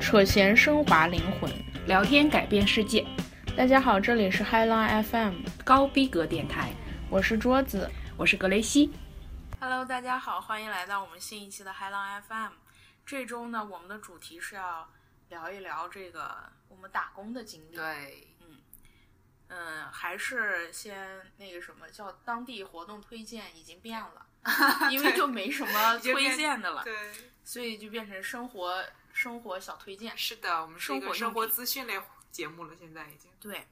扯闲升华灵魂。聊天改变世界，大家好，这里是 High Line FM，高逼格电台，我是桌子。我是格雷西。 Hello，大家好，欢迎来到我们新一期的 High Line FM。这周呢，我们的主题是要聊一聊这个我们打工的经历。对，嗯，还是先那个什么叫当地活动推荐已经变了， 因为就没什么经变推荐的了，对，所以就变成生活生活小推荐。是的，我们是生一活哦个生用活品资讯类节目了，现在已经。对，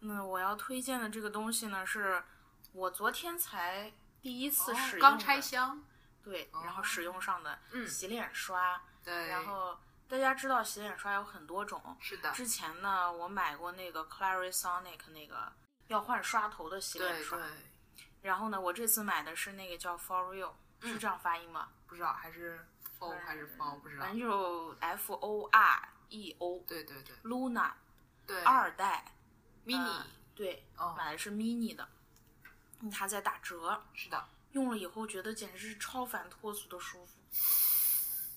那我要推荐的这个东西呢，是我昨天才第一次使用、哦刚拆，箱，对，哦然后使用上的嗯洗脸刷，对，然后大家知道洗脸刷有很多种，是的，之前呢我买过那个 Clarisonic 那个要换刷头的洗脸对刷对，，然后呢我这次买的是那个叫 For Real，、是嗯这样发音吗？不知道还是 f o 还是 f o 不知道反。正就 F O R E O 对对对 Luna 对，二代 mini 呃对，哦，买的是 mini 的，嗯它在打折，是的，用了以后觉得简直是超凡脱俗的舒服，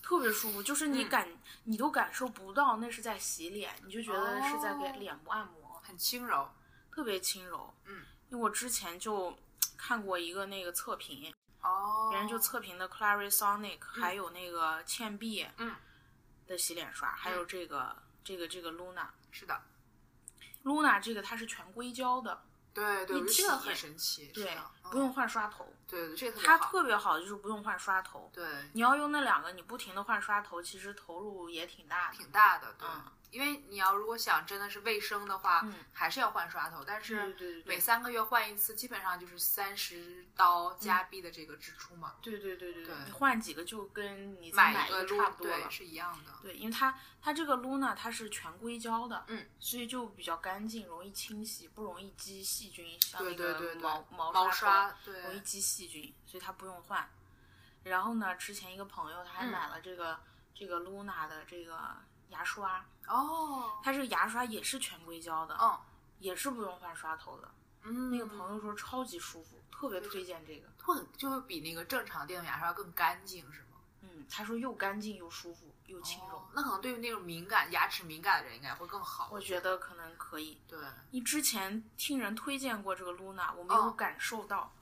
特别舒服，就是嗯你感、你都感受不到那是在洗脸，你就觉得是在给哦脸部按摩，很轻柔，特别轻柔。嗯，因为我之前就看过一个那个测评，哦，别人就测评的 Clarisonic，、还有那个倩碧，嗯，的洗脸刷，还有这个、这个这个 Luna。是的， Luna 这个它是全硅胶的，对对，一我觉得这个体很神奇，是对的，嗯不用换刷头。对对，这个它别好特别好的就是不用换刷头，对，你要用那两个，你不停的换刷头，其实投入也挺大的。挺大的，对嗯，因为你要如果想真的是卫生的话嗯，还是要换刷头，但是对每三个月换一次，基本上就是三十刀加嗯币的这个支出嘛，对对对对对对你换几个就跟你再买买一个撸差不多对了。是一样的。对，因为它它这个 Luna 它是全硅胶的，嗯，所以就比较干净，容易清洗，不容易积细菌，像那对对个对对，毛毛刷头刷容易对，积细菌，所以它不用换。然后呢，之前一个朋友他还嗯买了这个、这个 Luna 的这个牙刷，哦，它这个牙刷也是全硅胶的，嗯也是不用换刷头的。嗯，那个朋友说超级舒服，特别推荐这个。会就会比那个正常电动牙刷更干净是吗？嗯，他说又干净又舒服又轻柔，哦那可能对于那种敏感牙齿敏感的人应该会更好。我觉得可能可以。对，你之前听人推荐过这个 Luna，我没有哦感受 到，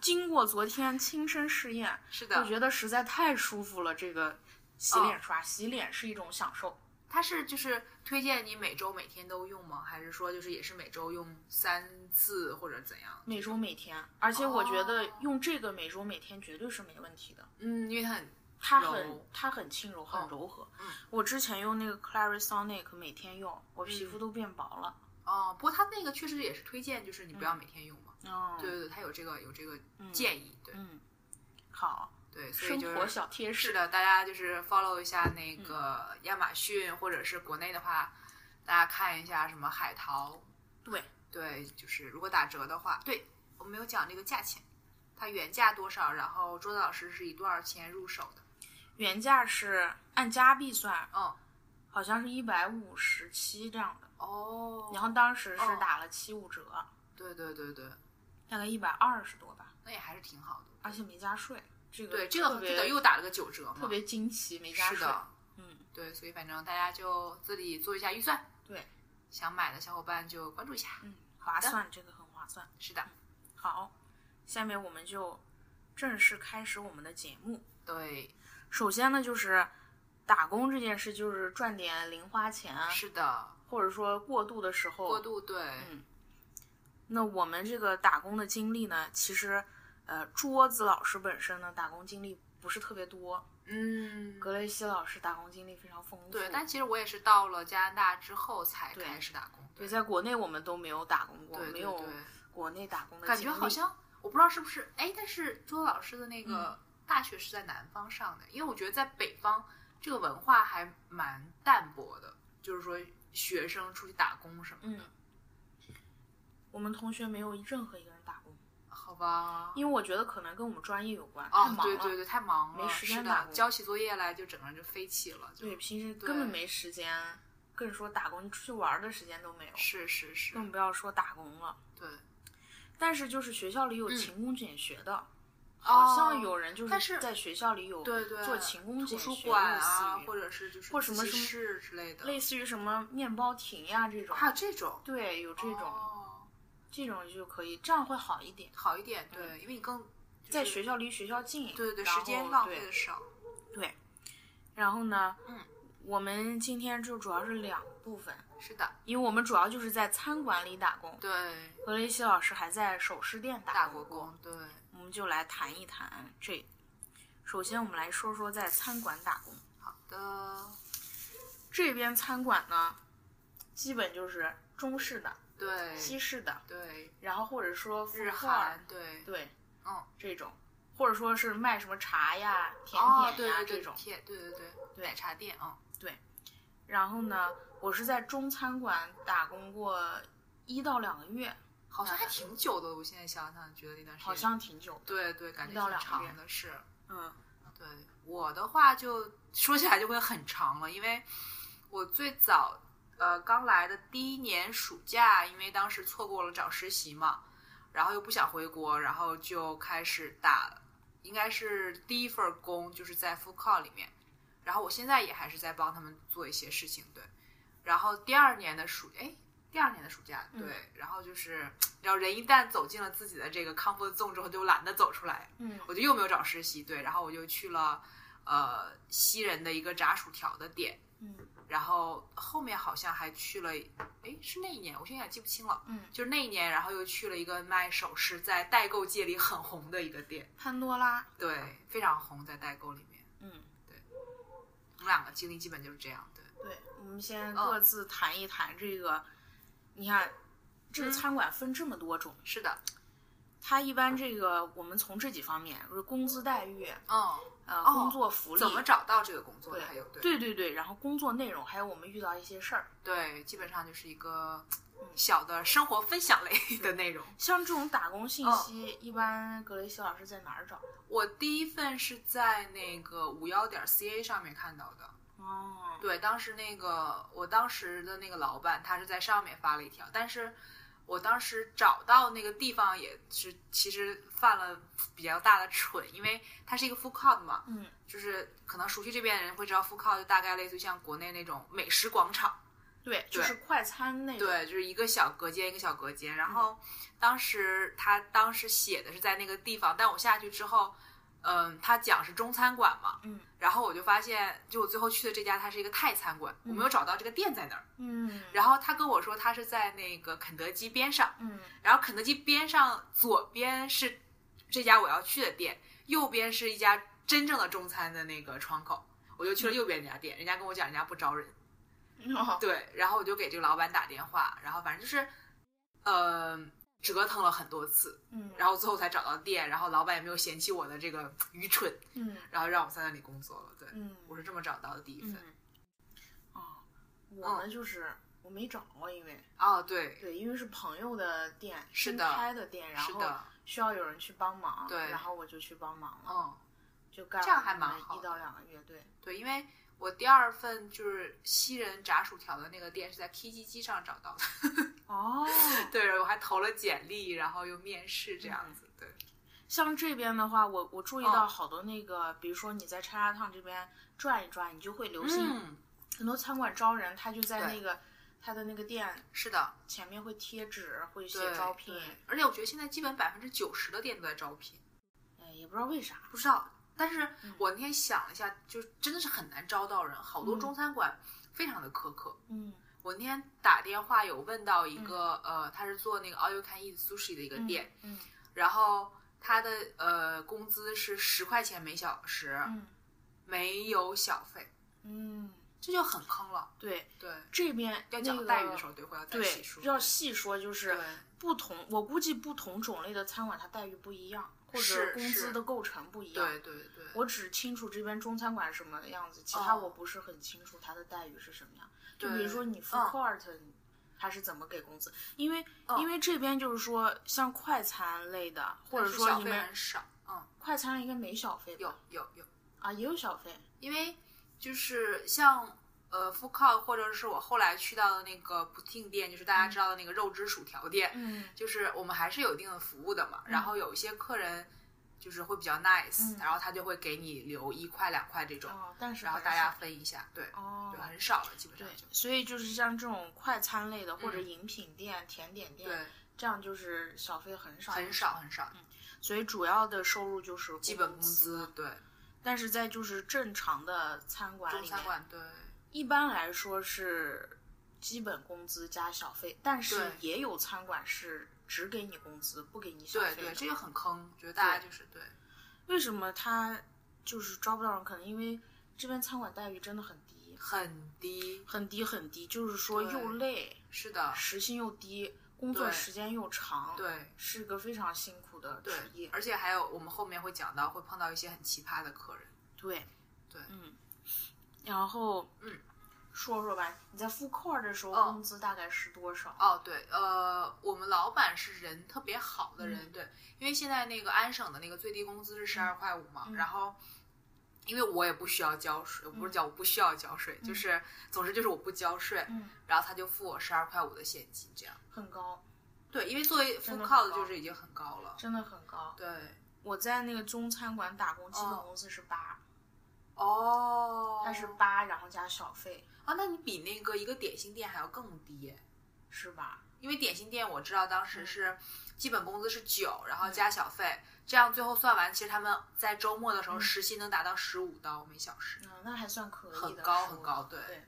经过昨天亲身试验，是我的，觉得实在太舒服了。这个洗哦脸刷，洗脸是一种享受。它是就是推荐你每周每天都用吗？还是说就是也是每周用三次或者怎样？每周每天，而且我觉得哦用这个每周每天绝对是没问题的。嗯，因为它很它很柔它很轻柔，很哦柔和。嗯我之前用那个 Clarisonic 每天用，我皮嗯肤都变薄了。哦，不过它那个确实也是推荐，就是你不要每天用嘛。哦对对对，它有这个有这个嗯建议，对嗯，好，对，所以生就是活小嗯贴士是的，大家就是 follow 一下那个亚马逊，或者是国内的话，大家看一下什么海淘，对，对，就是如果打折的话，对我没有讲这个价钱，它原价多少，然后桌子老师是以多少钱入手的？原价是按加币算，嗯，好像是一百五十七这样的，哦，然后当时是哦打了七五折，对对对对，大概一百二十多吧，那也还是挺好的。而且没加税，这个对，这啊特个别这个又打了个九折嘛，特别惊奇，没加是税，的，嗯，对，所以反正大家就自己做一下预算，对，想买的小伙伴就关注一下。嗯，划的算，这个很划算。是的，好，下面我们就正式开始我们的节目。对，首先呢，就是打工这件事，就是赚点零花钱，是的，或者说过渡的时候，过渡对，嗯，那我们这个打工的经历呢，其实，呃，桌子老师本身呢，打工经历不是特别多，嗯，格雷西老师打工经历非常丰富。对，但其实我也是到了加拿大之后才对开始打工，对，在国内我们都没有打工过，对没对有对，国内打工的经感历。觉好像我不知道是不是，哎，但是周老师的那嗯个大学是在南方上的，因为我觉得在北方这个文化还蛮淡薄的，就是说学生出去打工什么嗯的，，我们同学没有任何一个人打工，好吧？因为我觉得可能跟我们专业有关，太哦，忙对了。对对，太忙了，没时间是打的工，交起作业来就整个人就飞起了，就对平时根本对没时间，更说打工，你出去玩的时间都没有，是是是，更不要说打工了。对，但是就是学校里有嗯勤工俭学的，好像有人就哦但是在学校里有哦对对做勤工图俭书学，馆类啊，似于或者是就是或什么自什习么室之类的，类似于什么面包亭呀、这种，还有这种对，有这种、哦这种就可以，这样会好一点，好一点，对，因为你更就嗯是在学校离学校近，对对对，然时间后浪对费的少，然后呢，嗯，我们今天就主要是两部分，是的，因为我们主要就是在餐馆里打工，对，何雷西老师还在首饰店打打过过工，对，我们就来谈一谈这。首先，我们来说说在餐馆打工。好的，这边餐馆呢，基本就是中式的、西对式的，对，然后或者说复哎日刻儿韩对，对，嗯，这种，或者说是卖什么茶呀、甜哦，点对呀、对这对，种。甜，对对对，对奶茶店啊，然后呢，我是在中餐馆打工过一到两个月，好像还挺久的，我现在想想觉得那段时间好像挺久的。对对，感一觉到挺两个长月的是。嗯，对我的话就说起来就会很长了，因为我最早呃刚来的第一年暑假，因为当时错过了找实习嘛，然后又不想回国，然后就开始打，应该是第一份工就是在 f o o c a 里面，然后我现在也还是在帮他们做一些事情，对。然后第二年的暑，哎，第二年的暑假，对，嗯然后就是，然后人一旦走进了自己的这个 comfort zone 之后，就懒得走出来，嗯我就又没有找实习，对，然后我就去了呃西人的一个炸薯条的店，嗯然后后面好像还去了，哎，是那一年，我现在也记不清了，嗯，就是那一年，然后又去了一个卖首饰，在代购界里很红的一个店，潘多拉，对，非常红，在代购里面，嗯，我们两个经历基本就是这样，对，对，我们先哦各自谈一谈这个。你看，这个嗯餐馆分这么多种，是的，它一般这个我们从这几方面，就是工资待遇、嗯，呃、哦工作福利，怎么找到这个工作的？对还有对对对对，然后工作内容，还有我们遇到一些事儿，对，基本上就是一个嗯小的生活分享类的内容。像这种打工信哦息，一般格雷西老师在哪儿找？我第一份是在那个五幺点 ca 上面看到的。哦，对，当时那个我当时的那个老板，他是在上面发了一条，但是我当时找到那个地方也是其实犯了比较大的蠢，因为它是一个 food court 嘛，嗯，就是可能熟悉这边的人会知道 food court 就大概类似于像国内那种美食广场。对，就是快餐那种。对，就是一个小隔间一个小隔间。然后当时他当时写的是在那个地方，但我下去之后，嗯，他讲是中餐馆嘛，嗯，然后我就发现，就我最后去的这家，它是一个泰餐馆，我没有找到这个店在哪儿。嗯，然后他跟我说，他是在那个肯德基边上，嗯然后肯德基边上左边是这家我要去的店，右边是一家真正的中餐的那个窗口。我就去了右边那家店，人家跟我讲人家不招人，嗯，哦，对，然后我就给这个老板打电话，然后反正就是，呃，折腾了很多次，嗯，然后最后才找到店，然后老板也没有嫌弃我的这个愚蠢，嗯然后让我在那里工作了。对，嗯，我是这么找到的第一份。嗯，哦，我们就是我没找过，因为哦，对，对，因为是朋友的店，是新的开的店，然是后的，需要有人去帮忙，对然后我就去帮忙了，嗯，就干了这样还蛮那么好一到两个月，对，对，因为我第二份就是西人炸薯条的那个店是在 K G G 上找到的， 哦，对我还投了简历，然后又面试这样嗯子。对，像这边的话，我我注意到哦好多那个，比如说你在叉叉烫这边转一转，你就会留心、嗯，很多餐馆招人，他就在对那个他的那个店是的，前面会贴纸，会写对招聘，对而且我觉得现在基本百分之九十的店都在招聘。哎，也不知道为啥，不知道。但是嗯我那天想了一下，就是真的是很难招到人，好多嗯中餐馆非常的苛刻。嗯我那天打电话有问到一个、呃，他是做那个 All You Can Eat Sushi 的一个店，，嗯然后他的呃工资是十块钱每小时，嗯没有小费，嗯，这就很坑了。对，对，这边要那讲个待遇的时候，对，会要再对细，说。要细说，就是对不同，我估计不同种类的餐馆它待遇不一样，或是者工是资的构成不一样。对对对，我只清楚这边中餐馆什么样子，其他哦我不是很清楚它的待遇是什么样。就对嗯比如说你 food court，、它是怎么给工资？因为、哦因为这边就是说像快餐类的，或者但是说小你费们很少，嗯，快餐应该没小费吧？有有有。啊，也有小费。因为就是像呃富靠，或者是我后来去到的那个普汀店，就是大家知道的那个肉汁薯条店，嗯就是我们还是有一定的服务的嘛。然后有一些客人就是会比较 nice，、嗯然后他就会给你留一块两块这种，哦，但是然后很大家少分一下，对，哦对，，很少了，基本上对就，所以就是像这种快餐类的或者嗯饮品店、甜点店，对，这样就是小费很少很少，很嗯少，所以主要的收入就是基本工工资，对，但是在就是正常的餐馆中里餐面，馆对，一般来说是基本工资加小费，但是对也有餐馆是只给你工资不给你小对费对，的。这个很坑，觉得大家就是对，为什么他就是招不到人？可能因为这边餐馆待遇真的很低，很低，很低很低，就是说对又累，是的，时薪又低，工作对时间又长，对是个非常辛苦的职对，业。而且还有我们后面会讲到会碰到一些很奇葩的客人，对，对嗯，然后嗯，说说吧，你在 food court 的时候哦工资大概是多少？哦，对，呃，我们老板是人特别好的人，嗯对，因为现在那个安省的那个最低工资是十二块五嘛，嗯然后。因为我也不需要交税，我不是叫我不需要交税，就是总之就是我不交税，嗯，然后他就付我十二块五的现金，这样。很高，对，因为作为 food 真的 c 很高 o t 就是已经很高了。真的很高。对，我在那个中餐馆打工，基本哦工资是八、哦，但是八然后加小费啊，那你比那个一个点心店还要更低耶，是吧？因为点心店我知道当嗯时是基本工资是九，然后加小费，这样最后算完，其实他们在周末的时候嗯时薪能达到十五刀每小时，嗯，那还算可以的，很高是很吧高，对对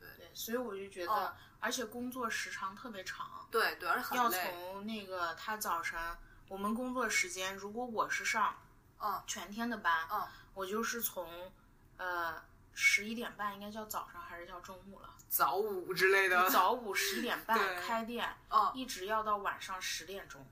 对对，所以我就觉得，哦而且工作时长特别长，对对，而且要很累，从那个他早晨我们工作时间，如果我是上嗯全天的班，嗯，我就是从呃十一点半，应该叫早上还是叫中午了？早午之类的，早午十点半 对开店，嗯，一直要到晚上十点钟，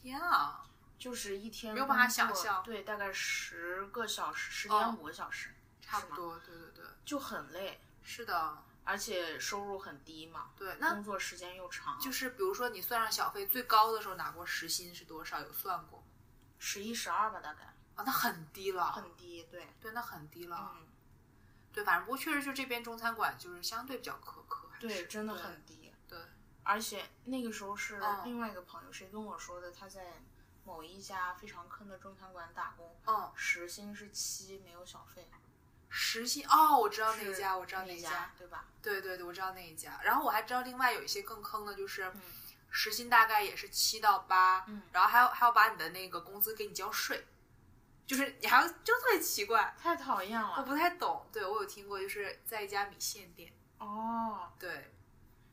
天啊，就是一天没有办法工作想象对，大概十个小时，十哦点五个小时，差是不吗多，对对对，就很累，是的，而且收入很低嘛，对，那工作时间又长，就是比如说你算上小费，最高的时候拿过时薪是多少？有算过吗？十一十二吧，大概啊，那很低了，很低，对，对，那很低了。嗯，对，反正不过确实就这边中餐馆就是相对比较苛刻，还对，是真的很低。对而且那个时候是嗯另外一个朋友，谁跟我说的？他在某一家非常坑的中餐馆打工，嗯，时薪是七，没有小费。实薪哦，我知道那一是家，我知道那那一家，对吧？对对对，我知道那一家。然后我还知道另外有一些更坑的，就是嗯时薪大概也是七到八、嗯然后还要还要把你的那个工资给你交税，就是你还要就特别奇怪，太讨厌我了。不太懂。对我有听过，就是在一家米线店，哦，对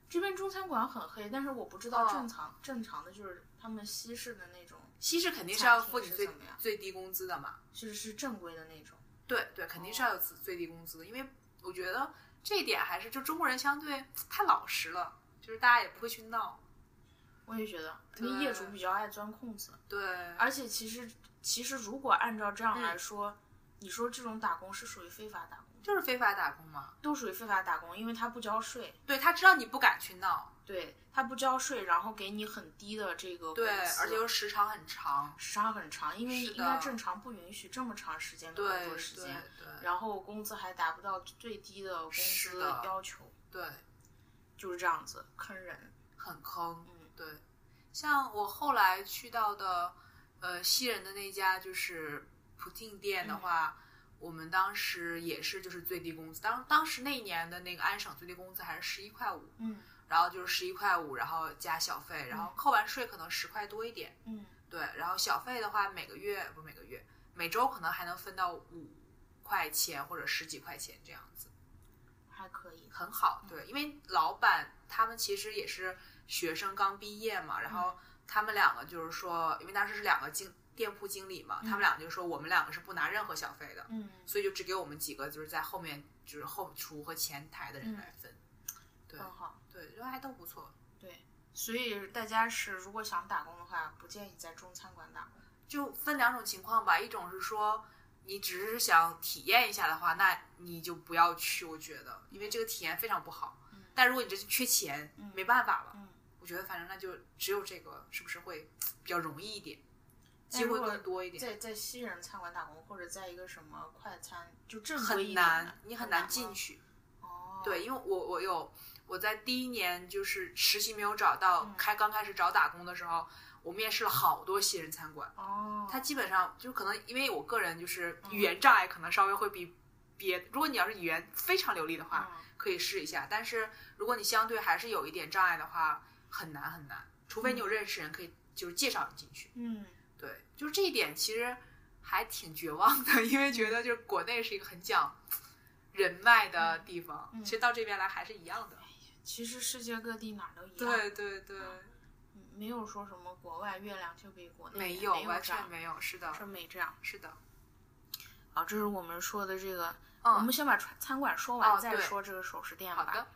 这边中餐馆很黑，但是我不知道哦正常、正常的就是他们西式的那种，西式肯定是餐要厅付你是最怎么样最低工资的嘛，就是是正规的那种。对对，肯定哦是要有最最低工资的，因为我觉得这一点还是就中国人相对太老实了，就是大家也不会去闹。我也觉得，对那业主比较爱钻空子，对，而且其实其实如果按照这样嗯来说，你说这种打工是属于非法打工，就是非法打工嘛。都属于非法打工，因为他不交税。对他知道你不敢去闹，对他不交税，然后给你很低的这个对工资，而且又时长很长。时长很长，因为是的应该正常不允许这么长时间的对工作对时间，对然后工资还达不到最低的工是资的要求，对，就是这样子坑人。很坑。嗯对，像我后来去到的，呃，西人的那家就是普定店嗯的话。我们当时也是，就是最低工资，当当时那一年的那个安省最低工资还是十一块五，嗯然后就是十一块五，然后加小费，然后扣完税可能十块多一点，嗯，对，然后小费的话每个月不是每个月，每周可能还能分到五块钱或者十几块钱这样子，还可以。很好，对，因为老板他们其实也是学生刚毕业嘛，然后他们两个就是说，因为当时是两个经店铺经理嘛，他们两个就说我们两个是不拿任何小费的，嗯，所以就只给我们几个就是在后面就是后厨和前台的人来分，对很好。对，就还都不错。所以大家是如果想打工的话，不建议在中餐馆打工。就分两种情况吧，一种是说你只是想体验一下的话，那你就不要去，我觉得，因为这个体验非常不好。嗯但如果你这是缺钱，嗯没办法了，嗯，我觉得反正那就只有这个，是不是会比较容易一点，但机会如果更多一点？在在西人餐馆打工，或者在一个什么快餐就正规很一点的难，你很难进吗。去。哦，对，因为我我有我在第一年就是实习没有找到，嗯开刚开始找打工的时候，我面试了好多西人餐馆，哦，它基本上就可能因为我个人就是嗯语言障碍，可能稍微会比别，如果你要是语言非常流利的嗯话，可以试一下。但是如果你相对还是有一点障碍的话，很难很难，除非你有认识人可以就是介绍你进去。嗯，对，就是这一点其实还挺绝望的， 因为觉得就是国内是一个很讲人脉的地方，嗯其实到这边来还是一样的。其实世界各地哪儿都一样，对对对，嗯没有说什么国外月亮就比国内没有，有，没完这样全没有，是的，真没这样。是的，好，这是我们说的这个，嗯我们先把餐餐馆说完，哦再对说这个首饰店好吧。的，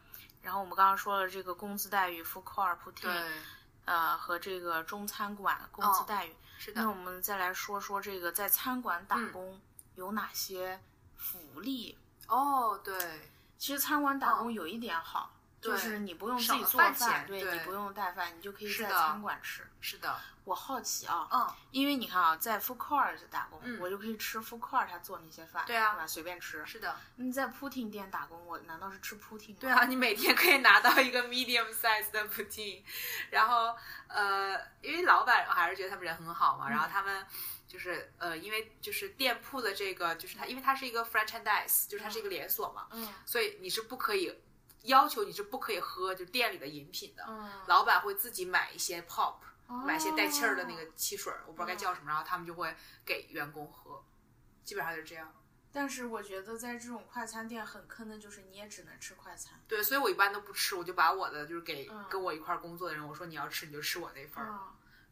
然后我们刚刚说了这个工资待遇、f o o d court 铺对，垫，呃，和这个中餐馆工资哦待遇。是的嗯那我，们再来说说这个在餐馆打工有哪些福利。哦，对，其实餐馆打工有一点好，哦对就是你不用自省己了做饭饭，钱你对不用带饭，你就可以是在的餐馆吃。是的，我好奇啊，嗯，因为你看啊，在 food court 打工，嗯我就可以吃 food court 他做那些饭，对啊吧？随便吃。是的，你在 poutine 店打工，我难道是吃 poutine 吗？对啊，你每天可以拿到一个 medium size 的 poutine，然后呃，因为老板我还是觉得他们人很好嘛，然后他们就是呃，因为就是店铺的这个就是它，因为它是一个 franchise，就是它是一个连锁嘛，嗯所以你是不可以要求你是不可以喝就店里的饮品的，嗯，老板会自己买一些 pop，买一些带气儿的那哦。个汽水儿，我不知道该叫什么，然后他们就会给员工喝，基本上就这样。但是我觉得在这种快餐店很坑的就是你也只能吃快餐。对，所以我一般都不吃，我就把我的就是给、嗯跟我一块儿工作的人，我说你要吃你就吃我那份儿。嗯，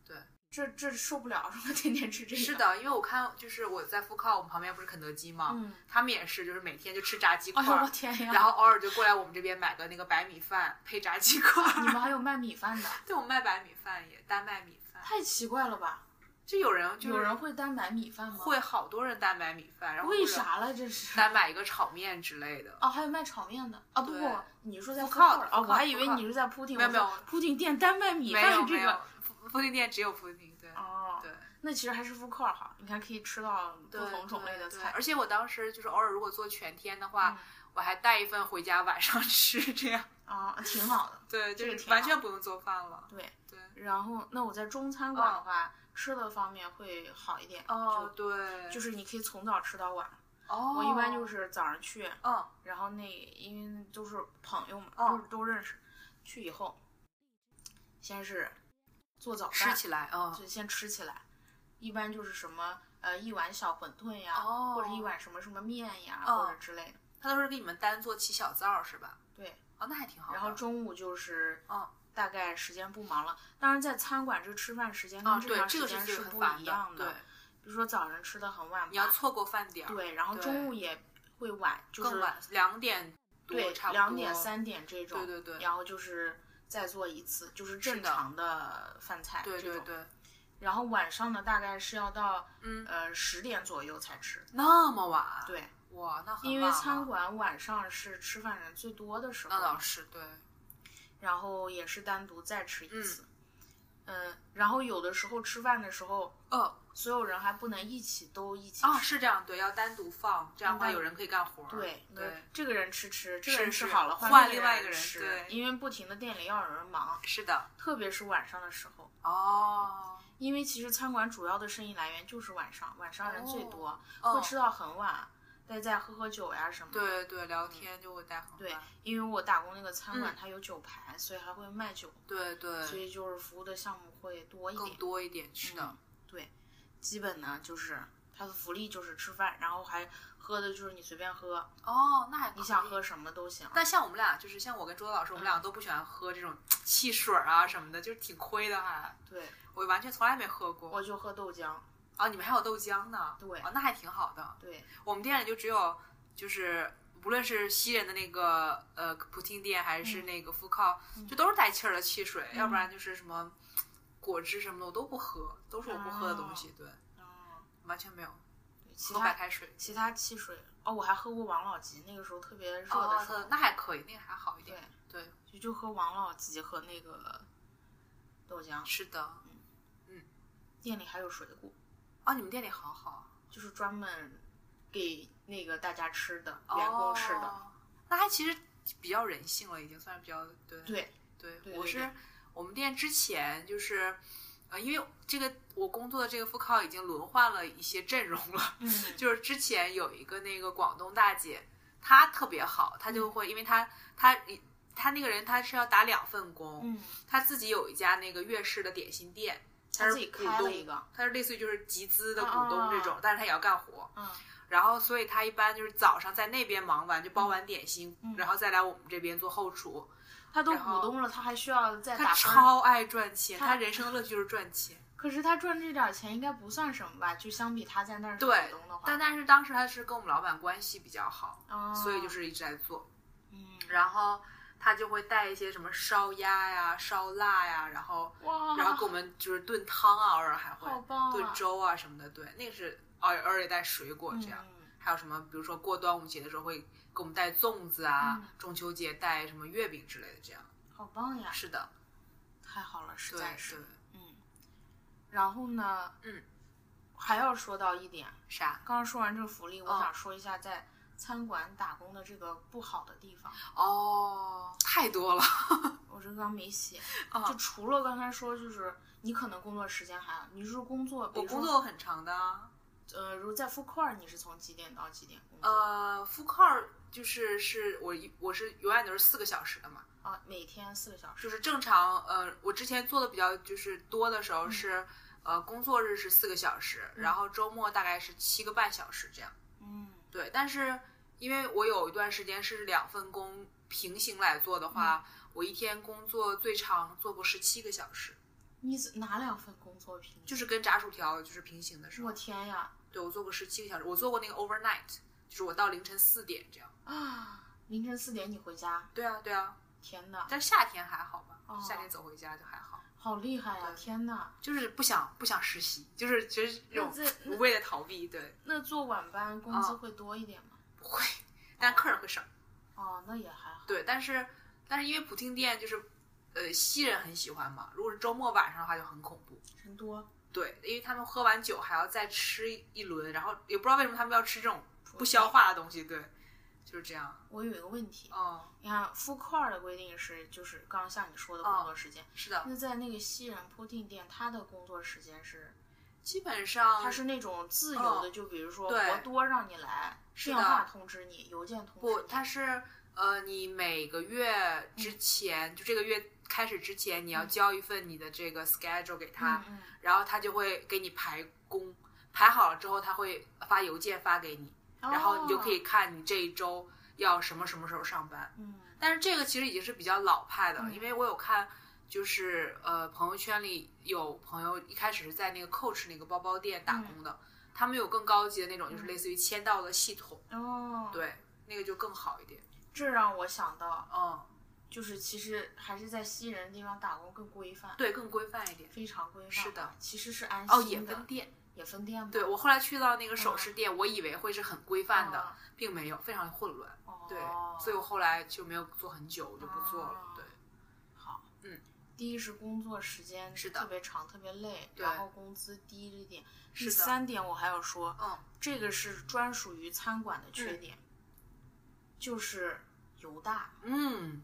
对，这这受不了，是吧？天天吃这个。是，的，因为我看就是我在复靠，我们旁边不是肯德基嘛，嗯，他们也是就是每天就吃炸鸡块哎呦儿，我天呀！然后偶尔就过来我们这边买个那个白米饭配炸鸡块儿。 你们还有卖米饭的，对，我们卖白米饭也单卖米饭，太奇怪了吧？就有人 就是有人会单买米饭吗？，会好多人单买米饭，然后为或者啥了？这是。单买一个炒面之类的。哦，还有卖炒面的啊！不对不，你说在 Food food court， court，哦， food 我还 court，以为 food 你是在 poutine，没有没有，poutine 店单卖米没有饭没这有个。，附附近店只有附近对。哦，对，那其实还是 food court 好，你看可以吃到不对同种类的对菜。而且我当时就是偶尔如果做全天的话，嗯我还带一份回家晚上 吃，这样啊，挺好的。对，这个就是挺完好全不用做饭了。啊对对，然后，那我在中餐馆的话，吃的方面会好一点。哦就，对，就是你可以从早吃到晚。哦，我一般就是早上去，嗯然后那因为都是朋友嘛，哦都都认识。去以后，先是做早吃饭，起来，嗯，就先吃起来。一般就是什么呃一碗小馄饨呀，哦或者一碗什么什么面呀，哦或者之类的。他都是给你们单做起小灶儿是吧？对，哦，那还挺好的。然后中午就是哦大概时间不忙了。当然，在餐馆这吃饭时间啊，跟正对，常这时个是间最是很不烦一样对，比如说早上吃的很晚吧，你要错过饭点儿，对，然后对中午也会晚，就是更晚两点多对差不多，两点三点这种，对对对然后就是再做一次，就是是正的常的饭菜对这对种。对，然后晚上呢，大概是要到嗯，呃十点左右才吃。那么晚，，对，哇，那很因晚为了餐馆晚上是吃饭人最多的时候那倒嘛，是对，然后也是单独再吃一次。嗯然后有的时候吃饭的时候，呃，所有人还不能一起都一起吃。啊，是这样，对，要单独放，这样的话嗯有人可以干活儿。对，你啊对，这个人吃吃，这个是人吃是好了换另另外一个个人吃对因为不停的店里要有人忙，是的。特别是晚上的时候，哦，因为其实餐馆主要的生意来源就是晚上，晚上人最多，会哦，吃到很晚，再再喝喝酒呀什么的。对对，聊天就会带很嗯对晚。因为我打工那个餐馆嗯它有酒牌，所以还会卖酒，对所对，以就是服务的项目会多一更点。多一点，是的嗯，对，基本呢就是它的福利就是吃饭，然后还喝的就是你随便喝，哦，那还你可想以喝。什么都行。但像我们俩，就是像我跟周老师，我们俩都不喜欢喝这种汽水儿啊什么的，就是挺亏的还。对，我完全从来没喝过。我就喝豆浆。啊，你们还有豆浆呢？对哦，那还挺好的。对，我们店里就只有就是。无论是西人的那个呃普汀店，还是嗯那个富靠、就都是带气儿的汽水，要不然就是什么果汁什么的，我都不喝，都是我不喝的东西，对，嗯，完全没有其喝他白开水。其他汽水哦，我还喝过王老吉，那个时候特别热的哦时候，，那还可以，那个还好一点。对，就就喝王老吉和那个豆浆。是的。店里还有水果，啊，你们店里好好，就是专门给那个大家吃的，员工吃的。哦那还其实比较人性了，已经算是比较对对，对对我对是对我们店之前就是呃，因为这个我工作的这个副靠已经轮换了一些阵容了， 嗯，就是之前有一个那个广东大姐，她特别好，她嗯就会，因为她她她那个人她是要打两份工， 嗯，她自己有一家那个粤式的点心店，她他是自己股开了东一个，她是类似于就是集资的股东这哦种，但是她也要干活，嗯然后所以她一般就是早上在那边忙完就包完点心，嗯然后再来我们这边做后厨，他都然后股东了，他还需要再她打分。超爱赚钱，她她人生的乐趣就是赚钱。可是他赚这点钱应该不算什么吧？就相比他在那儿做对股东的话，但但是当时她是跟我们老板关系比较好，哦所以就是一直在做。嗯，然后他就会带一些什么烧鸭呀、烧腊呀，然后哇，然后给我们就是炖汤啊，偶尔还会好棒啊炖粥啊什么的。对，那个是偶尔偶尔也带水果这样，嗯还有什么比如说过端午节的时候会给我们带粽子啊，嗯中秋节带什么月饼之类的这样。好棒呀，是的，太好了，实对在对是，，嗯。然后呢，嗯，还要说到一点，啥？刚刚说完这个福利，我嗯想说一下在餐馆打工的这个不好的地方，哦，太多了。我这刚没写，哦就除了刚才说，就是你可能工作时间还，你是工作，比我如说工作很长的啊，呃，如果在 food court，你是从几点到几点工作？呃，full car 就是是我一我是永远都是四个小时的嘛。啊，每天四个小时。就是正常，呃，我之前做的比较就是多的时候是，呃，工作日是四个小时，嗯然后周末大概是七个半小时这样。嗯对，但是因为我有一段时间是两份工平行来做的嗯话，我一天工作最长做过十七个小时，你是哪两份工作平均？就是跟炸薯条就是平行的时候，我天呀对我做过十七个小时，我做过那个 overnight，就是我到凌晨四点这样。啊！凌晨四点你回家，对啊，对啊，天呐，但夏天还好吧，哦夏天走回家就还好，好厉害呀！对天呐，就是不想不想实习，就是觉得这那种这无谓的逃避，对。那做晚班工资哦会多一点吗？不会，但客人会少。哦，那也还好。对，但是但是因为普听店就是，呃，西人很喜欢嘛。如果是周末晚上的话，就很恐怖。人多对，因为他们喝完酒还要再吃一轮，然后也不知道为什么他们要吃这种不消。化的东西。对，就是这样。我有一个问题，哦，你看 food court 的规定是，就是刚刚像你说的工啊作时间。是的，那在那个西人铺定店，他的工作时间是，基本上他是那种自由的，哦就比如说啊对活多让你来，是电的话通知你，邮件通不，知它是呃，你每个月嗯之前，就这个月开始之前，你要交一份你的这个 schedule 给他，嗯嗯然后他就会给你排工，排好了之后，他会发邮件发给你。你，然后你就可以哦，看你这一周要什么什么时候上班。嗯但是这个其实已经是比较老派的了，嗯因为我有看，就是呃朋友圈里有朋友一开始是在那个 Coach 那个包包店嗯打工的，他们有更高级的那种，就是类似于签到的系统，哦，，对，那个就更好一点。这让我想到，嗯，就是其实还是在西人地方打工更规范，对，更规范一点。非常规范，是的，其实是安心的，嗯哦，也分店。也分店吗？对我后来去到那个首饰店，我以为会是很规范的，哦并没有，非常混乱。哦，对，所以我后来就没有做很久，我就不做了哦。对。好，嗯，第一是工作时间是的特别长，特别累，对然后工资低这点。第是的三点我还要说，嗯，这个是专属于餐馆的缺点，就是油大。嗯，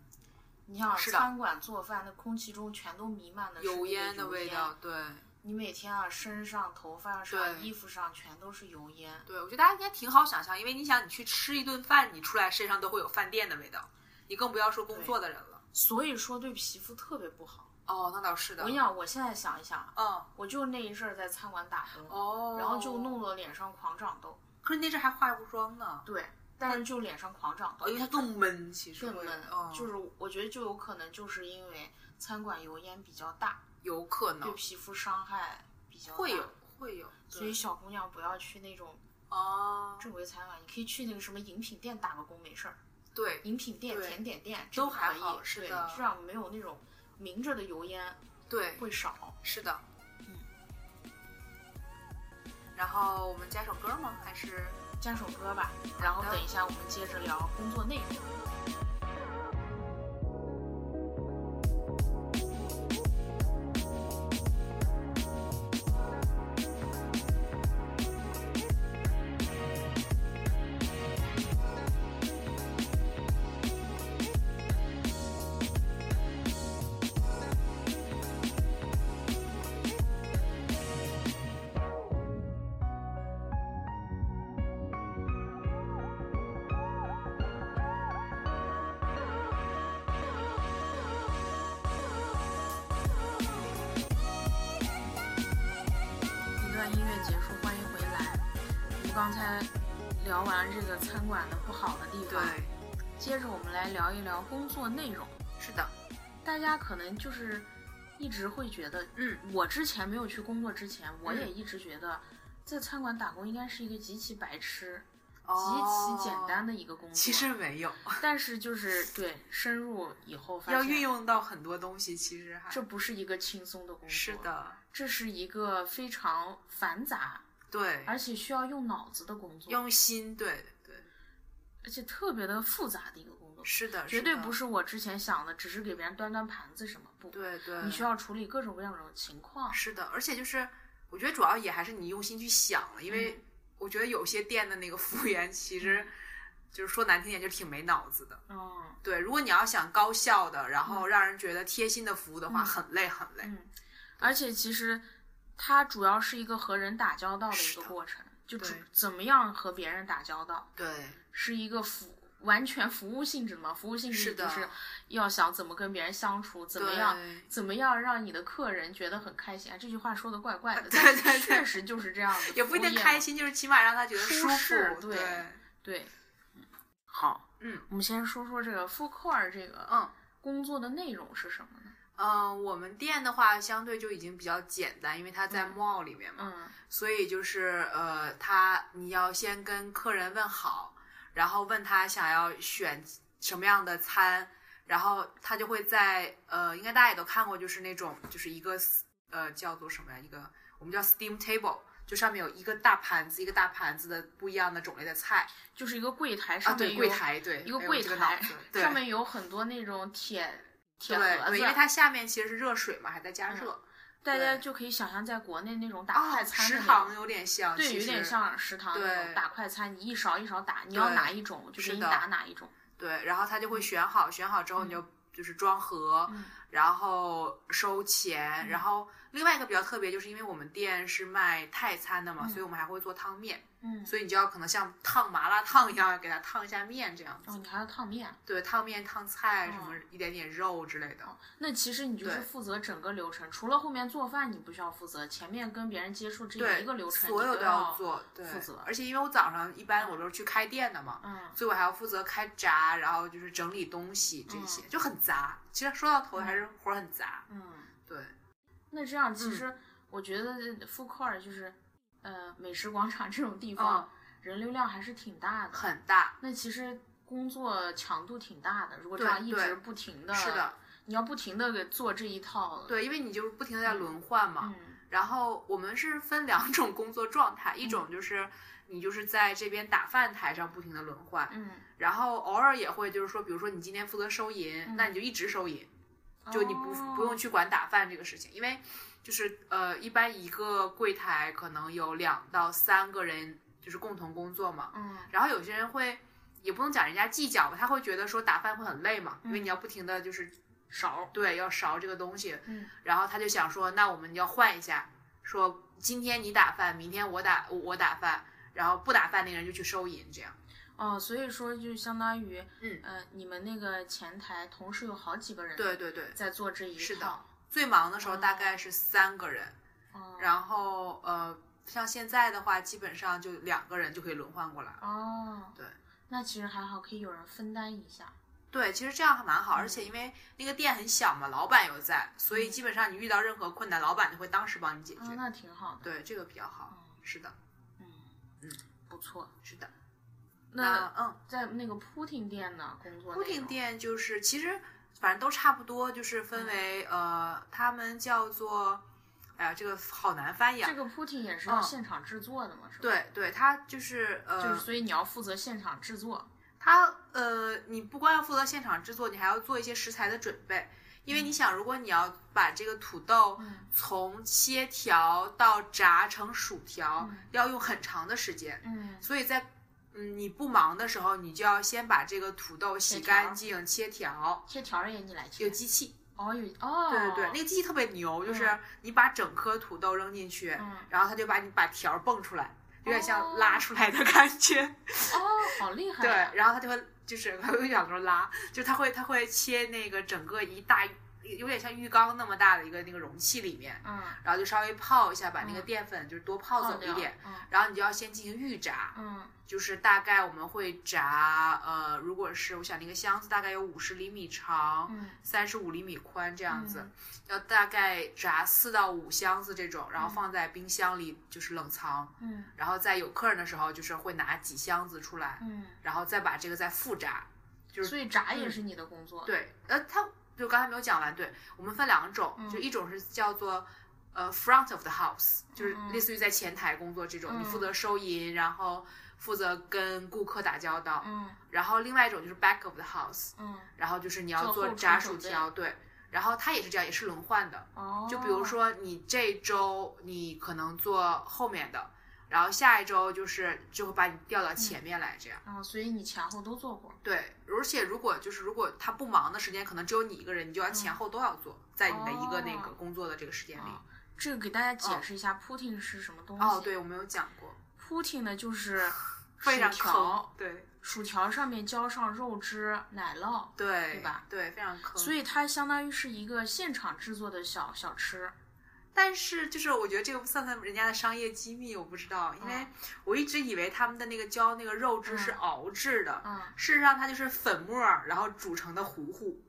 你想是的餐馆做饭，那空气中全都弥漫的是那油个烟的油味烟道，。对你每天啊，身上、头发上、对衣服上全都是油烟。对，我觉得大家应该挺好想象，因为你想，你去吃一顿饭，你出来身上都会有饭店的味道，你更不要说工作的人了。所以说对皮肤特别不好。哦，那倒是我的跟。你讲，我现在想一想，嗯，我就那一阵儿在餐馆打工，哦，然后就，弄得脸上狂长痘。可是那阵还化过妆呢，对，但是就脸上狂长痘哦，因，为它更闷，其实更会闷，嗯、就是我觉得就有可能就是因为餐馆油烟比较大，有可对能皮啊肤伤害比较大会有，会有，所以对小姑娘不要去那种哦，正规餐馆，你可以去那个什么饮品店打个工，没事儿。对饮品店、对甜点店这都个还可以好是对，的这样没有那种明着的油烟对，会少。是的。嗯然后我们加首歌吗？还是加首歌吧，然后好的等一下我们接着聊工作内容。 Thank 刚才聊完这个餐馆的不好的地对方，，接着我们来聊一聊工作内容。是的，大家可能就是一直会觉得，嗯，我之前没有去工作之前，我嗯也一直觉得在餐馆打工应该是一个极其白痴、哦极其简单的一个工作。其实，没有， 但是就是对深入以后发现，要运用到很多东西，其实还这不是一个轻松的工作，是，的，这是一个非常繁杂对，而且需要用脑子的工作，用心，对对，而且特别的复杂的一个工作，是的，绝对不是是我之前想的，只是给别人端端盘子什么不的，，对对，你需要处理各种各样的情况，嗯是的，而且就是我觉得主要也还是你用心去想了，因为嗯我觉得有些店的那个服务员其实就是说难听点，就挺没脑子的。嗯对，如果你要想高效的，然后让人觉得贴心的服务的话，嗯很累很累。嗯，而且其实它主要是一个和人打交道的一是个的过程，就对主怎么样和别人打交道，对，是一个服完全服务性质嘛，服务性质是就的是要想怎么跟别人相处，怎么样。对怎么样让你的客人觉得很开心啊？这句话说的怪怪的，对但是啊对对确实就是这样的，也不一定服务业嘛开。心，就是起码让他觉得舒舒适服。对对，好，嗯我们先说说这个 food core 这个嗯。工作的内容是什么呢？嗯，我们店的话相对就已经比较简单，因为它在嗯 mall 里面嘛，嗯所以就是呃，他你要先跟客人问好，然后问他想要选什么样的餐，然后他就会在呃，应该大家也都看过，就是那种就是一个呃叫做什么呀，一个我们叫 steam table，就上面有一个大盘子，一个大盘子的不一样的种类的菜就是一个柜台啊，上面对，有柜台对，一个哎呦柜这个脑台子对上面有很多那种铁铁对盒子，对，因为它下面其实是热水嘛，还在加嗯热，大家对就可以想象在国内那种打啊，快餐的食那堂种有点像，对，其有点实像食堂那种对打快餐，你一勺一勺打，你要对哪一种我就给是你的打哪一种。对，然后他就会选好，选好之后你就就是装盒，嗯然后收钱，然后另外一个比较特别，就是因为我们店是卖泰餐的嘛，嗯所以我们还会做汤面，嗯，所以你就要可能像烫麻辣烫一样给它烫一下面这样子，哦，你还要烫面。对，烫面烫菜什么哦一点点肉之类的，哦那其实你就是对负责整个流程，除了后面做饭你不需要负责，前面跟别人接触这对，一个流程所你有都都要。做，对，负责而且因为我早上一般我都是去开店的嘛，嗯，所以我还要负责开闸，然后就是整理东西这些，就很杂。其实说到头还是活儿很杂，嗯，对，那这样嗯其实我觉得 food court 就是，呃，美食广场这种地哦方、人流量还是挺大的。很大。那其实工作强度挺大的，如果这对样一直对不停的，是的，你要不停的做这一套，，对，因为你就是不停的在轮换嘛。嗯然后我们是分两 种工作状态，一嗯种就是你就是在这边打饭台上不停的轮换，嗯，然后偶尔也会就是说，比如说你今天负责收银嗯，那你就一直收银，就你不哦不用去管打饭这个事情，因为就是呃，一般一个柜台可能有两到三个人就是共同工作嘛。嗯然后有些人会也不能讲人家计较吧，他会觉得说打饭会很累嘛，因为嗯你要不停的就是少，对要勺这个东西，嗯然后他就想说，那我们要换一下，说今天你打饭，明天我打我我打饭，然后不打饭那个人就去收银，这样哦，所以说就相当于，嗯呃，你们那个前台同时有好几个人对对对，在做这一是的套，最忙的时候嗯大概是三个人，哦然后呃，像现在的话，基本上就两个人就可以轮换过来了。哦，对，那其实还好，可以有人分担一下，对，其实这样还蛮好，而嗯且因为那个店很小嘛，老板又在，所以基本上你遇到任何困难，老板就会当时帮你解啊，决。嗯那挺好的，嗯对，这个比较好。是的，嗯不错。是的。嗯那嗯，在那个 pudding 店呢，工作固内定容，店就是其实反正都差不多，就是嗯分为呃，他们叫做，哎呀，这个好难翻译啊这。个 pudding 也是要嗯现场制作的嘛，是吧？对对，它就是就是呃，所以你要负责现场制作，它呃，你不光要负责现场制作，你还要做一些食材的准备，因为你想，如果你要把这个土豆嗯从切条到炸成薯条嗯，要用很长的时间，嗯所以在嗯你不忙的时候，你就要先把这个土豆洗切条干净，切条，切条儿也你来有切，机器。哦有哦，对对对，那个机器特别牛，就是你把整颗土豆扔进去，嗯然后它就把你把条儿蹦出来，有点哦像拉出来的感觉。 哦好厉害对呀，， 然后它就会就是我有讲说拉，就它会它会切那个整个一大有点像浴缸那么大的一个那个容器里面，嗯，然后就稍微泡一下，把那个嗯淀粉就是多泡走一点，，嗯然后你就要先进行预炸，嗯就是大概我们会炸，呃，如果是我想那个箱子大概有五十厘米长，嗯三十五厘米宽这样子嗯，要大概炸四到五箱子这种，然后放在冰箱里就是冷藏，嗯然后在有客人的时候就是会拿几箱子出来，嗯，然后再把这个再复炸。就是嗯所以炸也是你的工作，，对，呃，它就刚才没有讲完，对我们分两种，嗯就一种是叫做呃 front of the house，就是嗯类似于在前台工作这种，你嗯负责收银，然后负责跟顾客打交道，嗯然后另外一种就是 back of the house，嗯，然后就是你要做做后厨炸准薯备条，对，然后它也是这样，也是轮换的，哦，就比如，说你这周你可能做后面的。然后下一周就是就会把你调到前面来，这样。啊，所以你前后都做过，对，而且如果就是如果他不忙的时间，可能只有你一个人，你就要前后都要做，在你的一个那个嗯哦工作的这个时间里。啊这个给大家解哦释一下，Putin 是什么东西？哦，对，我没有讲过， ，Putin 呢就是薯非常条坑，，对薯条上面浇上肉汁、奶酪，对对吧？对，非常坑。所，以它相当于是一个现场制作的小小吃。但是就是我觉得这个不算他们人家的商业机密，我不知道，因为嗯我一直以为他们的那个浇那个肉汁是嗯熬制的，嗯，事实上它就是粉末儿，然后煮成的糊糊。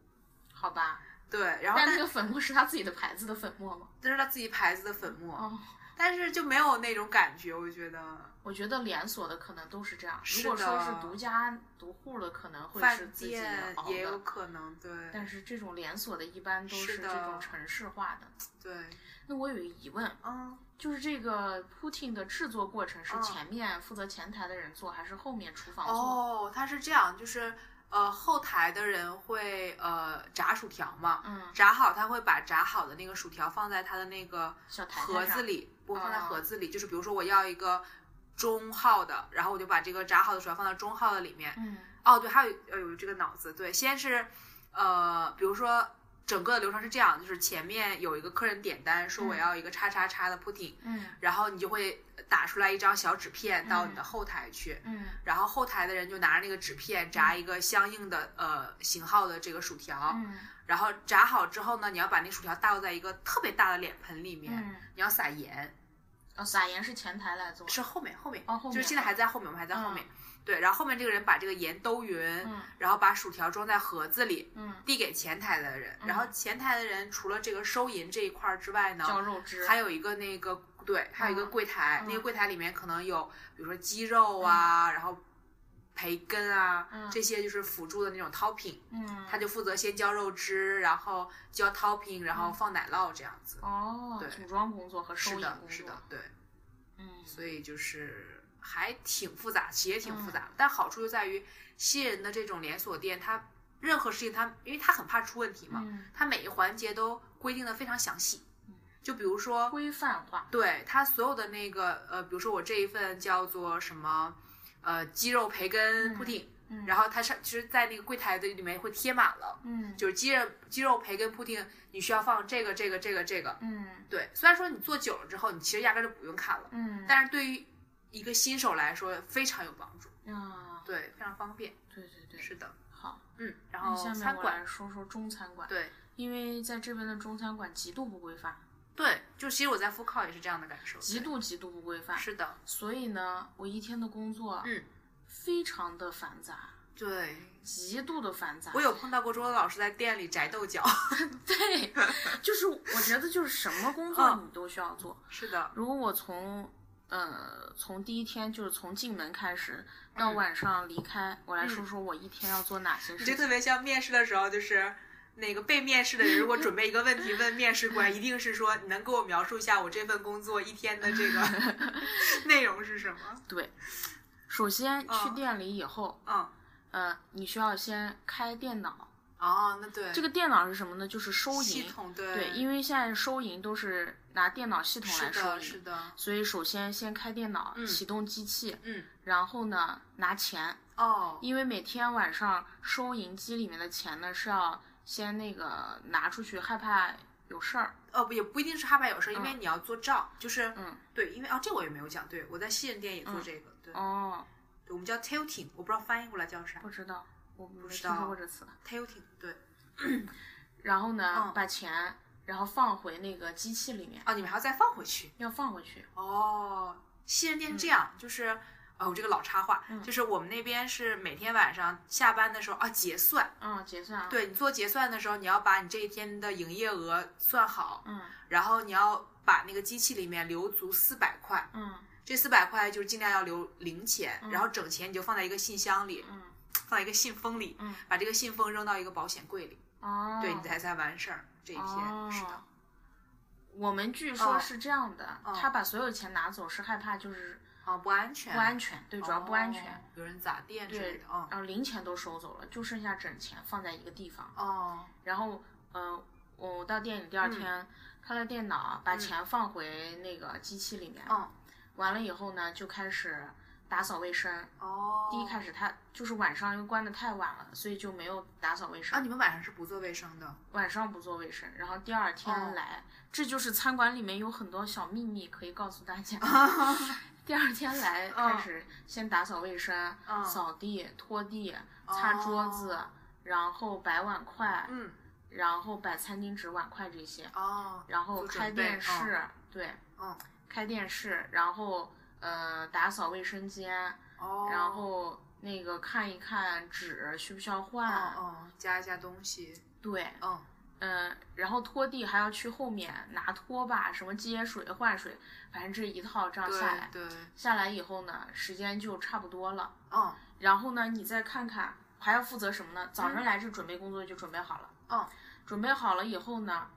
好吧。对，然后但那但个粉末是他自己的牌子的粉末吗？这是他自己牌子的粉末，哦，但是就没有那种感觉，我觉得。我觉得连锁的可能都是这样。是如果说是的独家独户的，可能会是饭自己店熬也有的。可能，对但是这种连锁的，一般都是是的这种城市化的。对，那我有一个疑问，嗯，就是这个 Putin 的制作过程是嗯前面负责前台的人做，还是后面厨房做？哦，他是这样，就是呃，后台的人会呃炸薯条嘛，嗯，炸好他会把炸好的那个薯条放在他的那个小台盒台子上。里，不放在哦盒子里，就是比如说我要一个中号的，然后我就把这个炸好的薯条放到中号的里面。嗯哦，对，还有呃有这个脑子，对，先是呃，比如说。整个的流程是这样，就是前面有一个客人点单，说我嗯要一个叉叉叉的 pudding，、嗯然后你就会打出来一张小纸片到你的后台去，嗯然后后台的人就拿着那个纸片炸一个相应的呃型号的这个薯条，嗯然后炸好之后呢，你要把那薯条倒在一个特别大的脸盆里面，嗯，你要撒盐，哦，撒盐是前台来做。是后面后面，哦后面就是现在还在后面，我们还在后面，对，然后后面这个人把这个盐兜匀，嗯然后把薯条装在盒子里。嗯，递给前台的人，嗯然后前台的人除了这个收银这一块儿之外呢，浇肉汁。还有一个那个对，还有一个嗯柜台，嗯那个柜台里面可能有比如说鸡肉啊，然后培根啊，嗯这些就是辅助的那种 topping，嗯，他就负责先浇肉汁，然后浇 topping，然后嗯放奶酪这样子。哦，对组装工作和收是银工的，作，是的，对，嗯，所以就是还挺复杂，其实也挺复杂嗯的，但好处就在于新人的这种连锁店，它任何事情它因为它很怕出问题嘛，嗯，它每一环节都规定的非常详细嗯。就比如说，规范化，对它所有的那个呃，比如说我这一份叫做什么呃鸡肉培根嗯 pudding，、嗯，然后后它上其实，在那个柜台的里面会贴满了，嗯就是鸡肉鸡肉培根 pudding，你需要放这个这个这个这个。嗯对，虽然说你做久了之后，你其实压根儿就不用看了，嗯，但是对于一个新手来说非常有帮助，啊，对，非常方便。对对对，是的，好。嗯，然那后下面餐我馆，来说说中餐馆，对因为在这边的中餐馆极度不规范，对，就其实我在复考也是这样的感受，极对度极度不规范，是的，所以呢，我一天的工作嗯，非常的繁杂，对。极度的繁杂。我有碰到过周老师在店里摘豆角， 对，就是我觉得就是什么工作嗯你都需要做，是的，如果我从呃从第一天就是从进门开始到晚上离开，我来说说我一天要做哪些嗯你事就情。特别像面试的时候，就是那个被面试的人，如果准备一个问 题问面试官，一定是说你能给我描述一下我这份工作一天的这个 内容是什么？ 对，首先去嗯店里以后，嗯，呃，你需要先开电脑。哦，那对这个电脑是什么呢？就是收系银。统对对，因为为现在收银都是拿电脑系统是来收的，是银，的，所以首先先开电脑，嗯启动机器，嗯，然后呢拿钱，哦，因为每天晚上收银机里面的钱呢是要先那个拿出去，害怕有事儿。哦不也不一定是哈巴有事，因为你要做账，就是嗯，对，因为哦这我也没有讲，对我在西人店也做嗯这个，对，哦，对我们叫 tilting，我不知道翻译过来叫啥不知道，我没知听说道过这词。 ，tilting，对，然后呢，嗯把钱然后放回那个机器里面，啊，你们还要再放回去要放回去。哦。西嗯人店是这样，就是。哦，我这个老插话，就是我们那边是每天晚上下班的时候啊结算，嗯，结算啊。，对你做结算的时候，你要把你这一天的营业额算好，嗯然后你要把那个机器里面留足四百块，嗯这四百块就是尽量要留零钱，然后整钱你就放在一个信箱里，嗯放在一个信封里，嗯把这个信封扔到一个保险柜里，哦，对你才才完事儿。这一天、哦是的，我们据说是这样的，哦他把所有钱拿走是害怕就是啊，不安全，哦不安全，对，哦，主要不安全。有人砸店之类对的，，哦然后零钱都收走了，就剩下整钱放在一个地方。哦，然后，呃，我到店里嗯第二天开了电脑，把钱放回那个机器里面。嗯完了以后呢，就开始打扫卫生。哦，第一开始他就是晚上又关的太晚了，所以就没有打扫卫生。啊，你们晚上是不做卫生的，晚上不做卫生，然后第二哦天来，这就是餐馆里面有很多小秘密可以告诉大 家。 第二天来嗯开始先打扫卫生，嗯哦扫地、拖地、擦桌子，然后摆碗筷，嗯，然后摆餐巾纸、碗筷这些，啊哦，然后做准开备电视，，对，嗯开电视，然后呃打扫卫生间，哦，然后那个看一看纸需不需要换，嗯嗯，加一下东西，对，嗯，嗯，然后拖地还要去后面拿拖把，什么接水、换水，反正这一套这样下来对，对，下来以后呢，时间就差不多了。嗯然后呢，你再看看还要负责什么呢？早上来这准备工作就准备好了，嗯准备好了以后呢，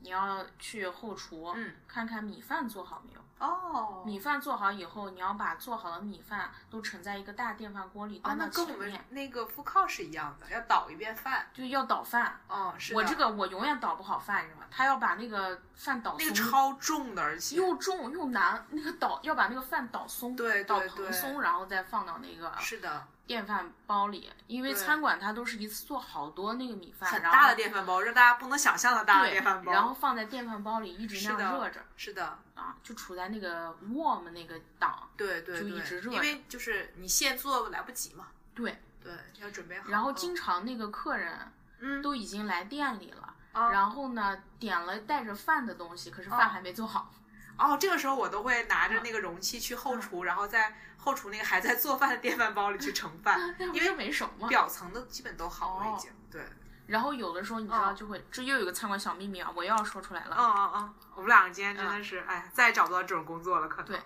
你要去后厨、嗯，看看米饭做好没有。哦，米饭做好以后，你要把做好的米饭都盛在一个大电饭锅里，啊，端那到跟前我们面，那个复靠是一样的，要倒一遍饭。就要倒饭。哦，是的我这个我永远倒不好饭，你知道吗？他要把那个饭倒那个松超重的，而且又重又难，那个捣要把那个饭捣松，对对捣对蓬松，然后再放到那个是的，电饭煲里。因为对餐馆它都是一次做好多那个米饭，很啊然大后的电饭煲，让大家不能想象的大的对电饭煲。然后放在电饭煲里一直那是的样热着是的，啊，就处在那个 warm 那个档。对对就对，一直热因为就是你现做来不及嘛，对，对，要准备好。然后经常那个客人嗯，都已经来店里了，哦然后呢点了带着饭的东西，可是哦饭还没做好。 哦，这个时候我都会拿嗯着那个容器去后厨，然后在后厨那个还在做饭的电饭煲里去盛饭，那不因是为没熟吗？表层的基本都好了已哦经。对，然后有的时候你知道哦就会，这又有一个餐馆小秘密啊，我又要说出来了。嗯嗯嗯，我们两个今天真的是，哎，再也找不到这种工作了，可能。嗯对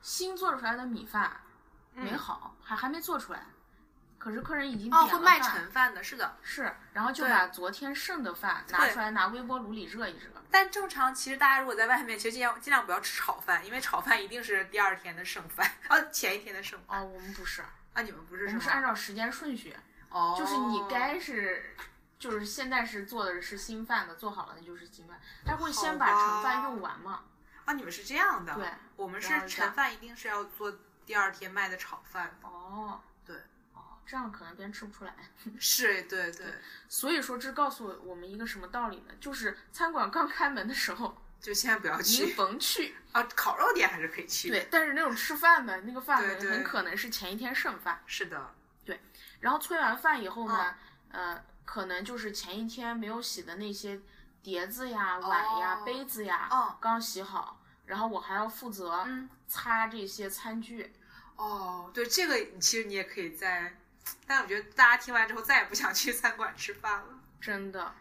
新做出来的米饭嗯没好，还还没做出来，可是客人已经点哦，了会饭，卖盛饭的，是的。是，然后就对把昨天剩的饭拿对出来，拿微波炉里热一热。但正常，其实大家如果在外面，其实尽量尽量不要吃炒饭，因为炒饭一定是第二天的剩饭， 啊，前一天的剩饭。哦，我们不是，啊，你们不是我是们是吗？按照时间顺序，哦，就是你该是。就是现在是做的是新饭的，做好了那就是新饭，他会先把好吧盛饭用完嘛？啊，你们是这样的，对，我们然是后这样盛饭一定是要做第二天卖的炒饭，哦，对，哦，这样可能别人吃不出来。是，对对，所以说，这告诉我们一个什么道理呢？就是餐馆刚开门的时候，就千万不要您 去甭去，啊，烤肉店还是可以 去，，嗯对，但是那种吃饭的那个饭对很对很可能是前一天剩饭，是的，然后催完饭以后呢，嗯呃，可能就是前一天没有洗的那些碟子呀、碗呀、哦杯子呀，哦刚洗好，然后我还要负责嗯，擦这些餐具。哦，对，这个其实你也可以在，但我觉得大家听完之后再也不想去餐馆吃饭了，真的，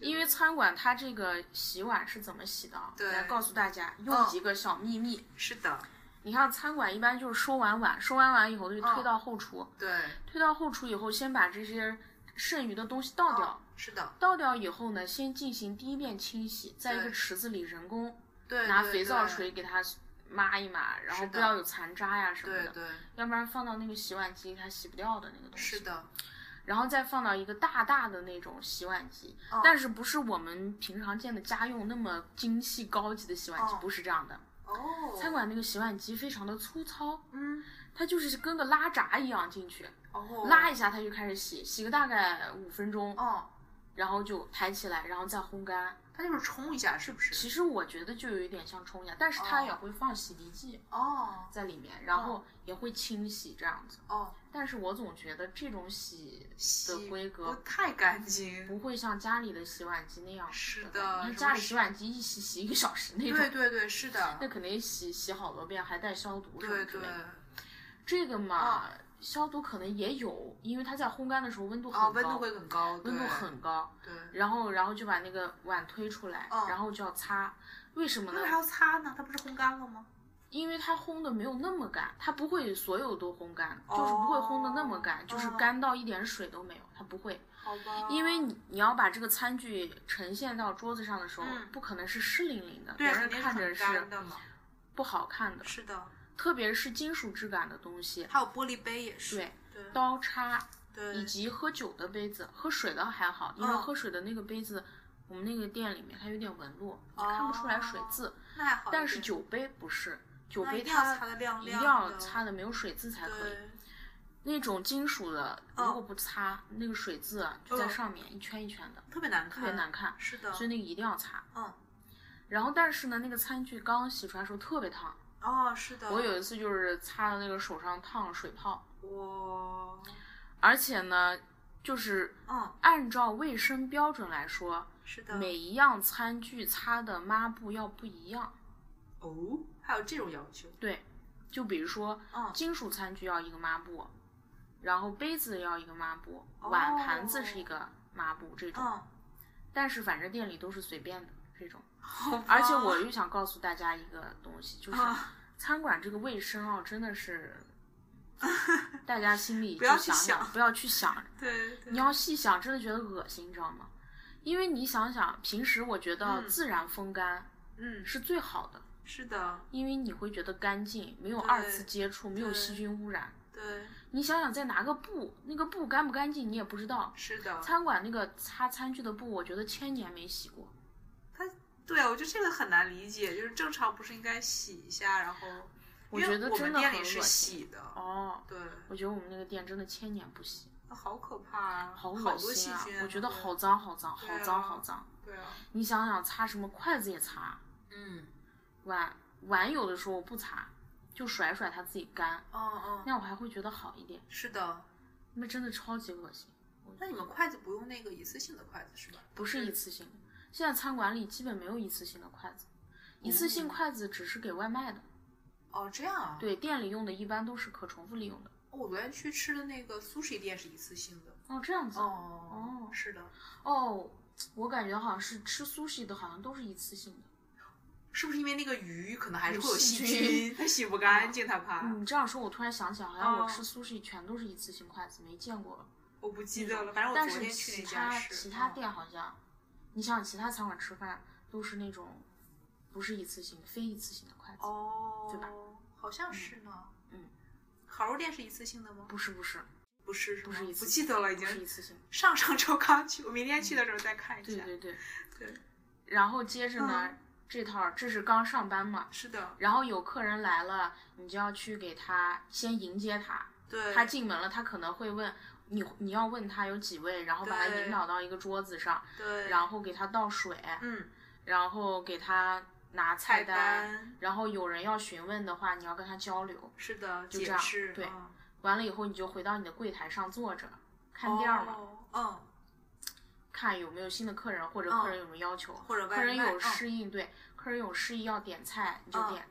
因为餐馆它这个洗碗是怎么洗的啊？对来告诉大家，嗯又几个小秘密。是的，你看餐馆一般就是收完碗，收完碗以后就推嗯到后厨，对，推到后厨以后先把这些剩余的东西倒掉。哦是的，倒掉以后呢，先进行第一遍清洗，在一个池子里人工对，拿对肥皂，对水给它抹一抹，然后是的不要有残渣呀什么对的，对，要不然放到那个洗碗机它洗不掉的那个东西。是的，然后再放到一个大大的那种洗碗机，哦但是不是我们平常见的家用那么精细高级的洗碗机，哦不是这样的。哦，餐，馆那个洗碗机非常的粗糙，嗯，它就是跟个拉闸一样进去，哦，拉，一下它就开始洗，洗个大概五分钟，哦，然后就抬起来，然后再烘干。它就是冲一下，是不是？其实我觉得就有一点像冲牙，但是它哦也会放洗涤剂哦在里面，然后也会清洗这样子。哦，但是我总觉得这种洗洗的规不格太干净。不会像家里的洗碗机那样是的的感觉，因为什家么里洗洗碗机一洗洗一个小时那对种，对对，是的那，肯定洗洗好多遍，还带消毒什么对之对哦类的。这个嘛，消毒可能也有，因为它在烘干的时候温度很啊，高，温度会很高，温度对很高，对，然后然后就把那个碗推出来，嗯然后就要擦。为什么为啥呢？要擦呢？它不是烘干了吗？因为它烘的没有那么干，它不会所有都烘干，哦就是不会烘的那么干，就是哦干到一点水都没有，它不会。好吧，因为你你要把这个餐具呈现到桌子上的时候，嗯不可能是湿淋淋的，别对，人肯定看着很是干的嘛。不好看的，是的，特别是金属质感的东西，还有玻璃杯也是。对，嗯对刀叉以对及喝酒的杯子，喝水的还好，因为嗯喝水的那个杯子，我们那个店里面它有点纹路，你哦看不出来水渍，那还好一点。但是酒杯不是，酒那杯一定要它擦的亮一亮定要擦的没有水渍才可以。对，那种金属的，嗯如果不擦，那个水渍啊就在嗯上面一圈一圈的，特别难看，特别难看，是的，所以那个一定要擦。嗯，然后，但是呢，那个餐具刚洗出来的时候特别烫，哦，是的，我有一次就是擦的那个手上烫了水泡，我，而且呢，就是嗯，按照卫生标准来说，是的，每一样餐具擦的抹布要不一样。哦，还有这种要求，对，就比如说嗯，金属餐具要一个抹布，然后杯子要一个抹布，哦碗盘子是一个抹布这种。嗯，但是反正店里都是随便的这种。好吧，而且我又想告诉大家一个东西，就是啊餐馆这个卫生啊，真的 是大家心里不要就去想想，想不要去想，对，对你要细想，真的觉得恶心，你知道吗？因为你想想，平时我觉得嗯自然风干嗯，是最好的，是的，因为你会觉得干净，没有对二次接触，没有对细菌污染。对，你想想，再拿个布，那个布干不干净你也不知道。是的，餐馆那个擦餐具的布，我觉得千年没洗过。对啊，我觉得这个很难理解，就是正常不是应该洗一下，然后，我因为觉得我真们的店很里是恶心。洗的，哦，对，我觉得我们那个店真的千年不洗，那好可怕啊，好好恶多细心啊菌啊，！我觉得对好，脏，好脏，对好啊脏，好脏。对啊，你想想，擦什么筷子也擦，嗯，碗碗有的时候我不擦，就甩甩它自己干，哦哦，那样我还会觉得好一点。是的，那真的超级恶心，那你们筷子不用那个一次性的筷子是吧？不是一次性的。现在餐馆里基本没有一次性的筷子，一次性筷子只是给外卖的。哦，这样啊。哦对，店里用的一般都是可重复利用的。我昨天去吃的那个苏 u 店是一次性的。哦，这样子。哦是的，哦，我感觉好像是吃 sushi 的，好像都是一次性的。是不是因为那个鱼可能还是会有有细嗯细菌，它洗不干净，它怕。你这样说，我突然想起来，好像我哦吃 sushi 全都是一次性筷子，没见过。我不记得了，反正嗯我但昨是天去其那家他是。其他嗯店好像，你想想其他餐馆吃饭都是那种不是一次性的、非一次性的筷子。哦，对吧？好像是呢。嗯，烤肉店是一次性的吗？不是不是，不是，是不是吗一次不记得了，已不是一经次性的。上上周刚去，我明天去的时候再看一对嗯下。对对。对，然后接着呢，嗯这套这是刚上班嘛，是的，然后有客人来了，你就要去给他先迎接他。对，他进门了，他可能会问你，你要问他有几位，然后把他对引导到一个桌子上，对，然后给他倒水，嗯，然后给他拿菜菜单然后有人要询问的话，你要跟他交流。是的，就这解样释对嗯完了以后，你就回到你的柜台上坐着看店儿嘛，哦嗯。看有没有新的客人或者嗯客人有没有要求，或者外客人卖有嗯适应，对，客人有示意要点菜你就嗯点。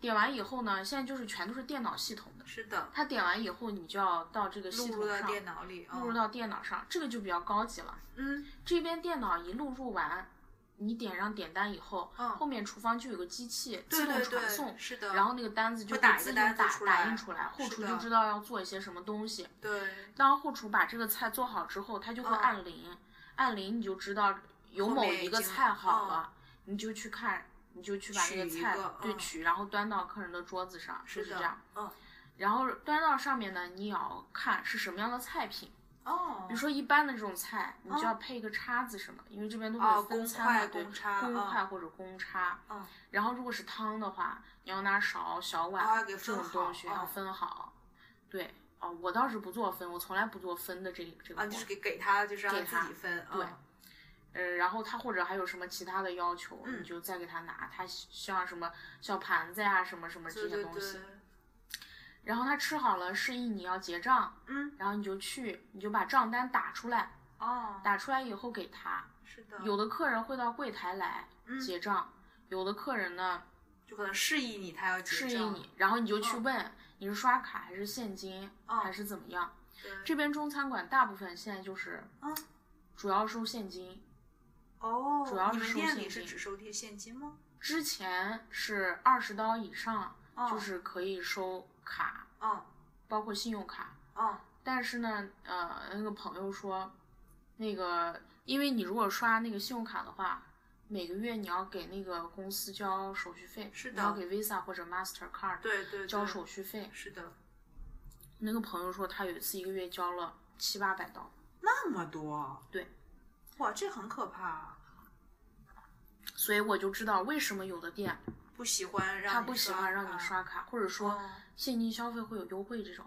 点完以后呢，现在就是全都是电脑系统的。是的，他点完以后，你就要到这个系录入统到上，电脑里，录入嗯到电脑上，这个就比较高级了。嗯，这边电脑一录入完，你点上点单以后，嗯后面厨房就有个机器对自动对传送对，，是的，然后那个单子就会会打一自个动单打子出打来印出来，后是厨的就知道要做一些什么东西。对当后厨把这个菜做好之后，他就会嗯按铃，按铃你就知道有后某面一已个经嗯菜好了，你就去看，你就去把那取个一菜个对嗯取，然后端到客人的桌子上，就是这样的。，嗯然后端到上面呢，你也要看是什么样的菜品。哦比如，说一般的这种菜，你就要配个叉子什么，因为这边都会哦有分公餐嘛，筷对，公叉公嗯筷或者公叉。嗯然后如果是汤的话，你要拿勺、小碗、哦要给这分种东西好要嗯分好。对，哦，我倒是不做分，我从来不做分的这个这个啊活。就是给给他，就是让给他他自己分，对嗯呃，然后他或者还有什么其他的要求，嗯你就再给他拿。他需要什么小盘子呀、什么什么这对些对东西。对，然后他吃好了，示意你要结账，嗯，然后你就去，你就把账单打出来，哦，打出来以后给他。是的，有的客人会到柜台来嗯结账，有的客人呢就可能示意你嗯他要结示意账你，，然后你就去问你是刷卡还是现金哦还是怎么样。对这边中餐馆大部分现在就是嗯主要收现金，哦，主要你是收们店现里是金只收贴现金吗？之前是二十刀以上哦，就是可以收卡，哦包括信用卡。哦但是呢，呃，那个朋友说，那个因为你如果刷那个信用卡的话，每个月你要给那个公司交手续费，是的你要给 Visa 或者 Mastercard 对对，交对手续费。是的，那个朋友说他有一次一个月交了七八百刀，那么多，对，哇，这很可怕，所以我就知道为什么有的店不喜欢让他不喜欢让你卡，刷卡，或者说哦现金消费会有优惠这种，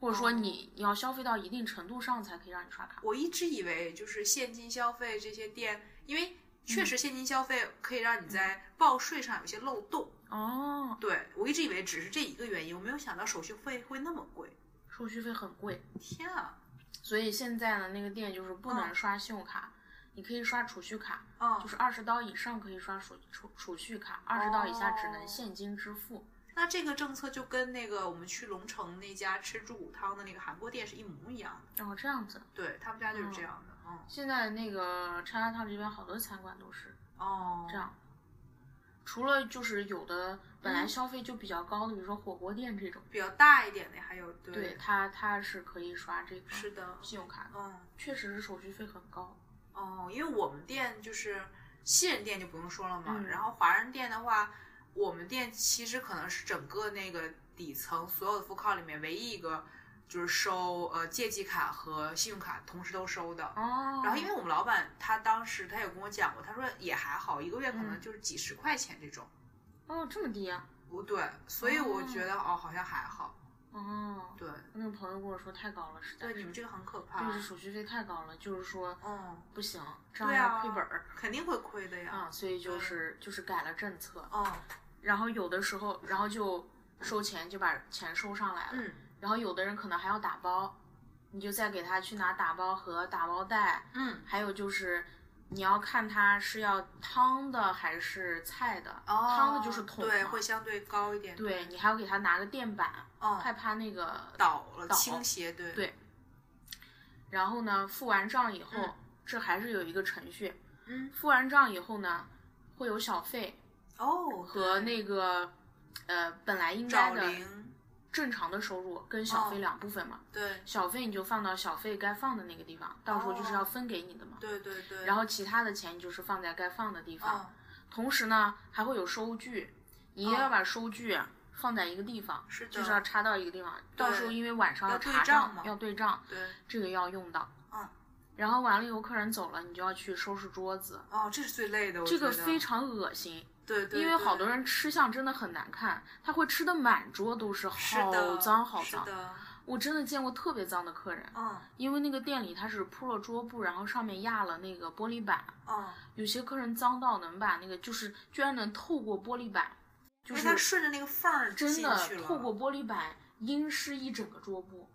或者说你你要消费到一定程度上才可以让你刷卡。我一直以为就是现金消费这些店，因为嗯确实现金消费可以让你在报税上有些漏洞。哦，对我一直以为只是这一个原因，我没有想到手续费会那么贵。手续费很贵，天啊！所以现在呢，那个店就是不能嗯刷信用卡，你可以刷储蓄卡，哦就，是二十刀以上可以刷储储储蓄卡，二十刀以下只哦能现金支付。那这个政策就跟那个我们去龙城那家吃猪骨汤的那个韩国店是一模一样的。然哦后这样子，对他们家就是这样的。嗯，现在那个 Chinatown 这边好多餐馆都是哦，这样。除了就是有的本嗯来消费就比较高的，比如说火锅店这种，比较大一点的还有对对它它是可以刷这个是的，信用卡的，嗯。确实是手续费很高。哦，因为我们店就是西人店就不用说了嘛，嗯然后华人店的话，我们店其实可能是整个那个底层所有的副靠里面唯一一个就是收呃借记卡和信用卡同时都收的。哦然后因为我们老板他当时他有跟我讲过，他说也还好，一个月可能嗯就是几十块钱这种。哦这么低啊，不对，所以我觉得哦好像还好。哦，对那个朋友跟我说太高了，实在对，是你们这个很可怕就。是手续费太高了，就是说啊嗯，不行，这样对要啊，嗯亏本儿肯定会亏的呀。啊、所以就是就是改了政策，哦，然后有的时候，然后就收钱就把钱收上来了，嗯然后有的人可能还要打包，你就再给他去拿打包盒、打包袋，嗯，还有就是。你要看他是要汤的还是菜的，哦，汤的就是桶嘛，对，会相对高一点。对你还要给他拿个垫板，嗯，害怕那个倒了，倒倾斜，对对然后呢，付完账以后，嗯这还是有一个程序。嗯，付完账以后呢，会有小费哦，和对那个，呃，本来应该找的零，正常的收入跟小费哦两部分嘛。对小费你就放到小费该放的那个地方，到时候就是要分给你的嘛。对对哦对，然后后其他的钱就是放在该放的地方。嗯，同时呢，还会有收据，你哦要把收据放在一个地方，是的，就是要插到一个地方。对到时候因为晚上要对查账账嘛，要对账，对，这个要用到。嗯，然后完了以后，客人走了，你就要去收拾桌子，哦，这是最累的，我这个觉得非常恶心，对对，因为好多对人吃相真的很难看，他会吃的满桌都是，是的好脏好是脏。的，我真的见过特别脏的客人，嗯因为那个店里他是铺了桌布，然后上面压了那个玻璃板，嗯，有些客人脏到能把那个就是居然能透过玻璃板，因就为它是顺着那个缝儿进真去的了，透过玻璃板阴湿一整个桌布，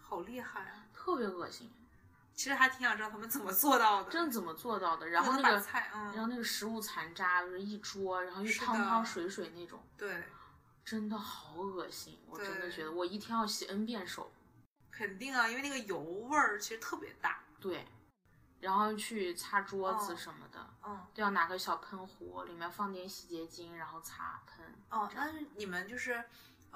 好厉害啊！特别恶心，其实还挺想知道他们怎么做到的，真的怎么做到的？然后不能那把个菜，然后嗯，那个食物残渣就是一桌，然后又是的汤汤水水那种，对，真的好恶心。我真的对觉得我一天要洗 n 遍手，肯定啊，因为那个油味儿其实特别大，对，然后去擦桌子哦什么的，嗯都要拿个小喷壶，里面放点洗洁精，然后擦喷。哦，那是你们就是。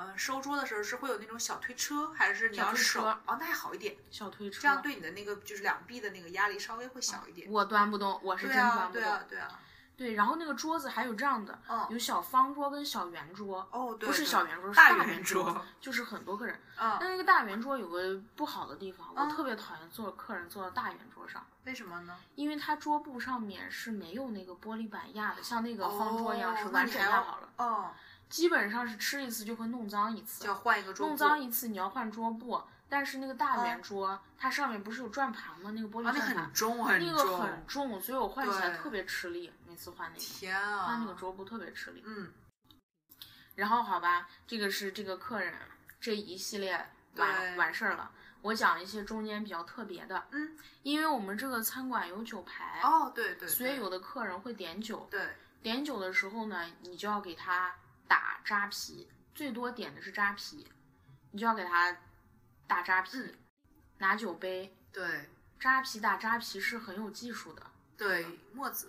呃，收桌的时候是会有那种小推车，还是你小要推手？车哦，那还好一点。小推车，这样对你的那个就是两臂的那个压力稍微会小一点。我端不动，我是对真啊端，不对动。啊，对啊。对然后那个桌子还有这样的，嗯，有小方桌跟小圆桌，哦，对，不是对小圆桌，是大圆圆桌。就是很多客人。嗯，但那个大圆桌有个不好的地方，嗯我特别讨厌坐客人坐到大圆桌上。为什么呢？因为它桌布上面是没有那个玻璃板压的，像那个方桌一样哦是那完你全还压要好了。哦，基本上是吃一次就会弄脏一就次要，换一个桌布。哦弄脏一次你要换桌布，但是那个大圆桌、它上面不是有转盘吗？那个玻璃啊，那转盘，很重很那重，个很重，所以我换起来对特别吃力，每次换那个天啊！换那个桌布特别吃力。嗯，然后好吧，这个是这个客人这一系列完对完事儿了。我讲一些中间比较特别的，嗯，因为我们这个餐馆有酒牌，哦，对对，哎所以对有的客人会点酒。对点酒的时候呢，你就要给他打扎啤，最多点的是扎啤，你就要给他打扎啤，嗯拿酒杯对扎啤打扎啤是很有技术的，对，墨子，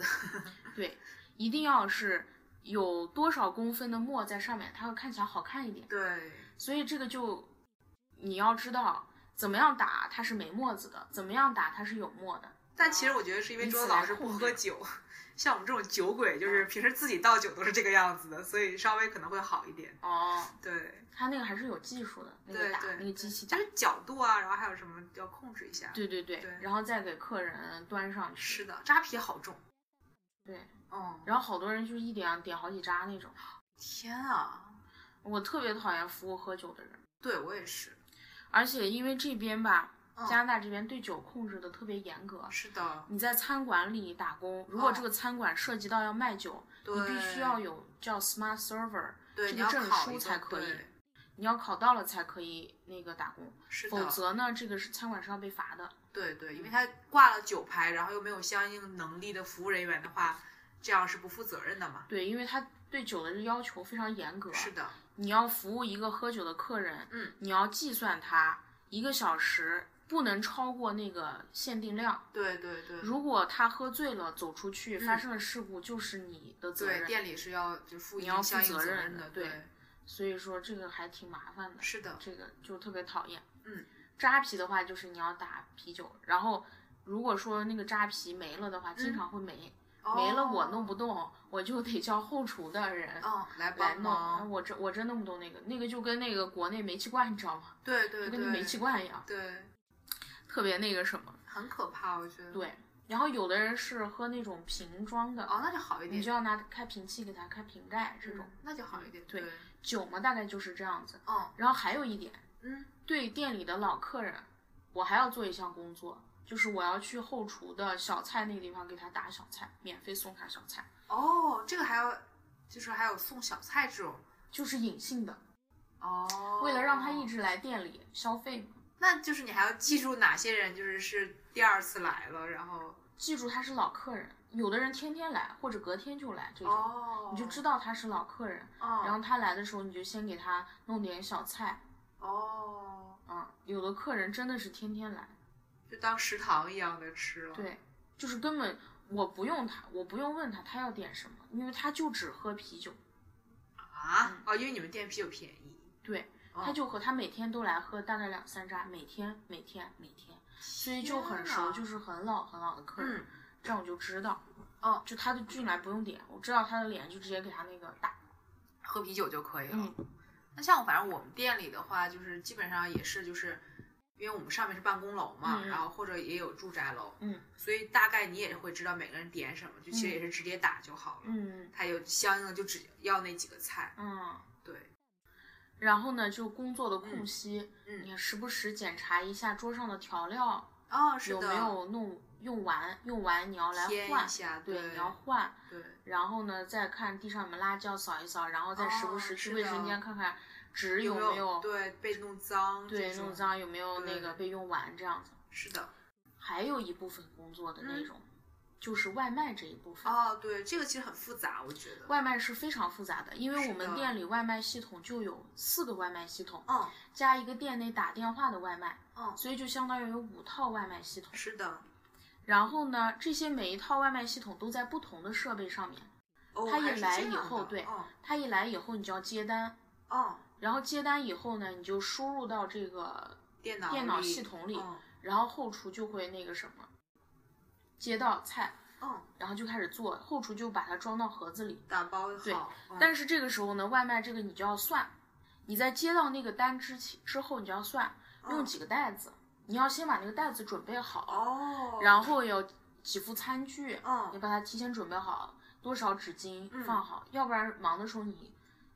对，一定要是有多少公分的墨在上面，它会看起来好看一点。对所以这个就你要知道怎么样打它是没墨子的，怎么样打它是有墨的。但其实我觉得是因为因此桌子老来师不控喝制酒， 像我们这种酒鬼，嗯就是平时自己倒酒都是这个样子的，所以稍微可能会好一点。哦，对它那个还是有技术的，那对个打对那个机器就打。是角度啊，然后还有什么要控制一下。对对对，对然后再给客人端上去。是的，扎啤好重。对，哦，然后好多人就是一点点好几扎那种，天啊！我特别讨厌服务喝酒的人，对我也是。而且因为这边吧，加嗯，拿大这边对酒控制的特别严格，是的，嗯你在餐馆里打工，如果这个餐馆涉及到要卖酒，对，你必须要有叫 Smart Server，对这你个要证考书一个才可以对你要考到了才可以那个打工，是的，否则呢，这个是餐馆是要被罚的。对对，嗯因为他挂了酒牌，然后又没有相应能力的服务人员的话，这样是不负责任的嘛？对，因为他对酒的要求非常严格，是的，你要服务一个喝酒的客人，嗯，你要计算他一个小时不能超过那个限定量。对对对。如果他喝醉了走出去、嗯发生了事故，就是你的责对，任。店里是要就负一你定要相负应责任任的的，对对，所以说这个还挺麻烦的。是的，这个就特别讨厌。嗯，扎啤的话就是你要打啤酒，然后如果说那个扎啤没了嗯的话，经常会没、哦没了，我弄不动，我就得叫后厨的人哦，来来帮弄。啊忙，我真我真弄不动那个，那个就跟那个国内煤气罐你知道吗？对对就跟那煤气对，罐一样，对，特别那个什么。很可怕，我觉得。对，然后有的人是喝那种瓶装的。哦，那就好一你点，就要拿开瓶器给它开瓶盖，这种、嗯那就好一点，对酒嘛，大概就是这样子。哦，然后还有一点，嗯，对店里的老客人，我还要做一项工作，就是我要去后厨的小菜那个地方给他打小菜，免费送他小菜，哦，这个还要，就是还有送小菜这种，就是隐性的，哦，为了让他一直来店里消费嘛，那就是你还要记住哪些人就是是第二次来了，然后记住他是老客人，有的人天天来或者隔天就来这种。哦，你就知道他是老客人，哦，然后他来的时候，你就先给他弄点小菜，哦，嗯，有的客人真的是天天来，就当食堂一样的吃了，，对，就是根本我不用他，我不用问他他要点什么，因为他就只喝啤酒，嗯啊，哦，因为你们店啤酒便宜，对，哦他就和他每天都来喝，大概两三扎，每天每天每天，所以就很天熟，哪就是很老很老的客人，嗯，这样我就知道。哦，就他的进来不用点，我知道他的脸就直接给他那个打。喝啤酒就可以了。，嗯那像反正我们店里的话，就是基本上也是就是，因为我们上面是办公楼嘛，嗯然后或者也有住宅楼，嗯，所以大概你也会知道每个人点什么，就其嗯实也是直接打就好了。嗯它有相应的就只要那几个菜，嗯。对，然后呢，就工作的空隙，嗯嗯你时不时检查一下桌上的调料哦，是有的，没有弄用完，用完你要来添换一，下，对，对你要换。对然后呢，再看地上有没有垃圾要扫一扫，然后再时不哦时去是卫的生间看看纸有没有对被弄脏这种，对弄脏有没有那对个被用完这样子。是的，还有一部分工作的那嗯种，就是外卖这一部分。哦，对，这个其实很复杂，我觉得，外卖是非常复杂的，因为我是们的店里外卖系统就有四个外卖系统，嗯加一个店内打电话的外卖，嗯，所以就相当于有五套外卖系统。是的，然后呢，这些每一套外卖系统都在不同的设备上面。哦，他还一是来这以样后的对嗯它一来以后，你就要接单，嗯，然后接单以后呢，你就输入到这个电脑电脑里系统里，嗯然后后厨就会那个什么，接到菜，嗯，然后就开始做，后厨就把它装到盒子里。打包对好，嗯但是这个时候呢，外卖这个你就要算，你在接到那个单之前之后，你就要算用嗯几个袋子，你要先把那个袋子准备好，哦，然后有几副餐具，你嗯，把它提前准备好，多少纸巾嗯放好，要不然忙的时候你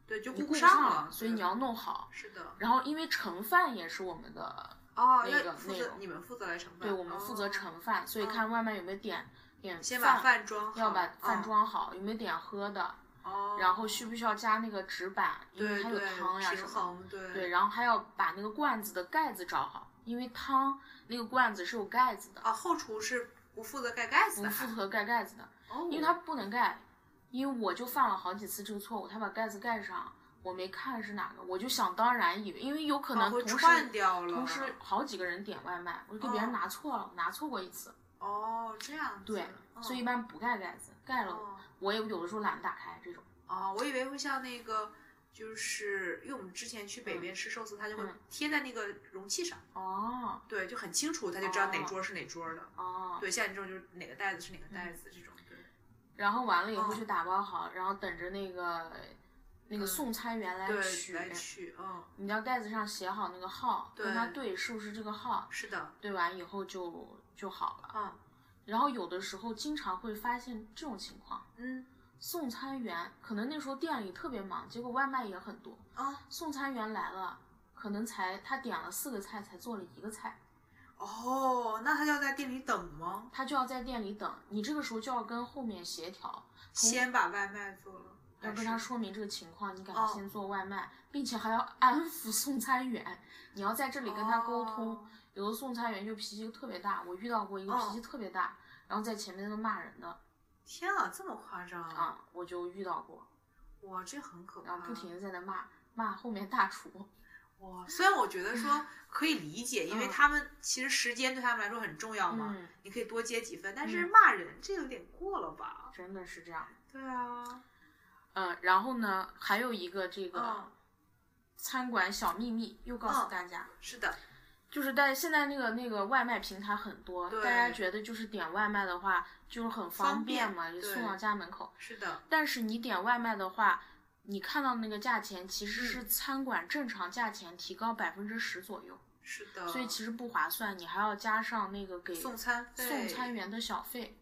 对，就你顾顾不上上了，所以对你要弄好。是的，然后因为盛饭也是我们的哦，那个要负内责容你们负责来盛饭，对我们负责哦盛饭，所以嗯看外卖有没有点点先把饭饭装好，要把饭嗯，装好，有没有点喝的，哦，然后需不需要加那个纸板，因为对它有对汤呀什平么。衡对对，然后还要把那个罐子的盖子找好，因为汤那个罐子是有盖子的，啊，后厨是不负责盖盖子不的还，负责盖盖子的，哦，因为它不能盖。因为我就犯了好几次这个错误，他把盖子盖上，我没看是哪个，我就想当然以为，因为有可哦能会同时、串掉了，同时好几个人点外卖，我就给别人哦拿错了，拿错过一次，哦这样子，对，嗯所以一般不盖盖子，盖了哦我也有的时候懒得打开这种。哦，我以为会像那个。就是因为我们之前去北边吃寿司，它就会嗯贴在那个容器上，哦对，就很清楚，他就知道哪哦桌是哪桌的。哦，嗯对，像你这种就是哪个袋子是哪个袋子这种。对，然后完了以后嗯就打包好，然后等着那个那个嗯送餐员来取对，。来取，嗯，你要袋子上写好那个号，对跟他对是不是这个号，是的，对完以后就就好了。嗯然后有的时候经常会发现这种情况，嗯送餐员可能那时候店里特别忙，结果外卖也很多，啊，送餐员来了，可能才他点了四个菜，才做了一个菜，哦，那他要在店里等吗？他就要在店里等，你这个时候就要跟后面协调，先把外卖做了，要还跟是他说明这个情况，你赶哦快先做外卖，并且还要安抚送餐员，你要在这里跟他沟通。哦有的送餐员就脾气特别大，我遇到过一个哦脾气特别大，然后在前面那个骂人的天啊，这么夸张！啊，我就遇到过，哇，这很可怕。然后不停的在那骂骂后面大厨，哇，虽然我觉得说可以理解，因为嗯他们其实时间对他们来说很重要嘛，嗯，你可以多接几分，但是嗯骂人这有点过了吧？真的是这样。对啊，嗯，然后呢，还有一个这个嗯，餐馆小秘密，又告诉嗯大家，是的，就是但现在那个那个外卖平台很多，对大家觉得就是点外卖的话就是很方方便嘛，就对送到家门口。是的，但是你点外卖的话，你看到那个价钱其实是餐馆正常价钱提高百分之十左右，是的。所以其实不划算，你还要加上那个给送餐费，嗯送餐员的小费，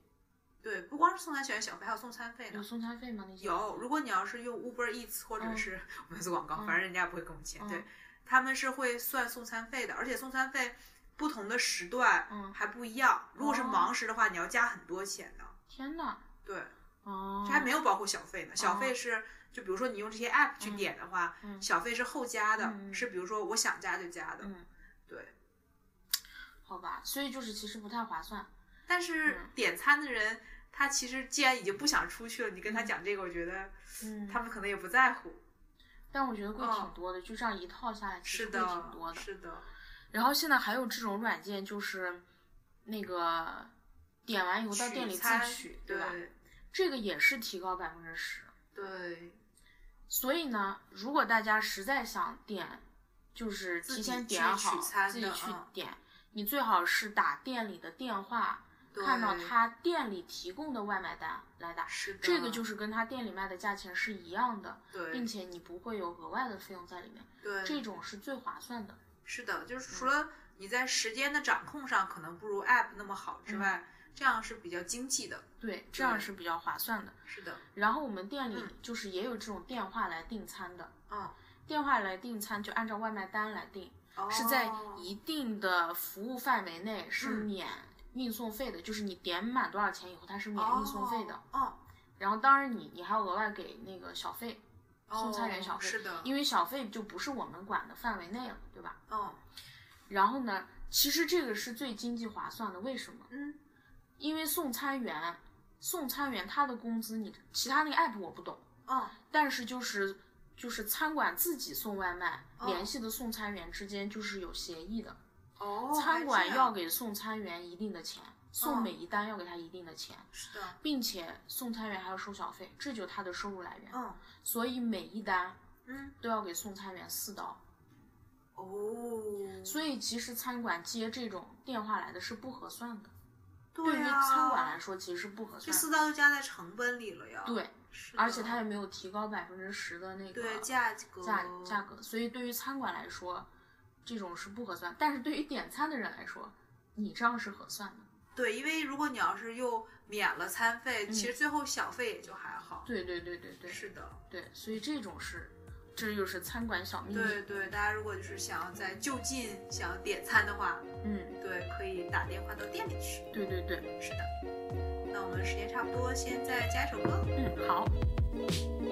对，不光是送餐小小费，还有送餐费有呢。送餐费吗？那些有，如果你要是用 Uber Eats 或者嗯是、我没做广告，嗯反正人家不会给我们钱。嗯对，他们是会算送餐费的，而且送餐费不同的时段嗯还不一样。如果是哦忙时的话，你要加很多钱的。天呐，对，哦，这还没有包括小费呢。小费是，就比如说你用这些 app 去嗯点的话，嗯小费是后加的，嗯是比如说我想加就加的。嗯，对，好吧，所以就是其实不太划算。但是嗯点餐的人，他其实既然已经不想出去了，你跟他讲这个，我觉得嗯，他们可能也不在乎。但我觉得贵嗯挺多的，就这样一套下来，其是实贵的，挺多的。是的，然后现在还有这种软件，就是那个点完以后到店里自餐取，对吧？这个也是提高百分之十。对，所以呢，如果大家实在想点，就是自提己前去点取好，餐自己的去嗯点。你最好是打店里的电话，对看到他店里提供的外卖单来打。是的，这个就是是跟他店里卖的价钱是一样的，并嗯对且你不会有额外的费用在里面，对，这嗯种是最划算的。是的，就是除了你在时间的掌控上可能不如 app 那么好嗯之外，这样是比较经济的。对，这样是比较划算的。是的，然后我们店里嗯就是也有这种电话来订餐的，嗯，电话来订餐就按照外卖单来订，哦是在一定的服务范围内是嗯免运送费的，就是你点满多少钱以后它是免运送费的。哦，然后当然你你还要额外给那个小费，哦送餐员小费是的，因为小费就不是我们管的范围内了，对吧？嗯然后呢，其实这个是最经济划算的，为什么？嗯，因为送餐员，送餐员他的工资你其他那个 app 我不懂，哦，但是就是就是餐馆自己送外卖，哦联系的送餐员之间就是有协议的，哦，餐馆还这样要给送餐员一定的钱，送嗯每一单要给他一定的钱，是的，并且送餐员还要收小费，这就是他的收入来源，嗯所以每一单嗯，都要给送餐员四刀。哦，所以其实餐馆接这种电话来的是不合算的，对对于啊，餐馆来说其实是不合这算的。四刀就加在成本里了呀。对，是的，而且它也没有提高百分之十的那个对价格价价格，所以对于餐馆来说，这种是不合算。但是对于点餐的人来说，你这样是合算的。对，因为如果你要是又免了餐费，其实最后小费也就还好。嗯对对对对对，是的，对，所以这种是这就是餐馆小秘密。对对，大家如果就是想要在就近想要点餐的话，嗯，对，可以打电话到店里去。对对对，是的，那我们时间差不多，先再加一首歌。嗯，好。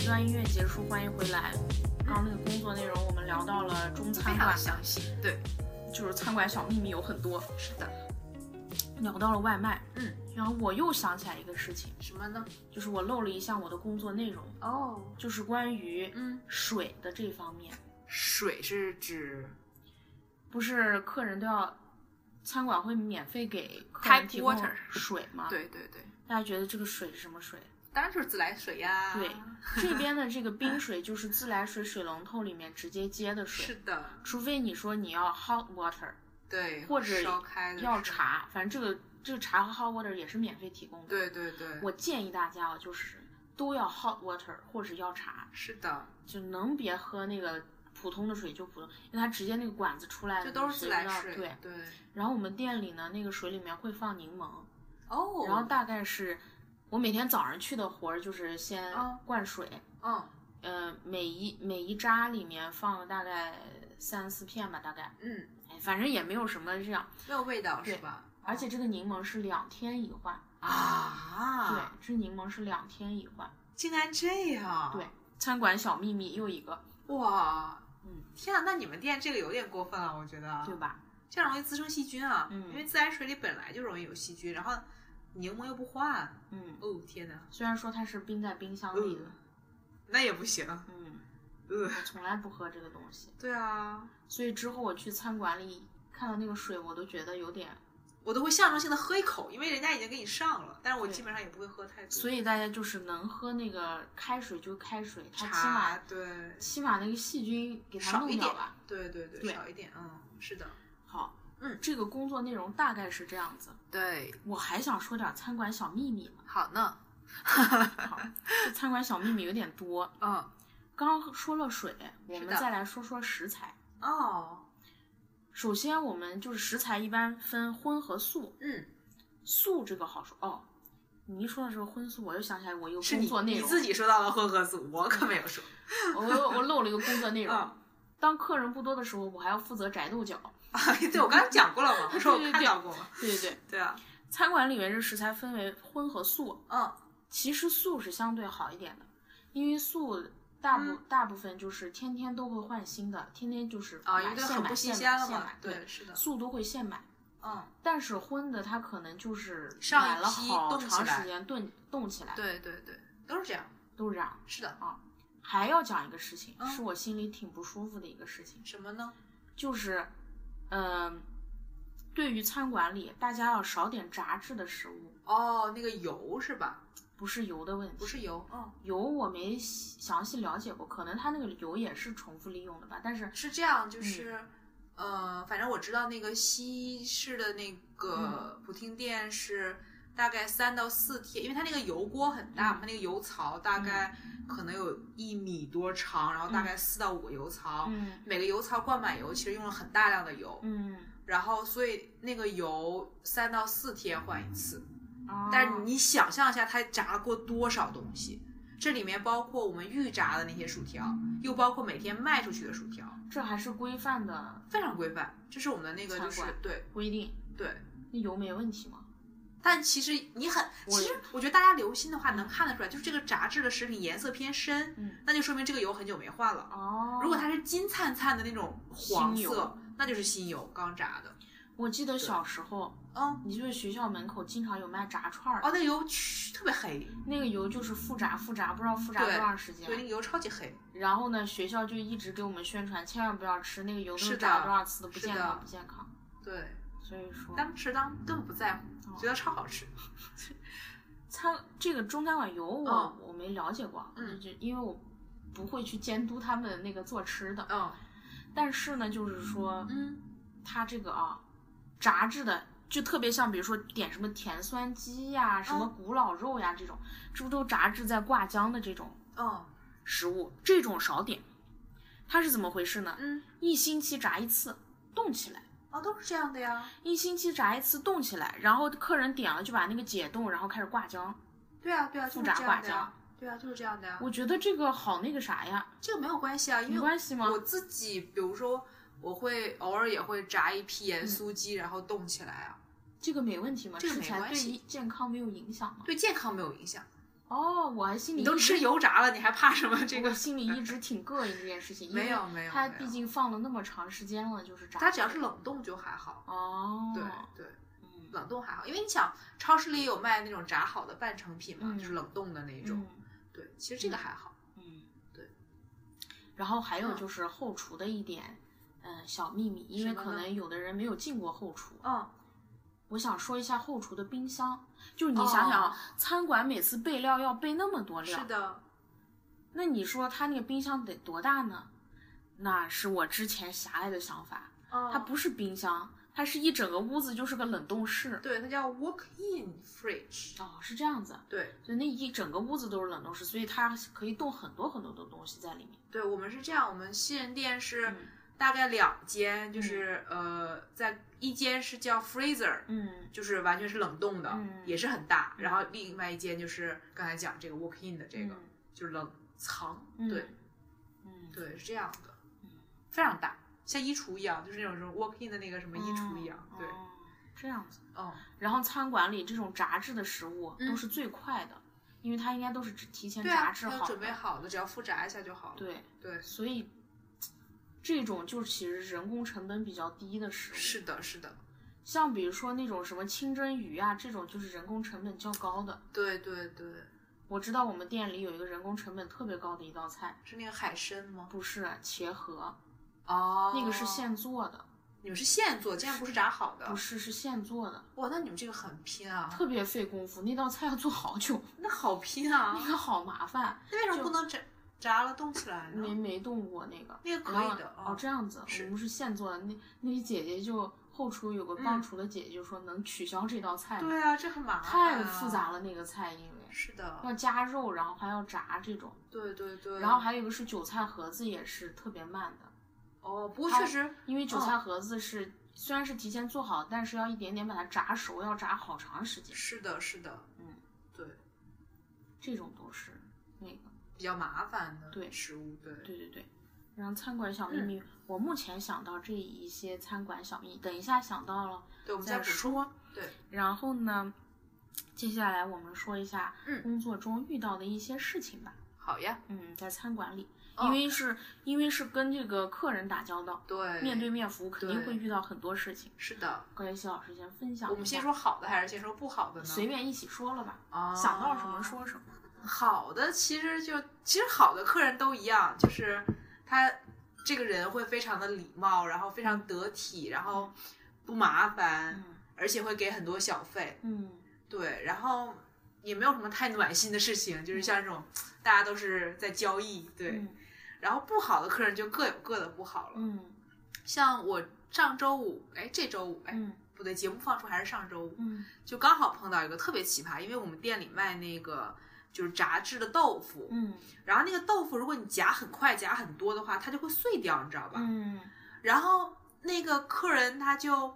一段音乐结束，欢迎回来。然后那个工作内容，我们聊到了中餐非常馆的，详细，对，就是餐馆小秘密有很多，是的，聊到了外卖。嗯，然后我又想起来一个事情，什么呢？就是我漏了一项我的工作内容，哦，就是关于嗯，水的这方面。水是指不是客人都要，餐馆会免费给客 Tap 人提供 water 水吗？，对对对，大家觉得这个水是什么 水？当然就是自来水呀。对，这边的这个冰水就是自来水水龙头里面直接接的是水，的，除非你说你要 hot water，对，或者烧开的要是，茶，反正这个这个茶和 hot water 也是免费提供的。，对对对，我建议大家啊，就是都要 hot water 或者要茶，是的，就能别喝那个普通的水就普通，因为它直接那个管子出来的这都是自来你水，知道对，对，然后我们店里呢，那个水里面会放柠檬，哦，然后大概是我每天早上去的活儿就是先哦灌水，嗯呃，每一每一扎里面放了大概三四片吧，大概，嗯，哎，反正也没有什么这样，没有味道是对吧？而且这个柠檬是两天一换，对啊，，这柠檬是两天一换，竟然这样，对，餐馆小秘密又一个，哇，嗯，天啊，那你们店这个有点过分了，我觉得，对吧？这样容易滋生细菌啊，嗯因为自来水里本来就容易有细菌，然后柠檬又不换，嗯，哦天哪，虽然说它是冰在冰箱嗯里的，那也不行，嗯，呃，我从来不喝这个东西，对啊，所以之后我去餐馆里看到那个水，我都觉得有点。我都会象征性的喝一口，因为人家已经给你上了，但是我对基本上也不会喝太多，所以大家就是能喝那个开水就开水，它起茶码对起码那个细菌给它少弄一掉点吧。，对对对，对少一点，嗯，是的，好，嗯这个工作内容大概是这样子。对，我还想说点餐馆小秘密呢。好呢，好，这餐馆小秘密有点多。嗯，刚刚说了水，我是们的再来说说食材。哦，首先，我们就是食材一般分荤和素。嗯，素这个好说哦。你一说到这个荤素，我又想起来我一个是工你作内你容，自己说到了混合组，我可没有说， 我又我漏了一个工作内容。嗯当客人不多的时候，我还要负责摘豆角。对我刚刚讲过了嘛，我说我对对看对到过嘛，对对对，啊对啊， 餐馆里面这食材分为荤和素，嗯，其实素是相对好一点的，因为素大部、嗯大部分就是天天都会换新的，天天就是啊，因为买这现很买不新现鲜买了现嘛买，，对，是的，素都会现买。嗯，但是荤的它可能就是上一买了批好冻起长来时间炖冻起来，对对对，都是这样，都是这样。是的，还要讲一个事情，嗯是我心里挺不舒服的一个事情，什么呢？就是，嗯、对于餐馆里大家要少点炸制的食物，哦，那个油是吧？不是油的问题，不是油，嗯，油我没细详细了解过，可能它那个油也是重复利用的吧。但是是这样，嗯就是，呃，反正我知道那个西式的那个嗯普汀店是大概三到四天，因为它那个油锅很大嘛，嗯它那个油槽大概可能有一米多长，然后大概四到五个油槽。嗯每个油槽灌满油，其实用了很大量的油，嗯，然后所以那个油三到四天换一次。哦但是你想象一下，它炸了过多少东西？这里面包括我们预炸的那些薯条，又包括每天卖出去的薯条，这还是规范的非常规范。这是我们的那个就是餐馆对规定，对。那油没问题吗？但其实你很，我其实我觉得大家留心的话能看得出来，就是这个炸制的食品颜色偏深，嗯，那就说明这个油很久没换了。哦，如果它是金灿灿的那种黄新色油，那就是新油刚炸的。我记得小时候，嗯，你就是学校门口经常有卖炸串儿哦，的，那个油嘘特别黑，那个油就是复炸复炸，不知道复炸多对长时间对，那。个油超级黑。然后呢，学校就一直给我们宣传，千万不要吃那个油，都是的炸了多少次的不是健的康，不健康。对，所以说，当时当根本不在乎，哦觉得超好吃。餐这个中餐馆油我、嗯我没了解过，啊嗯就就因为我不会去监督他们那个做吃的。嗯但是呢，就是说嗯它这个啊，炸制的就特别像，比如说点什么甜酸鸡呀、什嗯么古老肉呀、这种，这不都炸制在挂浆的这种嗯食物，这种少点。它是怎么回事呢？嗯，一星期炸一次，冻起来。哦，都是这样的呀。一星期炸一次，冻起来，然后客人点了就把那个解冻，然后开始挂浆。对啊对啊，就复是炸这挂样的浆呀。对啊，就是这样的呀。我觉得这个好那个啥呀，这个没有关系啊，没因为关系吗？我自己，比如说，我会偶尔也会炸一批嗯盐酥鸡，然后冻起来啊，这个没问题吗？这个吃没起来关对系于健康没有影响吗？对健康没有影响。哦，我还心里你都一直吃油炸了，你还怕什么？这我个心里一直挺膈应这件事情，因没为有没有，它没有毕竟放了那么长时间了，就是炸。它只要是冷冻就还好。哦，对对，嗯冷冻还好，因为你想，超市里也有卖那种炸好的半成品嘛，嗯就是冷冻的那种。嗯对，其实这个还好。嗯，对。然后还有嗯就是后厨的一点，嗯，小秘密，因为什么可呢能有的人没有进过后厨，嗯，我想说一下后厨的冰箱，就是你想想，啊，餐馆每次备料要备那么多料，哦是的，那你说他那个冰箱得多大呢？那是我之前狭隘的想法，嗯，它不是冰箱，它是一整个屋子就是个冷冻室。对，它叫 walk in fridge。哦，是这样子，对所以那一整个屋子都是冷冻室，所以它可以冻很多很多的东西在里面。对，我们是这样，我们西人店是嗯大概两间，就是、呃，在一间是叫 freezer，嗯就是完全是冷冻的，嗯也是很大。然后另外一间就是刚才讲这个 walk in 的这个，嗯就是冷藏，嗯对嗯，对，是这样的嗯，非常大，像衣橱一样，就是那种什么 walk in 的那个什么衣橱一样哦，对，哦这样子。嗯，然后餐馆里这种炸制的食物嗯都是最快的，因为它应该都是只提前对炸啊，制要好准备的。好的，只要复炸一下就好了，对，对，所以这种就其实人工成本比较低的食物。是的，是的，像比如说那种什么清蒸鱼啊，这种就是人工成本较高的。对对对，我知道我们店里有一个人工成本特别高的一道菜，是那个海参吗？不是茄盒，哦，那个是，现做的，你们是现做，竟然不是炸好的不，是是现做的，哇，那你们这个很拼啊，特别费功夫。那道菜要做好久，那好拼啊 那，个好麻烦，那为什么不能炸炸了冻起来没呢？没动过那个。那个可然后以的，哦，这样子，是我们是现做的。那那些姐姐就后厨有个帮嗯厨的姐姐就说能取消这道菜吗，对啊，这很麻烦、太啊，复杂了那个菜，因为是的，要加肉，然后还要炸这种。对对对，然后还有一个是韭菜盒子，也是特别慢的，哦，不过它确实，因为韭哦菜盒子是、虽然是提前做好，但是要一点点把它炸熟，要炸好长时间。是的，是的，嗯，对，这种都是那个，比较麻烦的对食物，对，对对对。然后餐馆小嗯秘密，我目前想到这一些餐馆小秘密，等一下想到了对，我们再再补充，说。对，然后呢，接下来我们说一下嗯工作中遇到的一些事情吧。好呀，嗯，在餐馆里，哦因为是因为是跟这个客人打交道，对，面对面服务肯定对会遇到很多事情。是的，高妍希老师先分享一下，我们先说好的还是先说不好的呢？随便一起说了吧，啊，想到什么。说什么。好的，其实就其实好的客人都一样，就是他这个人会非常的礼貌，然后非常得体，然后不麻烦，嗯而且会给很多小费。嗯对，然后也没有什么太暖心的事情，就是像这种大家都是在交易，对。嗯然后不好的客人就各有各的不好了。嗯像我上周五，哎，这周五，哎，嗯不对，节目放出还是上周五，嗯就刚好碰到一个特别奇葩，因为我们店里卖那个就是炸制的豆腐，嗯然后那个豆腐如果你夹很快、夹很多的话，它就会碎掉，你知道吧？嗯然后那个客人他就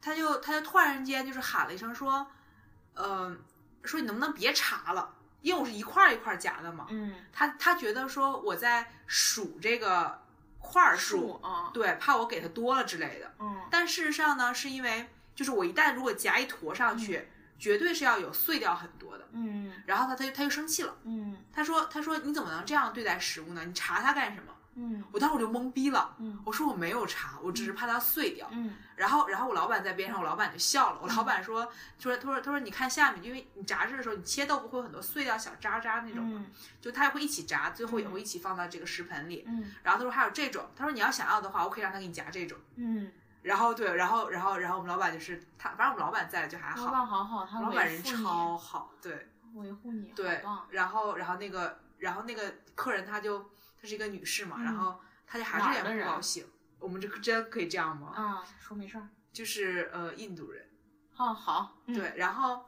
他就他就突然间就是喊了一声说，呃，说你能不能别查了，因为我是一块儿一块儿夹的嘛。嗯，他他觉得说我在数这个块儿数，啊，对，怕我给他多了之类的。嗯但事实上呢，是因为就是我一旦如果夹一坨上去，绝对是要有碎掉很多的。嗯然后他他就他就生气了，嗯他说他说你怎么能这样对待食物呢？你查它干什么？嗯我当时我就懵逼了，嗯我说我没有查，我只是怕它碎掉。嗯然后然后我老板在边上，我老板就笑了。我老板说说他说他说你看下面，因为你炸制的时候，你切豆腐会有很多碎掉小渣渣那种嘛，嗯就它会一起炸，最后也会一起放到这个食盆里。嗯然后他说还有这种，他说你要想要的话，我可以让他给你夹这种。嗯，然后对，然后然后然后我们老板就是他，反正我们老板在就还老好，板好好，他老板维人护你超好，对，维护你，对好棒，，然后然后那个然后那个客人她就她是一个女士嘛，嗯然后她就还哪是儿有的点人不高兴。我们这个真可以这样吗？啊，说没事儿，就是呃印度人，哦，好，嗯，对，然后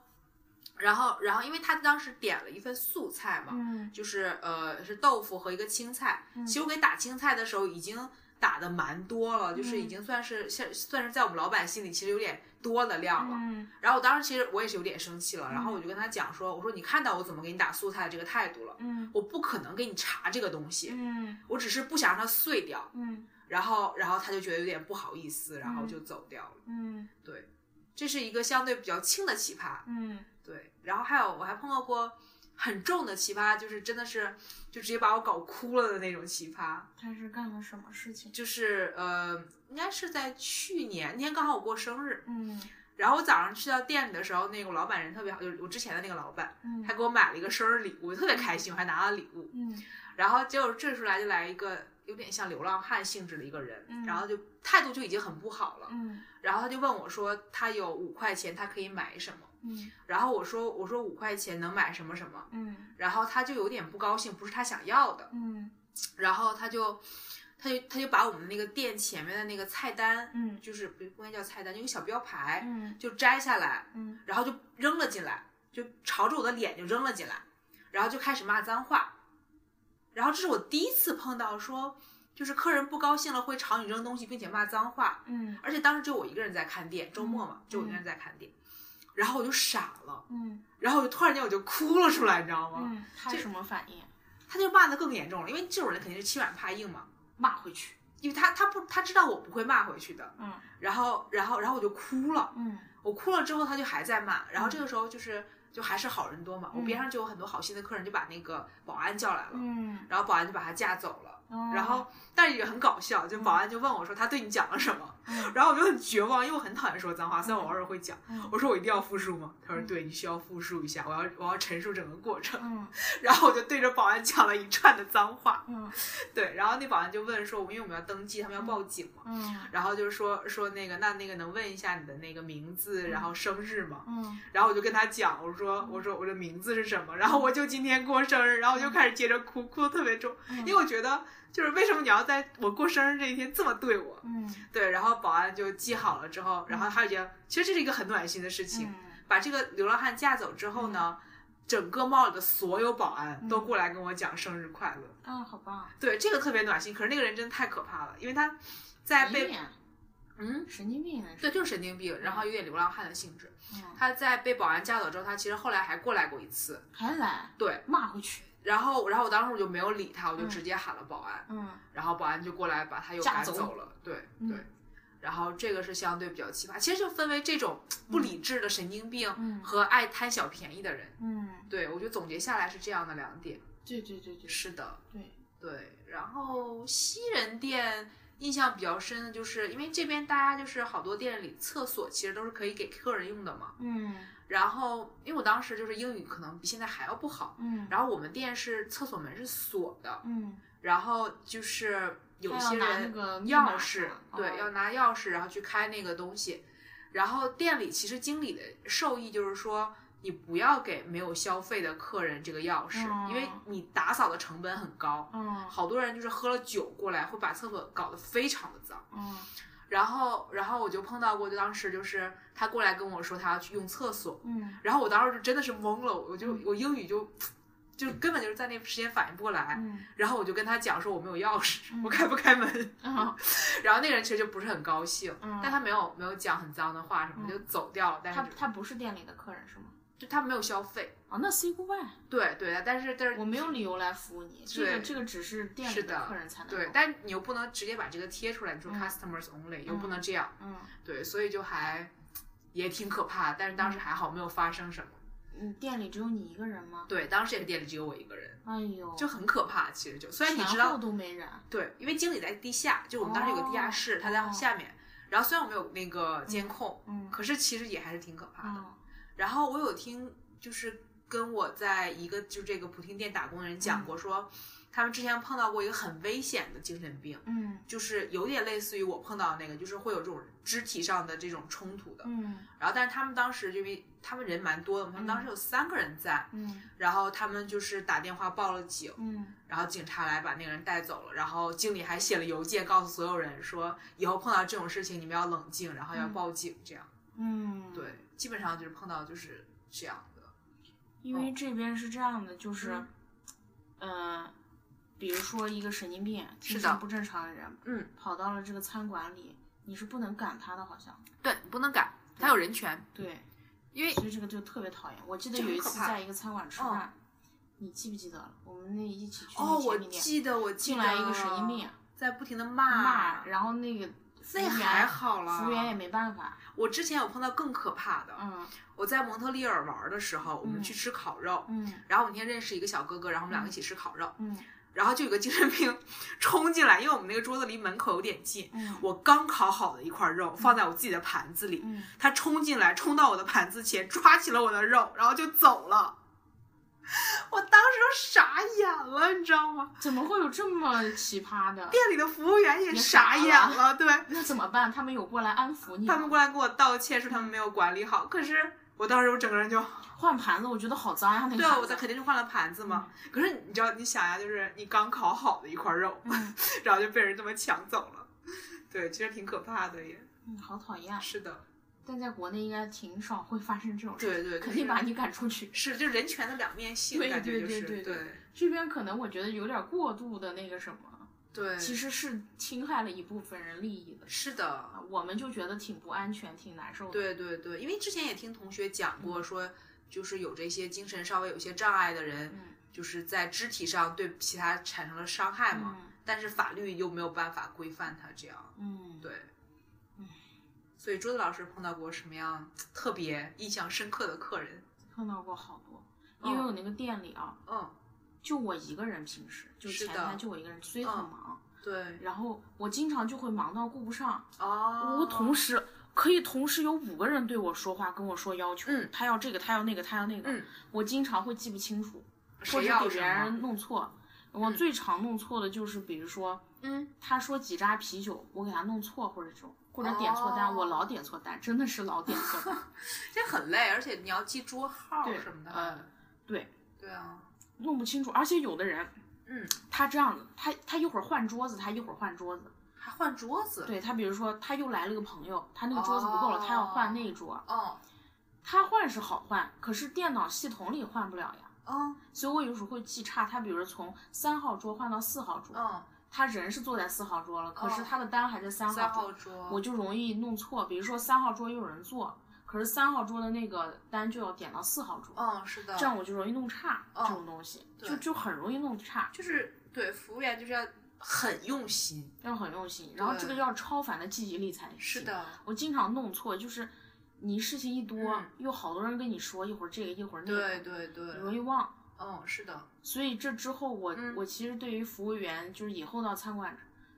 然后然后因为她当时点了一份素菜嘛，嗯，就是呃是豆腐和一个青菜。嗯其实我给打青菜的时候已经打的蛮多了，就是嗯已经算是像算是在我们老板心里其实有点多的量了。嗯，然后我当时其实我也是有点生气了，然后我就跟他讲说，我说你看到我怎么给你打素菜这个态度了，嗯，我不可能给你查这个东西，嗯，我只是不想让它碎掉。嗯，然后然后他就觉得有点不好意思，然后就走掉了。嗯，对，这是一个相对比较轻的奇葩。嗯，对，然后还有我还碰到过很重的奇葩，就是真的是就直接把我搞哭了的那种奇葩，他是干了什么事情？就是呃，应该是在去年那天刚好我过生日，嗯然后我早上去到店里的时候，那个老板人特别好，就是我之前的那个老板，嗯，他给我买了一个生日礼物，我特别开心，我还拿了礼物。嗯然后结果这时候来就来一个有点像流浪汉性质的一个人，嗯然后就态度就已经很不好了。嗯然后他就问我说，他有五块钱，他可以买什么？嗯然后我说我说五块钱能买什么什么？嗯然后他就有点不高兴，不是他想要的。嗯然后他就他就他就把我们那个店前面的那个菜单，嗯就是不不应该叫菜单，就一个小标牌，嗯就摘下来，嗯然后就扔了进来，就朝着我的脸就扔了进来，然后就开始骂脏话。然后这是我第一次碰到说，就是客人不高兴了会朝你扔东西，并且骂脏话，嗯而且当时只有我一个人在看店，周末嘛，就我一个人在看店，然后我就傻了，嗯然后我就突然间我就哭了出来，你知道吗？嗯，他这什么反应？他就骂的更严重了，因为这种人肯定是欺软怕硬嘛。骂回去。因为他他不他知道我不会骂回去的，嗯然后然后然后我就哭了，嗯我哭了之后他就还在骂，然后这个时候就是就还是好人多嘛，我边上就有很多好心的客人就把那个保安叫来了，嗯，然后保安就把他架走了。哦然后，但是也很搞笑，就保安就问我说他对你讲了什么，嗯 然后我就很绝望，因为我很讨厌说脏话，虽然我偶尔会讲，嗯我说我一定要复述吗？他说对，你需要复述一下，我要我要陈述整个过程， 嗯然后我就对着保安讲了一串的脏话，嗯对，然后那保安就问说，因为我们要登记，他们要报警嘛，嗯然后就是说说那个，那那个能问一下你的那个名字，然后生日吗？嗯，然后我就跟他讲，我说我说我的名字是什么，然后我就今天过生日，然后我就开始接着哭，哭的特别重，因为我觉得就是为什么你要在我过生日这一天这么对我？嗯对，然后保安就记好了之后，然后他已经其实这是一个很暖心的事情，嗯把这个流浪汉架走之后呢，整个帽的所有保安都过来跟我讲生日快乐，啊，好棒！对，这个特别暖心。可是那个人真的太可怕了，因为他在一哎被脸嗯。啊神经病那是。对，就是神经病，然后有点流浪汉的性质。嗯，他在被保安架走之后，他其实后来还过来过一次。还来对，骂回去。然后然后我当时我就没有理他，我就嗯直接喊了保安，嗯然后保安就过来把他又架赶走走了。对嗯对，然后这个是相对比较奇葩，其实就分为这种不理智的神经病嗯和爱贪小便宜的人。嗯，对，我觉得总结下来是这样的两点。对对对对是的，对，对，然后西人店印象比较深的就是，因为这边大家就是好多店里厕所其实都是可以给客人用的嘛。嗯然后因为我当时就是英语可能比现在还要不好，嗯然后我们店是厕所门是锁的，嗯，然后就是有一他些要拿那人个密钥码匙是吧，对，哦要拿钥匙然后去开那个东西，然后店里其实经理的授意就是说。你不要给没有消费的客人这个钥匙，嗯因为你打扫的成本很高。嗯好多人就是喝了酒过来，会把厕所搞得非常的脏。嗯然后，然后我就碰到过，就当时就是他过来跟我说他要去用厕所，嗯然后我当时就真的是懵了，我就我英语就就根本就是在那时间反应不过来。嗯然后我就跟他讲说我没有钥匙嗯，我开不开门。嗯，然后那个人其实就不是很高兴，嗯但他没有没有讲很脏的话什么，嗯就走掉了。但是他他不是店里的客人是吗？就他没有消费，啊，那 say goodbye，对对，但是但是我没有理由来服务你，这个对这个只是店里是的客人才能对用，但你又不能直接把这个贴出来，你说嗯 customers only，、又嗯不能这样，嗯对，所以就还也挺可怕的。但是当时还好没有发生什么，嗯，店里只有你一个人吗？对，当时也是店里只有我一个人，哎呦，就很可怕。其实就虽然你前知道后都没人，对，因为经理在地下，就我们当时有个地下室，哦他在下面。然后虽然我们有那个监控，嗯可是其实也还是挺可怕的。嗯然后我有听就是跟我在一个就这个普听店打工的人讲过说，他们之前碰到过一个很危险的精神病，嗯就是有点类似于我碰到的那个，就是会有这种肢体上的这种冲突的。嗯然后，但是他们当时就因为他们人蛮多的嘛，他们当时有三个人在，嗯然后他们就是打电话报了警，嗯，然后警察来把那个人带走了，然后经理还写了邮件告诉所有人说，以后碰到这种事情你们要冷静，然后要报警，这样。嗯，对，基本上就是碰到就是这样的。因为这边是这样的，就是哦嗯，呃，比如说一个神经病、精是神的不正常的人，嗯，跑到了这个餐馆里，你是不能赶他的，好像。对你不能改，他有人权，对，因为所以这个就特别讨厌。我记得这有很一可次怕在一个餐馆吃嗯饭，你记不记得了？我们那一起去哦，那我煎饼店，记得我记进得来一个神经病，在不停的骂骂，然后那个服务那员还好啦。服务员也没办法，我之前有碰到更可怕的，嗯我在蒙特利尔玩的时候，我们去吃烤肉，嗯然后我那天认识一个小哥哥，然后我们两个一起吃烤肉， 嗯然后就有个精神病冲进来，因为我们那个桌子离门口有点近，嗯我刚烤好的一块肉放在我自己的盘子里，嗯，他冲进来，冲到我的盘子前，抓起了我的肉，然后就走了。我当时都傻眼了，你知道吗？怎么会有这么奇葩的？店里的服务员也也傻傻眼了了，对那怎么办？他们有过来安抚你吗？他们过来跟我道歉，说他们没有管理好。可是我当时我整个人就，换盘子，我觉得好脏呀、那个对啊，盘我在子肯定是换了盘子嘛。可是你知道，你想呀，就是你刚烤好的一块肉，嗯然后就被人这么抢走了。对，其实挺可怕的也。嗯，好讨厌。是的，但在国内应该挺少会发生这种事，对对，肯肯定定把把你赶出去。是就人权的两面性，对感觉对就对是对对对这边可能我觉得有点过度的那个什么，对其实是侵害了一部分人利益的。是的，啊我们就觉得挺不安全，挺难受的。对对对，因为之前也听同学讲嗯过，说就是有这些精神稍微有些障碍的人，嗯就是在肢体上对其他产生了伤害嘛，嗯但是法律又没有办法规范他这样，嗯，对嗯。所以桌子老师碰到过什么样特别印象深刻的客人？碰到过好多，嗯因为我那个店里啊，嗯，就我一个人，平时就是前的台就我一个人，所以很嗯忙。对，然后我经常就会忙到顾不上，哦，我同时可以同时有五个人对我说话，跟我说要求，嗯他要这个，他要那个，他要那个，嗯我经常会记不清楚，或谁者要给什别么？人弄错。我最常弄错的就是，比如说嗯，他说几扎啤酒，我给他弄错，或者这种，或者点错单，哦我老点错单，真的是老点错 单。这很累，而且你要记桌号对什么的。嗯对，对啊，弄不清楚，而且有的人嗯，他这样子，他他一会儿换桌子，他一会儿换桌子，还换桌子。，对他比如说他又来了个朋友，他那个桌子不够了，他要换那一桌，哦，他换是好换，可是电脑系统里换不了呀，嗯所以我有时候会记差，他比如从三号桌换到四号桌，嗯，他人是坐在四号桌了，可是他的单还在三三桌，号桌，我就容易弄错，比如说三号桌又有人坐，可是三号桌的那个单就要点到四号桌，嗯，是的，这样我就容易弄差、嗯这种东西，对就就很容易弄差，就是对服务员就是要很用心。要很用心，然后这个要超凡的记忆力才行。是，的，我经常弄错，就是你事情一多，嗯又好多人跟你说一会儿这个一会儿那对个，对对，容易忘。嗯，是的，所以这之后我，我、嗯其实对于服务员，就是以后到餐馆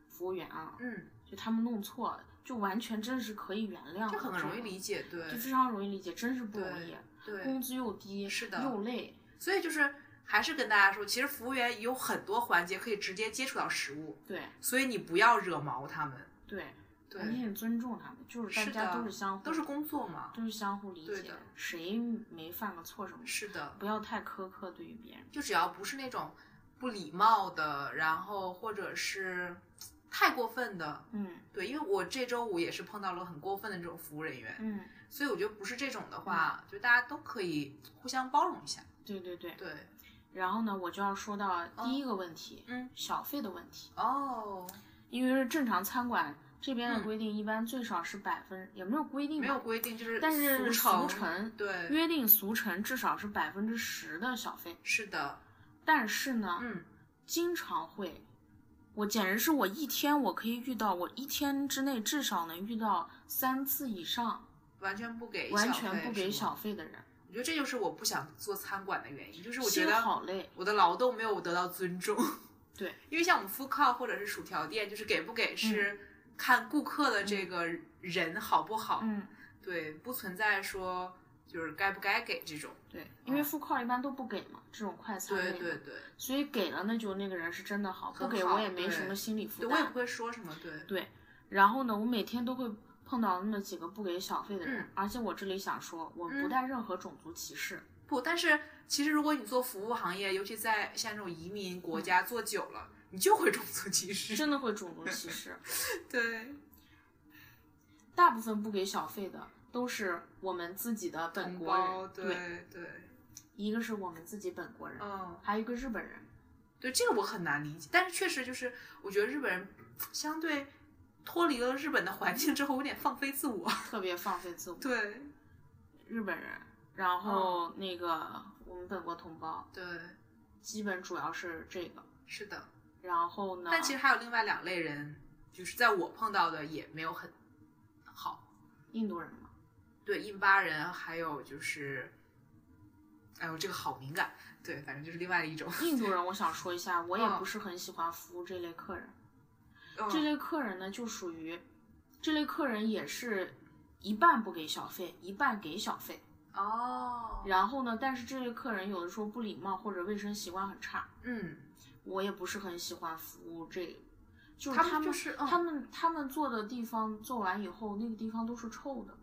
服务员啊，嗯，就他们弄错，就完全真是可以原谅，这很容易理解，解，对就非常容易理解，真是不容易，对，工资又低，是的又累，所以就是还是跟大家说，其实服务员有很多环节可以直接接触到食物，对所以你不要惹毛他们，对，对，你很尊重他们，就是大是家的都是相互都是工作嘛，都是相互理对解的，谁没犯个错什么的，是的，不要太苛刻对于别人。就只要不是那种不礼貌的，然后或者是太过分的，嗯对，因为我这周五也是碰到了很过分的这种服务人员，嗯，所以我觉得不是这种的话，就大家都可以互相包容一下。对对对。对，然后呢，我就要说到第一个问题，嗯，小费的问题，哦，因为是正常餐馆这边的嗯规定，一般最少是百分，也没有规定吧，没有规定，就是但是俗俗成对，约定俗成至少是百分之十的小费，是的，但是呢，嗯，经常会，我简直是我一天我可以遇到，我一天之内至少能遇到三次以上完全不给，完全不给小小费费的人，是吗，我觉得这就是我不想做餐馆的原因，就是我觉心得好累。我的劳动没有得到尊重。 对，嗯因为像我们 food c o u 或者是薯条店，就是给不给是看顾客的这个人好不好，嗯，对，不存在说就是该不该给这种。对，因为副靠一般都不给嘛，这种快餐类哦对的，对对，所以给了那就那个人是真的好，不很给好我也没对什么心理负对我也担不。会说什么。对，然后呢，我每天都会碰到那么几个不给小费的人，嗯而且我这里想说，我不嗯带任何种族歧视，不，但是其实如果你做服务行业，尤其在像这种移民国家做久了，你就会种族歧视。真的会种族嗯歧视。对，大部分不给小费的都是我们自己的本同国胞，人，对对，一个是我们自己本国人，嗯，还有一个日本人。对，这个我很难理解。但是确实就是，我觉得日本人相对脱离了日本的环境之后，有点放飞自我。 特别放飞自我，对嗯日本人，然后那个我们本国同胞，对，基本主要是这个。是的。然后呢？但其实还有另外两类人，就是在我碰到的也没有很好。印度人嘛，对，印巴人，还有就是，哎呦，这个好敏感。对，反正就是另外一种。 印度人，我想说一下，我也嗯不是很喜欢服务这类客人。嗯这类客人呢，就属于这类客人也是一半不给小费，一半给小费。哦，然后呢，但是这类客人有的时候不礼貌或者卫生习惯很差，嗯，我也不是很喜欢服务这。就是他他们们就是嗯他们他们做的地方做完以后，那个地方都是臭的，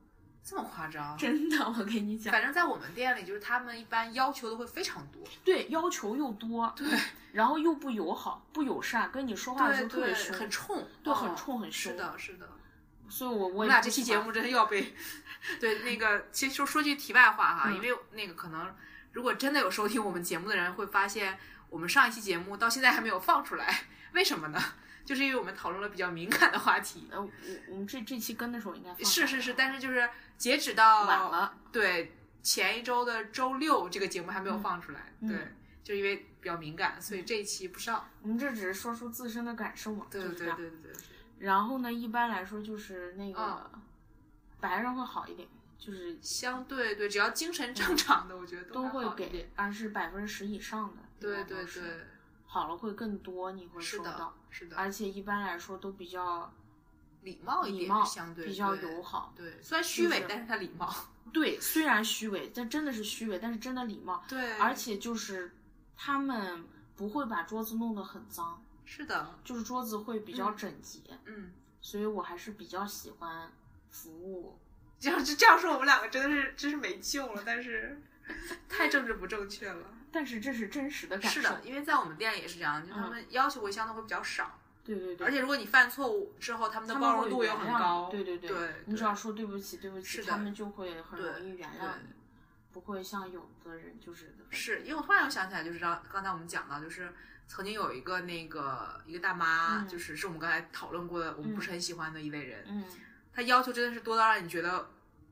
这么夸张？真的，我跟你讲，反正，在我们店里，就是他们一般要求都会非常多。 对，要求又多， 对然后又不友好、不友善，跟你说话的时对候特别对，凶，很冲，对，嗯很冲很凶。是，的，是的。所以我我我也们俩不这期喜节欢目真的又要被， 对那个，其实说说句题外话哈，嗯因为那个可能，如果真的有收听我们节目的人会发现，我们上一期节目到现在还没有放出来， 为什么呢？就是因为我们讨论了比较敏感的话题。呃，我我们这这期跟的时候应该放是上是了是，但是就是截止嗯到晚了，对，前一周的周六这个节目还没有放出来，嗯对，就因为比较敏感，所以这一期不上。我们这只是说出自身的感受嘛，对就是对这对样。对对，然后呢，一般来说就是那个嗯白人会好一点，就是相对对，只要精神正常的，我觉得都还会好一点给，而是百分之十以上的，对一般对都是对，好了会更多，你会是收的到，，是的，而且一般来说都比较礼貌一礼点，貌，相对比较对友好。对，虽然虚伪是，但是它礼 貌。对，虽然虚伪，但真的是虚伪，但是真的礼貌，对，而且就是他们不会把桌子弄得很脏，是的，就是桌子会比较嗯整洁，嗯，所以我还是比较喜欢服务。这样这样说我们两个真的是真是没救了，但是太政治不正确了。但是这是真实的感受，嗯是的，因为在我们店里也是这样，就他们要求会相对会比较少，对对对，而且如果你犯错误之后，他们的他包们容会度原又很谅你高。对对对，你只要说对不起，对不起，是的他们就会很对容易原谅你，不会像有的人就是是因为我突然又想起来，就是刚刚才我们讲到，就是曾经有一个那个一个大妈，嗯就是是我们刚才讨论过的，我们不是很喜欢的一类人，嗯她要求真的是多到让你觉得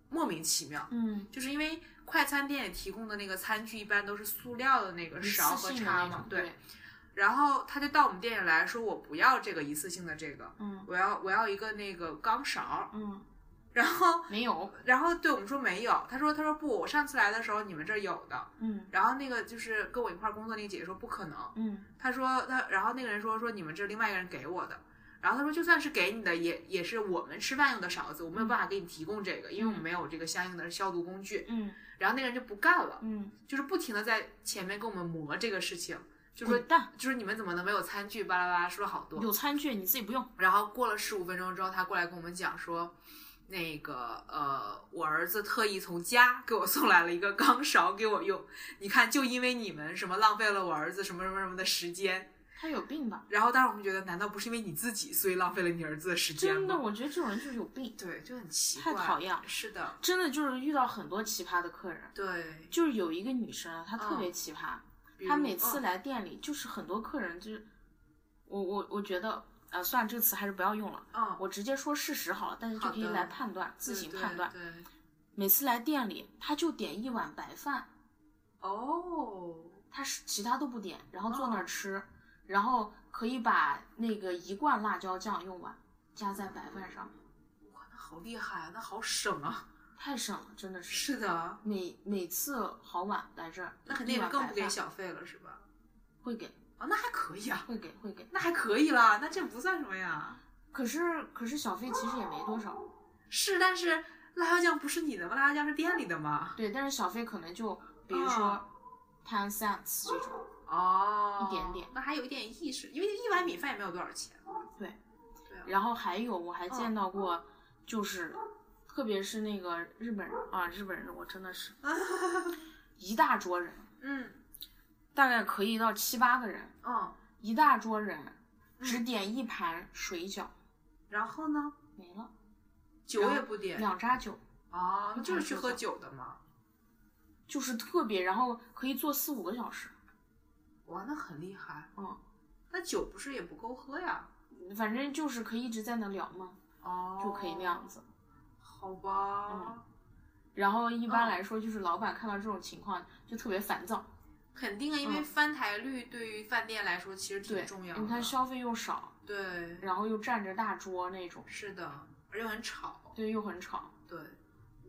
莫名其妙。嗯就是因为快餐店也提供的那个餐具一般都是塑料的那个一次勺和性的叉那嘛种，对。然后他就到我们店里来说，我不要这个一次性的这个，嗯我要我要一个那个钢勺。嗯然后没有然后对我们说没有，他说他说不，我上次来的时候你们这儿有的。嗯然后那个就是跟我一块儿工作那个姐姐说不可能，嗯她说她，然后那个人说说你们这儿另外一个人给我的。然后她说，就算是给你的，也也是我们吃饭用的勺子，我没有办法给你提供这个，因为我们没有这个相应的消毒工具。嗯然后那个人就不干了，嗯，就是不停的在前面跟我们磨这个事情，就说滚蛋！就是你们怎么能没有餐具？巴拉巴拉说了好多。有餐具你自己不用，然后过了十五分钟之后，他过来跟我们讲说，那个呃，我儿子特意从家给我送来了一个钢勺给我用，你看就因为你们什么浪费了我儿子什么什么什么的时间。他有病吧？然后当时我们觉得，难道不是因为你自己，所以浪费了你儿子的时间真的，吗？我觉得这种人就是有病，对，就很奇怪，太讨厌了。是的，真的就是遇到很多奇葩的客人，对，就是有一个女生啊，她特嗯别奇葩，比她如每次嗯来店里，就是很多客人就是，我我我觉得，呃，算了，这个词还是不要用了，嗯，我直接说事实好了，但是就好可以的来判断，自对行对判断。对，每次来店里，她就点一碗白饭，哦，她是其他都不点，然后坐那儿吃，然后可以把那个一罐辣椒酱用完，加在白饭上，哇，那好厉害啊，那好省啊！太省了，真的是。是的，每每次好晚来这儿，那肯定一也是碗更白不给饭小费了，是吧？会给啊，那还可以啊，会给会给，那还可以啦，那这不算什么呀。可是可是小费其实也没多少，是，但是辣椒酱不是你的吗？辣椒酱是店里的吗？对，但是小费可能就比如说 ten cents 这种，哦，一点点，那还有一点意识，因为一碗米饭也没有多少钱。然后还有我还见到过，就是特别是那个日本人啊，日本人我真的是一大桌人，嗯大概可以到七八个人，嗯，一大桌人只点一盘水饺然后呢？没了，酒也不点两扎酒。哦，那就是去喝酒的嘛。就是特别，然后可以坐四五个小时，哇，那很厉害。嗯，哦那酒不是也不够喝呀？反正就是可以一直在那聊嘛，哦，就可以那样。子。嗯好吧，然后一般嗯来说，就是老板看到这种情况就特别烦躁，肯定啊，因为嗯翻台率对于饭店来说其实对挺重，要你看的。消费又少，对，然后又占着大桌那种，是的，而且很吵。对，又很吵。对，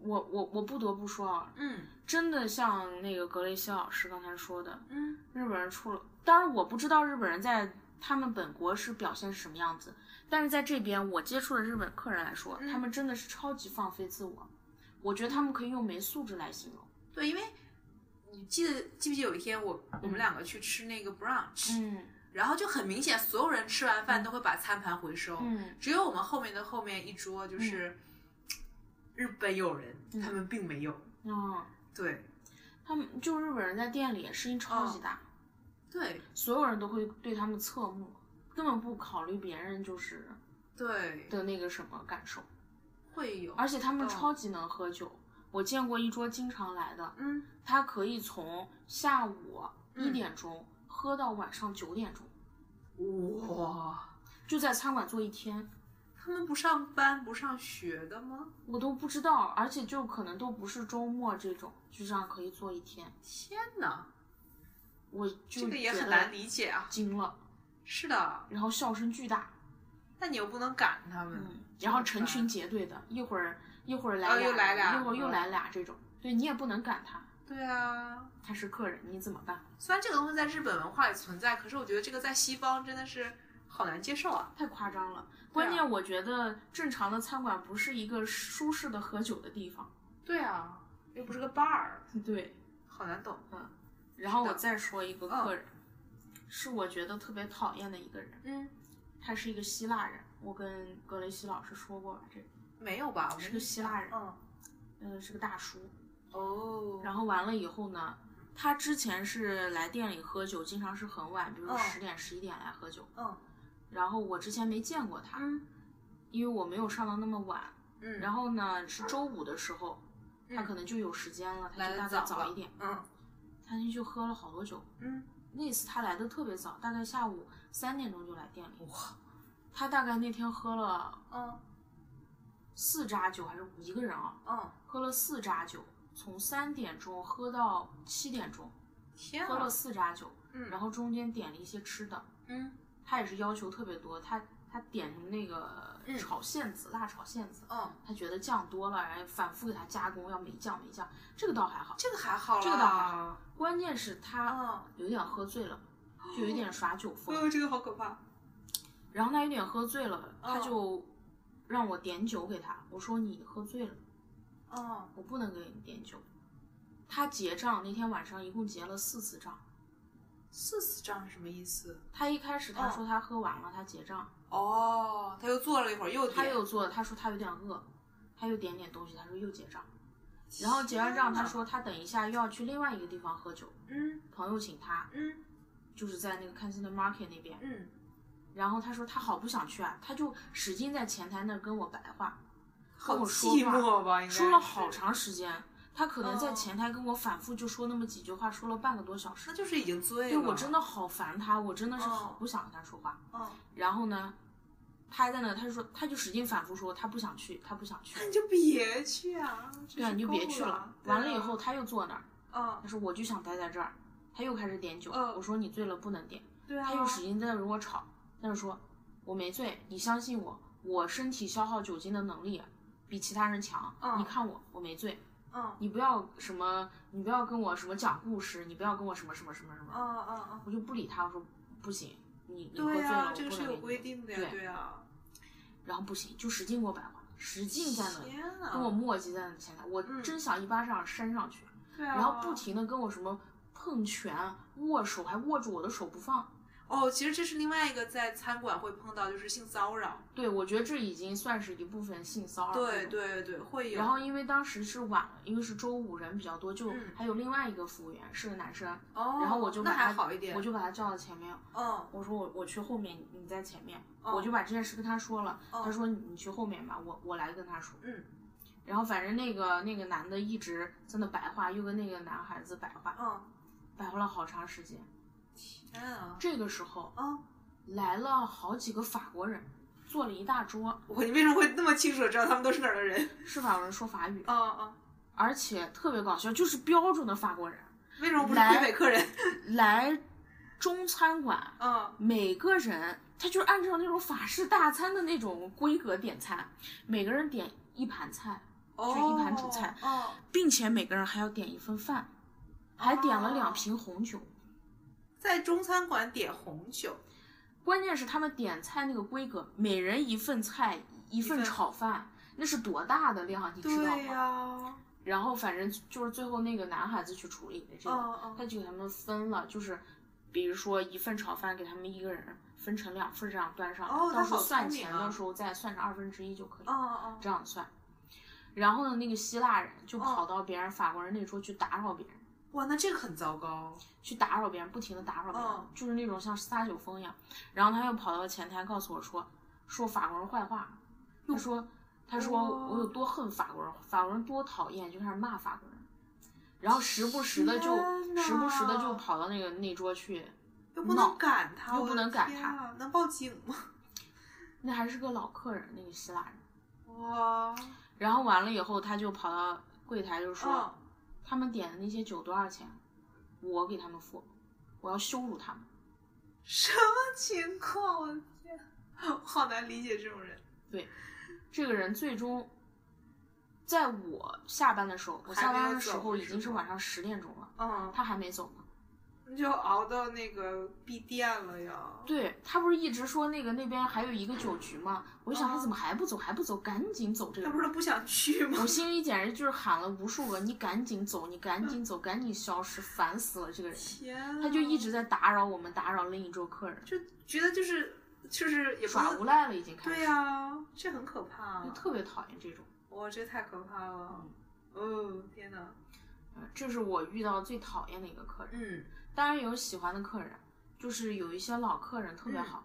我我我不得不说啊，嗯真的像那个格雷西老师刚才说的，嗯日本人出了，当然我不知道日本人在他们本国是表现什么样子，但是在这边我接触的日本客人来说，嗯他们真的是超级放飞自我，我觉得他们可以用没素质来形容。对，因为你记得记不记得有一天我我们嗯两个去吃那个 brunch，、嗯然后就很明显，所有人吃完饭都会把餐盘回收，嗯，只有我们后面的后面一桌就是日本友人，嗯他们并没有。哦，对他们就日本人在店里声音超嗯级大，对所有人都会对他们侧目，根本不考虑别人就是对，的那个什么感受，会有，而且他们嗯超级能喝酒。我见过一桌经常来的，嗯，他可以从下午嗯一点钟喝到晚上九点钟，哇，就在餐馆坐一天，他们不上班不上学的吗？我都不知道，而且就可能都不是周末这种，就这样可以坐一天，天哪，我这就个也觉很得难理解啊。惊了，是的，然后笑声巨大，但你又不能赶他们，嗯，然后成群结队的，一会儿一会儿来哦俩人，又来俩一会儿又嗯来俩这种，对你也不能赶他，对啊。他是客人，你怎么办？虽然这个东西在日本文化里存在，可是我觉得这个在西方真的是好难接受啊。太夸张了。关键我觉得正常的餐馆不是一个舒适的喝酒的地方。对啊，又不是个 bar，对，好难懂。然后嗯是我的再说一个嗯客人，是我觉得特别讨厌的一个人，嗯，他是一个希腊人。我跟格雷西老师说过吧，这个没有吧？我们是个希腊人嗯，嗯是个大叔。哦，然后完了以后呢，他之前是来店里喝酒，经常是很晚，比如嗯十点、十一点来喝酒。嗯然后我之前没见过他，嗯因为我没有上到那么晚。嗯，然后呢是周五的时候，他嗯可能就有时间了，他来就大的概早早了一点，嗯他进去喝了好多酒。嗯，那次他来的特别早，大概下午三点钟就来店里。他大概那天喝了嗯四扎酒，还是一个人啊，嗯，喝了四扎酒，从三点钟喝到七点钟，天喝了啊，四扎酒，嗯然后中间点了一些吃的。嗯他也是要求特别多，他他点那个嗯炒苋子，辣炒苋子，嗯，他觉得酱多了，然后反复给他加工，要没酱没酱，这个倒还好。这个还好啦，啊这个倒还好关键是他嗯，有点喝醉了，就有点耍酒疯。哦，这个好可怕，然后他有点喝醉了，嗯他就让我点酒给他，我说你喝醉了，嗯，我不能给你点酒。他结账那天晚上一共结了四次账，四四张是什么意思？他一开始他嗯说他喝完了，他结账，哦，他又坐了一会儿，又他点又做，他说他有点饿，他又点点东西，他说又结账，然后结完账他，说他等一下又要去另外一个地方喝酒，啊嗯朋友请他，嗯就是在那个 Kensington Market 那边，嗯，然后他说他好不想去啊，他就使劲在前台那儿跟我白话，好跟我说寂话寞吧，应该说了是好，长时间，他可能在哦前台跟我反复就说那么几句话，说了半个多小时那。就是已经醉了，对我真的好烦他，我真的是哦好不想跟他说话。嗯，然后呢，他还在那，他就说他就使劲反复说他不想去，他不想去那。你就别去啊，对啊，你就别去了啊了。。完了以后，他又坐那儿，嗯他，说我就想待在这儿。他又开始点酒，嗯我说你醉了不能点。对啊，他又使劲在那跟我吵，在那说我没醉，你相信我，我身体消耗酒精的能力比其他人强。嗯你看我，我没醉，嗯你不要什么，你不要跟我什么讲故事，你不要跟我什么什么什么什么，嗯嗯嗯，我就不理他，我说不行，你你喝对醉了，啊，我这个不是能有给规你。定的对呀，对啊，然后不行，就使劲给我摆话，使劲在那里天跟我呐，磨叽在那前台，我嗯真想一巴掌扇上去，对啊，然后不停的跟我什么碰拳、握手，还握住我的手不放。哦，其实这是另外一个在餐馆会碰到，就是性骚扰。对，我觉得这已经算是一部分性骚扰。对。对对，会有。然后因为当时是晚了，因为是周五人比较多，就嗯还有另外一个服务员是个男生，哦，然后我就那把他还好一点。我就把他叫到前面，嗯我说我我去后面，你在前面，哦我就把这件事跟他说了。哦他说你你去后面吧，我我来跟他说。嗯。然后反正那个那个男的一直在那摆话，又跟那个男孩子摆话，嗯，摆话了好长时间。天啊！这个时候嗯，来了好几个法国人，坐了一大桌，我你为什么会那么清楚的知道他们都是哪儿的人？是法国人说法语，嗯嗯，而且特别搞笑，就是标准的法国人为什么不是来魁北克人？来中餐馆，嗯每个人他就是按照那种法式大餐的那种规格点餐，每个人点一盘菜，哦，就一盘主菜哦，并且每个人还要点一份饭，还点了啊两瓶红酒。在中餐馆点红酒，关键是他们点菜那个规格，每人一份菜，一一份份炒饭，那是多大的量，啊你知道对吗？呀、然后反正就是最后那个男孩子去处理的这个，嗯他嗯，就给他们分了，就是比如说一份炒饭给他们一个人分成两份这样端上来，哦到那时候好算聪明钱啊的时候再算上二分之一就可以，哦这样算。然后呢，那个希腊人就哦跑到别人法国人那桌去打扰别人，哦，哇，那这个很糟糕。去打扰别人，不停的打扰别人，嗯就是那种像撒酒疯一样。然后他又跑到前台告诉我说，说法国人坏话，他说他说哦我有多恨法国人，法国人多讨厌，就开始骂法国人。然后时不时的就天呐时不时的就跑到那个那桌去，又不闹能赶他，又我不的能赶天他啊，能报警吗？ 那还是个老客人，那个希腊人。哇，然后完了以后，他就跑到柜台就说、嗯，他们点的那些酒多少钱，我给他们付，我要羞辱他们。什么情况？我的天，我好难理解这种人。这个人最终，在我下班的时候，我还下没有班的时候走已经是是吗晚上十点钟了，嗯，他还没走呢。你就熬到那个闭店了呀。对他不是一直说那个那边还有一个酒局吗？我就想他哦怎么还不走，还不走，赶紧走这个他人。不是不想去吗？我心里简直就是喊了无数个你赶紧走，你赶紧走，赶紧消失，烦死了这个人。天啊，他就一直在打扰我们，打扰另一桌客人，就觉得就是就是也不耍是无赖了已经开始。对呀、这很可怕、啊就特嗯别讨厌这种。哇，这太可怕了。哦，天哪。嗯，这是我遇到最讨厌的一个客人。嗯，当然有喜欢的客人，就是有一些老客人特别嗯好，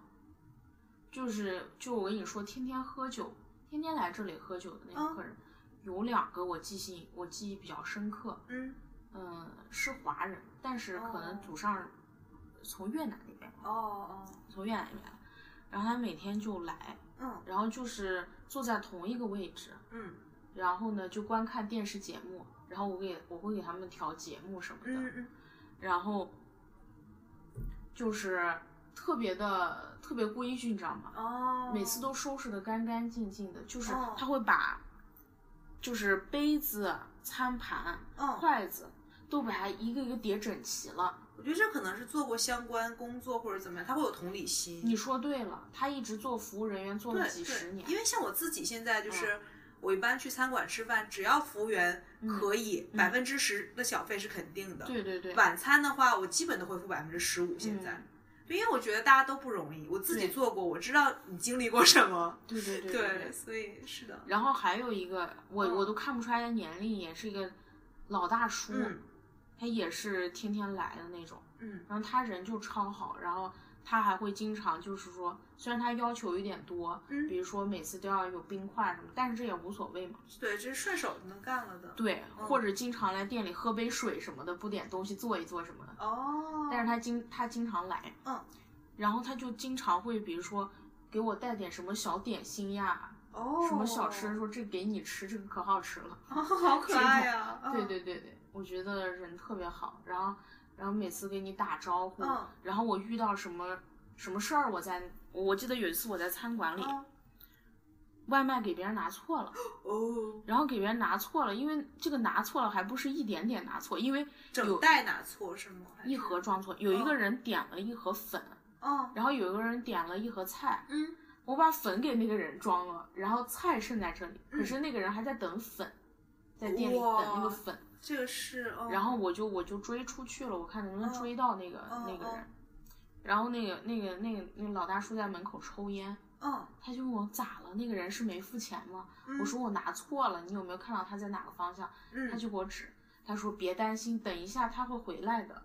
就是就我跟你说，天天喝酒，天天来这里喝酒的那个嗯客人，有两个我记性我记忆比较深刻。嗯，嗯，是华人，但是可能哦祖上从越南那边，哦哦，从越南那边来，然后他每天就来，嗯然后就是坐在同一个位置，嗯然后呢就观看电视节目，然后我给我会给他们调节目什么的，嗯嗯，然后就是特别的特别规矩，你知道吗？哦，每次都收拾的干干净净的，就是哦他会把就是杯子、餐盘、嗯，筷子都把它一个一个叠整齐了。我觉得这可能是做过相关工作或者怎么样，他会有同理心。你说对了，他一直做服务人员做对了对，几十年因，为像我自己现在就是，我一般去餐馆吃饭，只要服务员可以，嗯百分之十的小费是肯定的。对对对，晚餐的话，我基本都会付百分之十五。现在，嗯因为我觉得大家都不容易，我自己对做过，我知道你经历过什么。对对对对对对。所以是的，然后还有一个，我、嗯我都看不出来他年龄，也是一个老大叔，嗯他也是天天来的那种。嗯然后他人就超好，然后他还会经常就是说，虽然他要求有点多，嗯比如说每次都要有冰块什么，但是这也无所谓嘛。对，这是顺手能干了的。对，嗯或者经常来店里喝杯水什么的，不点东西坐一坐什么的。哦，但是他经他经常来，嗯，然后他就经常会比如说给我带点什么小点心呀，哦，什么小吃，说这给你吃，这个可 好吃了。哦，好可爱呀、 对嗯，对对对，我觉得人特别好，然后然后每次跟你打招呼，嗯然后我遇到什么什么事儿，我在我记得有一次我在餐馆里、嗯外卖给别人拿错了，哦，然后给别人拿错了，因为这个拿错了还不是一点点拿错，因为整有袋拿错是吗？还是一盒装错，有一嗯个人点了一盒粉，哦，然后有一个人点了一盒菜，嗯，我把粉给那个人装了，然后菜剩在这里，可是那个人还在等粉，在店里嗯哇等那个粉，这个是，哦、然后我就我就追出去了，我看能不能追到那个、嗯那个嗯人。然后那个那个那个那个老大叔在门口抽烟，嗯，他就问我咋了？那个人是没付钱吗？嗯我说我拿错了，你有没有看到他在哪个方向？他嗯就给我指，他说别担心，等一下他会回来的。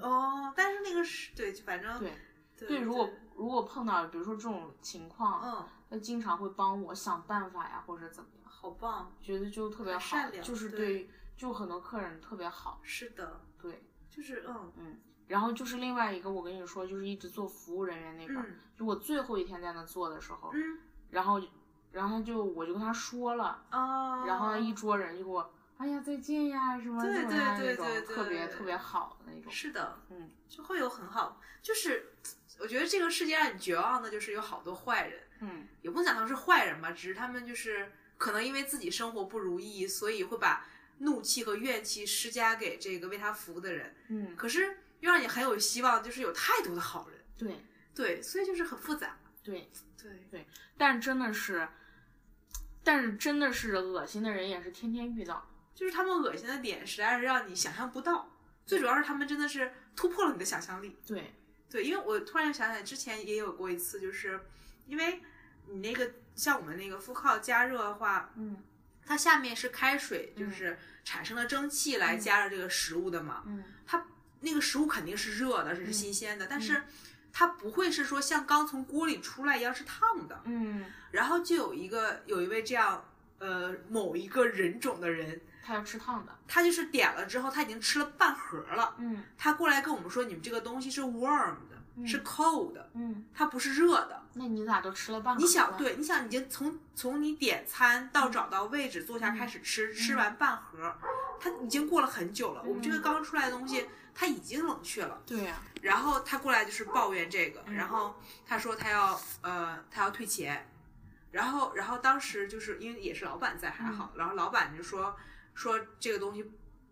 哦，但是那个是对，就反正对啊对对，如果如果碰到比如说这种情况，嗯，他经常会帮我想办法呀，或者怎么样，好棒，觉得就特别很好善，良就是对对就很多客人特别好，是的，对，就是嗯嗯。然后就是另外一个，我跟你说，就是一直做服务人员那个，嗯就我最后一天在那做的时候，嗯然后然后他就我就跟他说了，啊，然后一桌人就给我，哎呀再见呀什么对怎么样那对对种，对特别对特别好的那种，是的，嗯，就会有很好，就是我觉得这个世界让你绝望的就是有好多坏人，嗯，也不能讲他们是坏人吧，只是他们就是可能因为自己生活不如意，所以会把怒气和怨气施加给这个为他服务的人，嗯可是又让你很有希望，就是有太多的好人，对对，所以就是很复杂，对，对，但真的是，但是真的是恶心的人也是天天遇到，就是他们恶心的点实在是让你想象不到，最主要是他们真的是突破了你的想象力。对，对，因为我突然想起来，之前也有过一次，就是因为你那个像我们那个复靠加热的话，嗯它下面是开水，就是产生了蒸汽来加热这个食物的嘛。嗯那个食物肯定是热的，是新鲜的，但是它不会是说像刚从锅里出来一样是烫的。嗯，然后就有一个有一位这样呃某一个人种的人，他要吃烫的，他就是点了之后，他已经吃了半盒了，嗯他过来跟我们说，你们这个东西是 warm 的，是 cold 的，嗯，它不是热的。那你咋都吃了半盒你想，了，对，你想，你就从从你点餐到找到位置坐下开始吃，吃完半盒，它已经过了很久了。我们这个刚出来的东西，它已经冷却了。对呀、然后他过来就是抱怨这个，然后他说他要呃他要退钱，然后然后当时就是因为也是老板在还好，然后老板就说说这个东西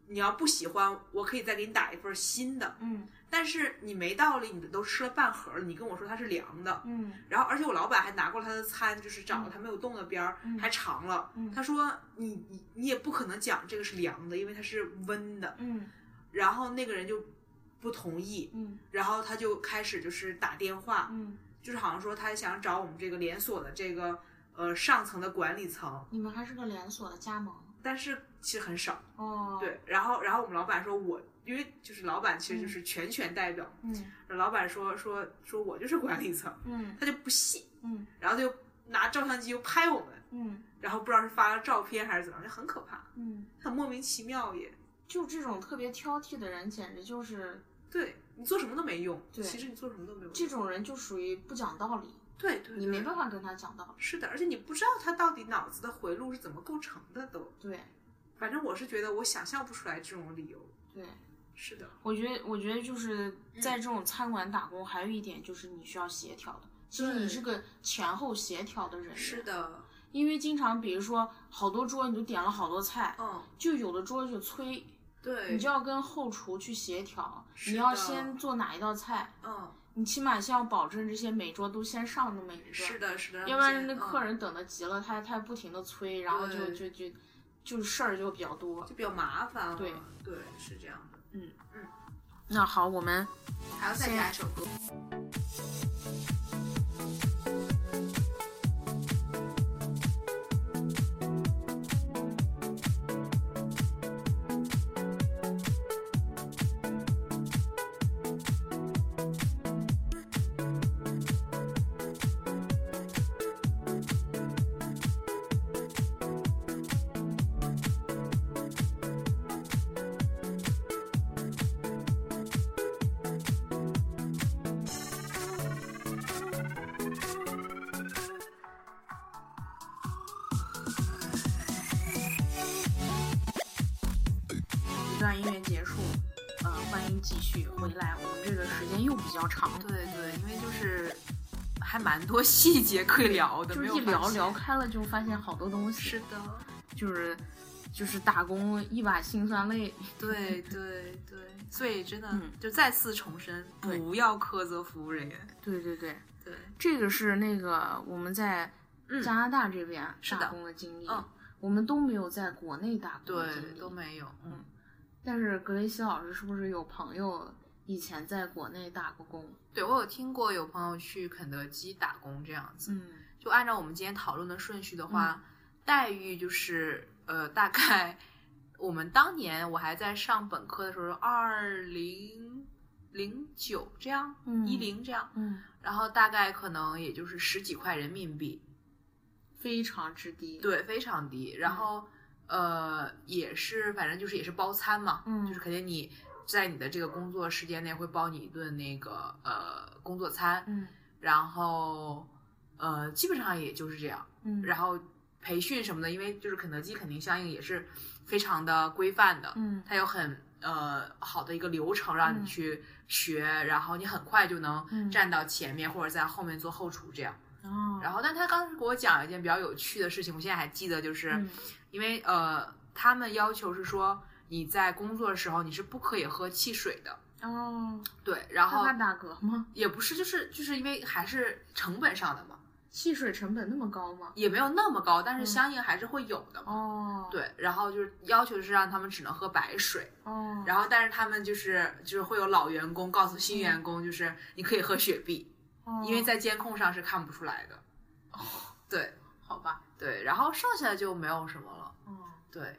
你要不喜欢，我可以再给你打一份新的，嗯但是你没道理，你都吃了半盒了，你跟我说它是凉的，嗯然后，而且我老板还拿过他的餐，就是找了他没有动的边儿，嗯还尝了。他说你你你也不可能讲这个是凉的，因为它是温的。嗯然后那个人就不同意，嗯然后他就开始就是打电话，嗯，就是好像说他想找我们这个连锁的这个呃上层的管理层，你们还是个连锁的加盟但是其实很少。哦，，对，然后然后我们老板说我，因为就是老板其实就是全权代表，嗯老板说说说我就是管理层，嗯他就不信。嗯然后他就拿照相机又拍我们，嗯然后不知道是发了照片还是怎么样，就很可怕，嗯，很莫名其妙也。就这种特别挑剔的人，简直就是对你做什么都没用，对其实你做什么都没有用。这种人就属于不讲道理，对对，你没办法。法跟他讲道理，是的，而且你不知道他到底脑子的回路是怎么构成的都。对反正我是觉得我想象不出来这种理由。对。是的，我觉得，我觉得就是在这种餐馆打工，还有一点就是你需要协调的。其实对你是个前后协调的人员，是，的，因为经常比如说好多桌你就点了好多菜，嗯，就有的桌就催，对你就，要跟后厨去协调，是你要的先做哪一道菜，嗯，你起码先要保证这些每桌都先上那么一个，是的，是的。要不然先那客、嗯人等的急了，他他不停的催，然后就就对就就事儿就比较多。就比较麻烦了。对对，是这样的。那好，我们还要再先加一首歌。一段音乐结束，呃，欢迎继续回来。我们这个时间又比较长，对对，因为就是还蛮多细节可以聊的，就没是有一聊发现聊。开了就发现好多东西，是的，就是就是打工一把辛酸泪。 对对对，所以真的、嗯就再次重申，对不要苛责服务人员。对对对，对，这个是那个我们在嗯加拿大这边是的打工的经历，嗯我们都没有在国内打工的对经历，都没有，嗯，但是格雷西老师是不是有朋友以前在国内打过工？对我有听过有朋友去肯德基打工这样子，嗯，就按照我们今天讨论的顺序的嗯话，待遇就是呃，大概我们当年我还在上本科的时候，二零零九这样，嗯一零这样，嗯，然后大概可能也就是十几块人民币，非常之低。，对，非常低。嗯然后、呃，也是反正就是也是包餐嘛，嗯就是肯定你在你的这个工作时间内会包你一顿那个呃工作餐，嗯然后呃基本上也就是这样。嗯，然后培训什么的，因为就是肯德基肯定相应也是非常的规范的，嗯它有很呃好的一个流程让嗯你去学，然后你很快就嗯能站到前面、或者在后面做后厨这样。哦，然后，但他当时给我讲了一件比较有趣的事情，我现在还记得，就是、嗯因为呃，他们要求是说你在工作的时候你是不可以喝汽水的，哦，对，然他后怕打嗝吗？也不是，就是就是因为还是成本上的嘛，汽水成本那么高吗？也没有那么高，但嗯是相应还是会有的嘛。哦，，对，然后就是要求是让他们只能喝白水，哦，然后但是他们就是就是会有老员工告诉新员工，嗯就是你可以喝雪碧，后因为在监控上是看不出来的。哦对好吧，对，然后剩下的就没有什么了。对，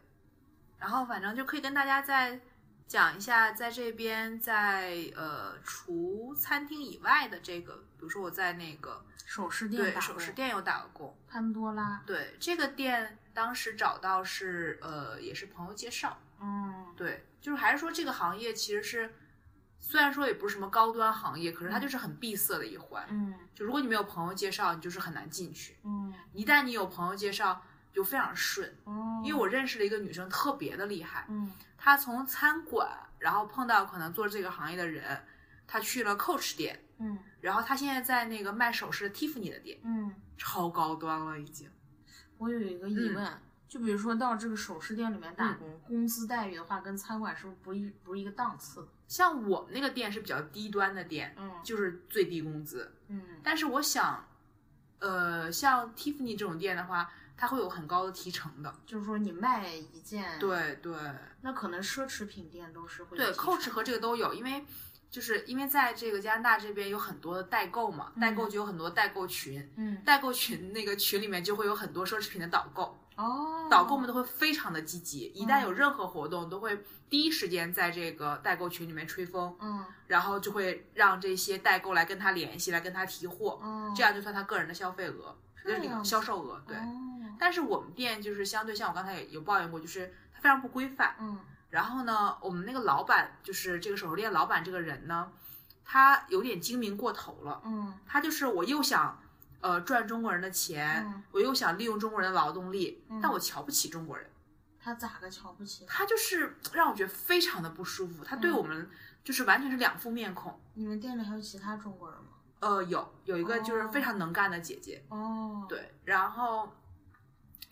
然后反正就可以跟大家再讲一下，在这边在呃除餐厅以外的这个，比如说我在那个首饰店对打首工，饰店有打过工，潘多拉，对这个店当时找到是呃也是朋友介绍，嗯，对，就是还是说这个行业其实是。虽然说也不是什么高端行业，可是它就是很闭塞的一环。嗯就如果你没有朋友介绍，你就是很难进去。嗯，一旦你有朋友介绍，就非常顺。哦，因为我认识了一个女生，特别的厉害，嗯他从餐馆，然后碰到可能做这个行业的人，他去了 Coach 店，嗯然后他现在在那个卖首饰的 Tiffany 的店，嗯，超高端了已经。我有一个疑嗯问。就比如说到这个首饰店里面打工，工资待遇的话，跟餐馆是不是不一不是一个档次？像我们那个店是比较低端的店，嗯就是最低工资，嗯但是我想，呃，像 Tiffany 这种店的话，它会有很高的提成的。就是说你卖一件，，对对那可能奢侈品店都是会对提成，Coach 和这个都有，因为。就是因为在这个加拿大这边有很多的代购嘛，代购就有很多代购群，嗯代购群那个群里面就会有很多奢侈品的导购，哦，导购们都会非常的积极，一嗯旦有任何活动，都会第一时间在这个代购群里面吹风，嗯然后就会让这些代购来跟他联系，来跟他提货，哦，这样就算他个人的消费额，这就是样你的子销售额。对，哦但是我们店就是相对像我刚才也有抱怨过，就是它非常不规范。嗯然后呢，我们那个老板就是这个首饰店老板这个人呢，他有点精明过头了。嗯他就是我又想呃赚中国人的钱，嗯我又想利用中国人的劳动力，嗯但我瞧不起中国人，他咋个瞧不起？他就是让我觉得非常的不舒服，他对嗯我们就是完全是两副面孔。你们店里还有其他中国人吗？呃，有有一个就是哦非常能干的姐姐，哦，，对，然后。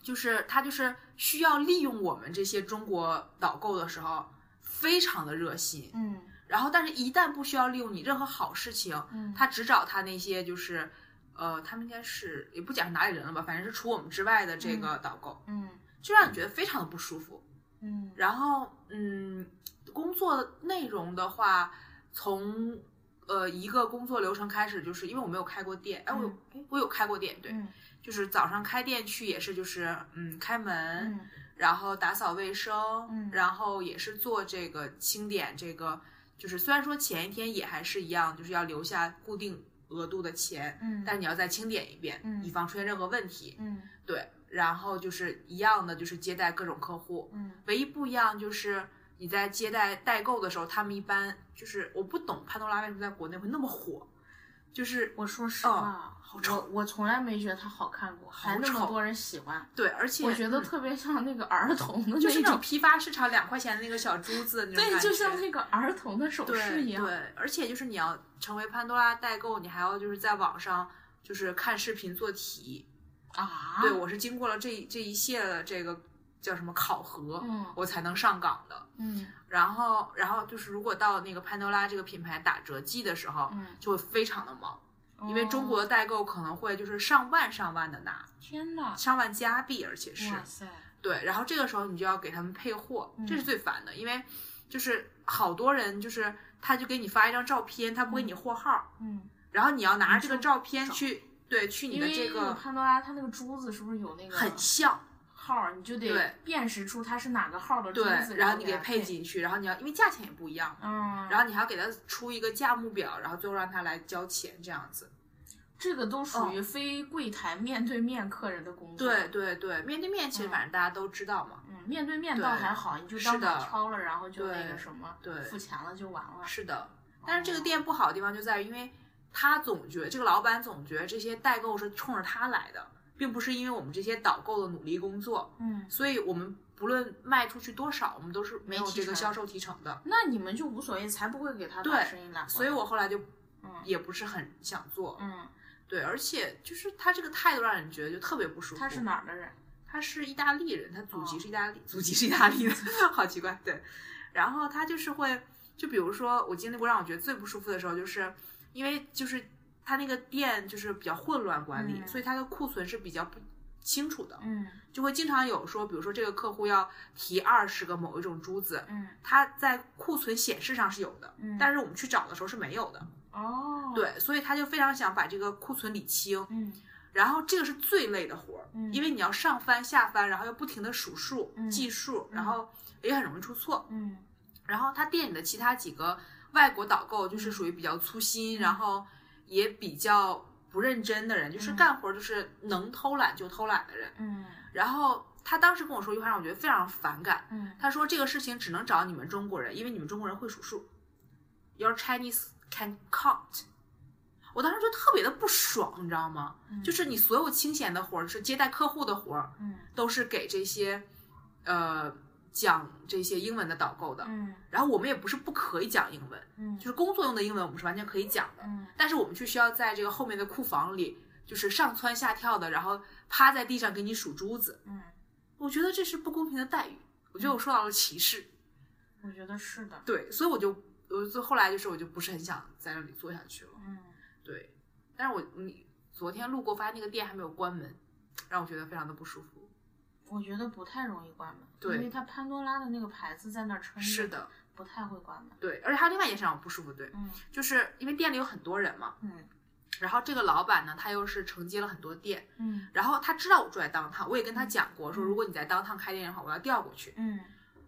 就是他就是需要利用我们这些中国导购的时候，非常的热心，嗯然后但是一旦不需要利用你任何好事情，嗯，他只找他那些就是，呃，他们应该是也不讲是哪里人了吧，反正是除我们之外的这个导购，嗯就让你觉得非常的不舒服。嗯然后，嗯，工作内容的话，从呃一个工作流程开始，就是因为我没有开过店，哎，我有，哎，我有开过店，对，嗯就是早上开店去也是就是，嗯，开门，嗯然后打扫卫生，嗯然后也是做这个清点，这个就是虽然说前一天也还是一样，就是要留下固定额度的钱，嗯，但是你要再清点一遍，嗯以防出现任何问题。嗯对，然后就是一样的，就是接待各种客户，嗯唯一不一样就是。你在接待代购的时候，他们一般就是我不懂潘多拉为什么在国内会那么火，就是我说实话，好我丑我从来没觉得他哦好看过，还那么丑多人喜欢，对，而且我觉得嗯特别像那个儿童 的就是那种种，批发市场两块钱的那个小珠子的那种对，感就觉像那个儿童的首饰一样对。，对，而且就是你要成为潘多拉代购，你还要就是在网上就是看视频做题。啊，对我是经过了这一这一系列的这个叫什么考核，嗯我才能上岗的。嗯然后，然后就是如果到那个潘多拉这个品牌打折季的时候，嗯，就会非常的忙，因为中国哦的代购可能会就是上万上万的拿，天呐，上万加币，而且是啊哇塞，对，然后这个时候你就要给他们配货，这是嗯最烦的，因为就是好多人就是他就给你发一张照片，他不给你货号，嗯，然后你要拿着这个你照片去对去你因的为这那个潘多拉它那个珠子是不是有那个很像，号儿，你就得对辨识出它是哪个号儿的珠对子，，然后你给给它配，进去，然后你要因为价钱也不一样嘛，嗯，然后你还要给他出一个价目表，然后最后让他来交钱这样子。这个都属于非柜台面对面客人的工作，嗯对，对对，面对面其实嗯反正大家都知道嘛。嗯，面对面对倒还好，你就是当场的挑了，然后就那对个什么，对付钱了就完了，是的，但是这个店不好的地方就在于，因为他总觉得这个老板总觉得这些代购是冲着他来的，并不是因为我们这些导购的努力工作，嗯，所以我们不论卖出去多少，我们都是没有没提这个成销售提成的。那你们就无所谓，才不会给他把对生意揽过来，所以我后来就嗯也不是很想做，嗯，对，而且就是他这个态度让人觉得就特别不舒服。他是？哪儿的人？他是意大利人，他祖籍哦是意大利，祖籍是意大利的，好奇怪。对，然后他就是会，就比如说我经历过让我觉得最不舒服的时候，就是因为就是他那个店就是比较混乱管理，嗯所以他的库存是比较不清楚的，嗯就会经常有说，比如说这个客户要提二十个某一种珠子，嗯，它在库存显示上是有的，嗯但是我们去找的时候是没有的。哦，，对，所以他就非常想把这个库存理清，嗯然后这个是最累的活儿，嗯因为你要上翻下翻，然后要不停的数数、嗯计数，嗯然后也很容易出错。嗯然后他店里的其他几个外国导购就是嗯属于比较粗嗯心，然后也比较不认真的人，就是嗯干活就是能偷懒就偷懒的人。嗯然后他当时跟我说一句话让我觉得非常反感，嗯，他说这个事情只能找你们中国人，因为你们中国人会数数，Your Chinese can count。我当时就特别的不爽，你知道吗？嗯就是你所有清闲的活儿，是接待客户的活儿，嗯都是给这些，呃，讲这些英文的导购的。嗯然后我们也不是不可以讲英文，嗯就是工作用的英文我们是完全可以讲的，嗯但是我们却需要在这个后面的库房里，就是上蹿下跳的，然后趴在地上给你数珠子。嗯，我觉得这是不公平的待遇，我觉得我受到了歧视。嗯我觉得是的，对，所以我就我就后来就是我就不是很想在那里做下去了。嗯。对，但是我你昨天路过，发现那个店还没有关门，让我觉得非常的不舒服。我觉得不太容易关门，对因为它潘多拉的那个牌子啊在那儿撑着，是，的，不太会关门。对，而且还有另外一件事让我不舒服，对，嗯就是因为店里有很多人嘛，嗯然后这个老板呢，他又是承接了很多店，嗯然后他知道我住在当趟，我也跟他讲过，说如果你在当趟开店的话，我要调过去。嗯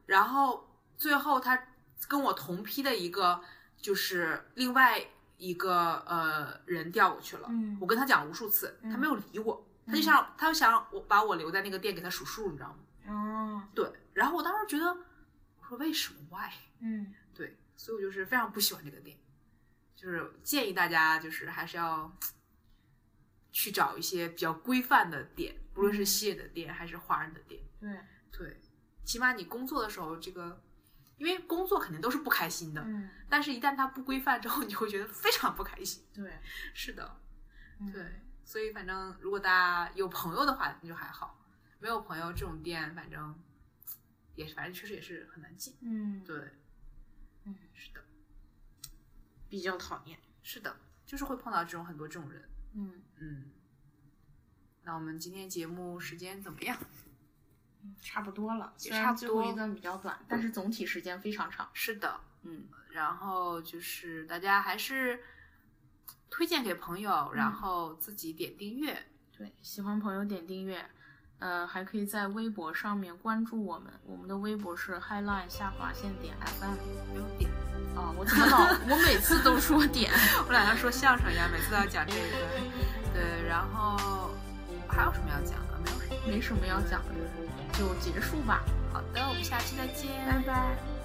然后最后他跟我同批的一个就是另外一个呃人调过去了，嗯我跟他讲了无数次，嗯他没有理我，他就嗯想他就想让我把我留在那个店给他数数，你知道吗？哦对，然后我当时觉得，我说为什么 why？嗯，对，所以我就是非常不喜欢这个店，就是建议大家就是还是要去找一些比较规范的店，不论是西人的店还是华人的店。对，对，起码你工作的时候，这个因为工作肯定都是不开心的，嗯但是一旦它不规范之后，你会觉得非常不开心。对是的，嗯对，所以反正如果大家有朋友的话，那就还好；没有朋友，这种店反正也是，反正确实也是很难进。嗯对，嗯，是的，比较讨厌。是的，就是会碰到这种很多这种人。嗯，嗯，那我们今天节目时间怎么样？差不多了，也虽然差不最后多一段比较短，但是总体时间非常长。是的，嗯，然后就是大家还是推荐给朋友，嗯然后自己点订阅。对，喜欢朋友点订阅。呃，还可以在微博上面关注我们，我们的微博是 highline 下划线点 FM。不用点，啊、我怎么老，我每次都说点。我俩像说相声一样，每次都要讲这个。对，然后还有什么要讲的？没有什么。没什么要讲的，就结束吧，好的，我们下期再见，拜拜。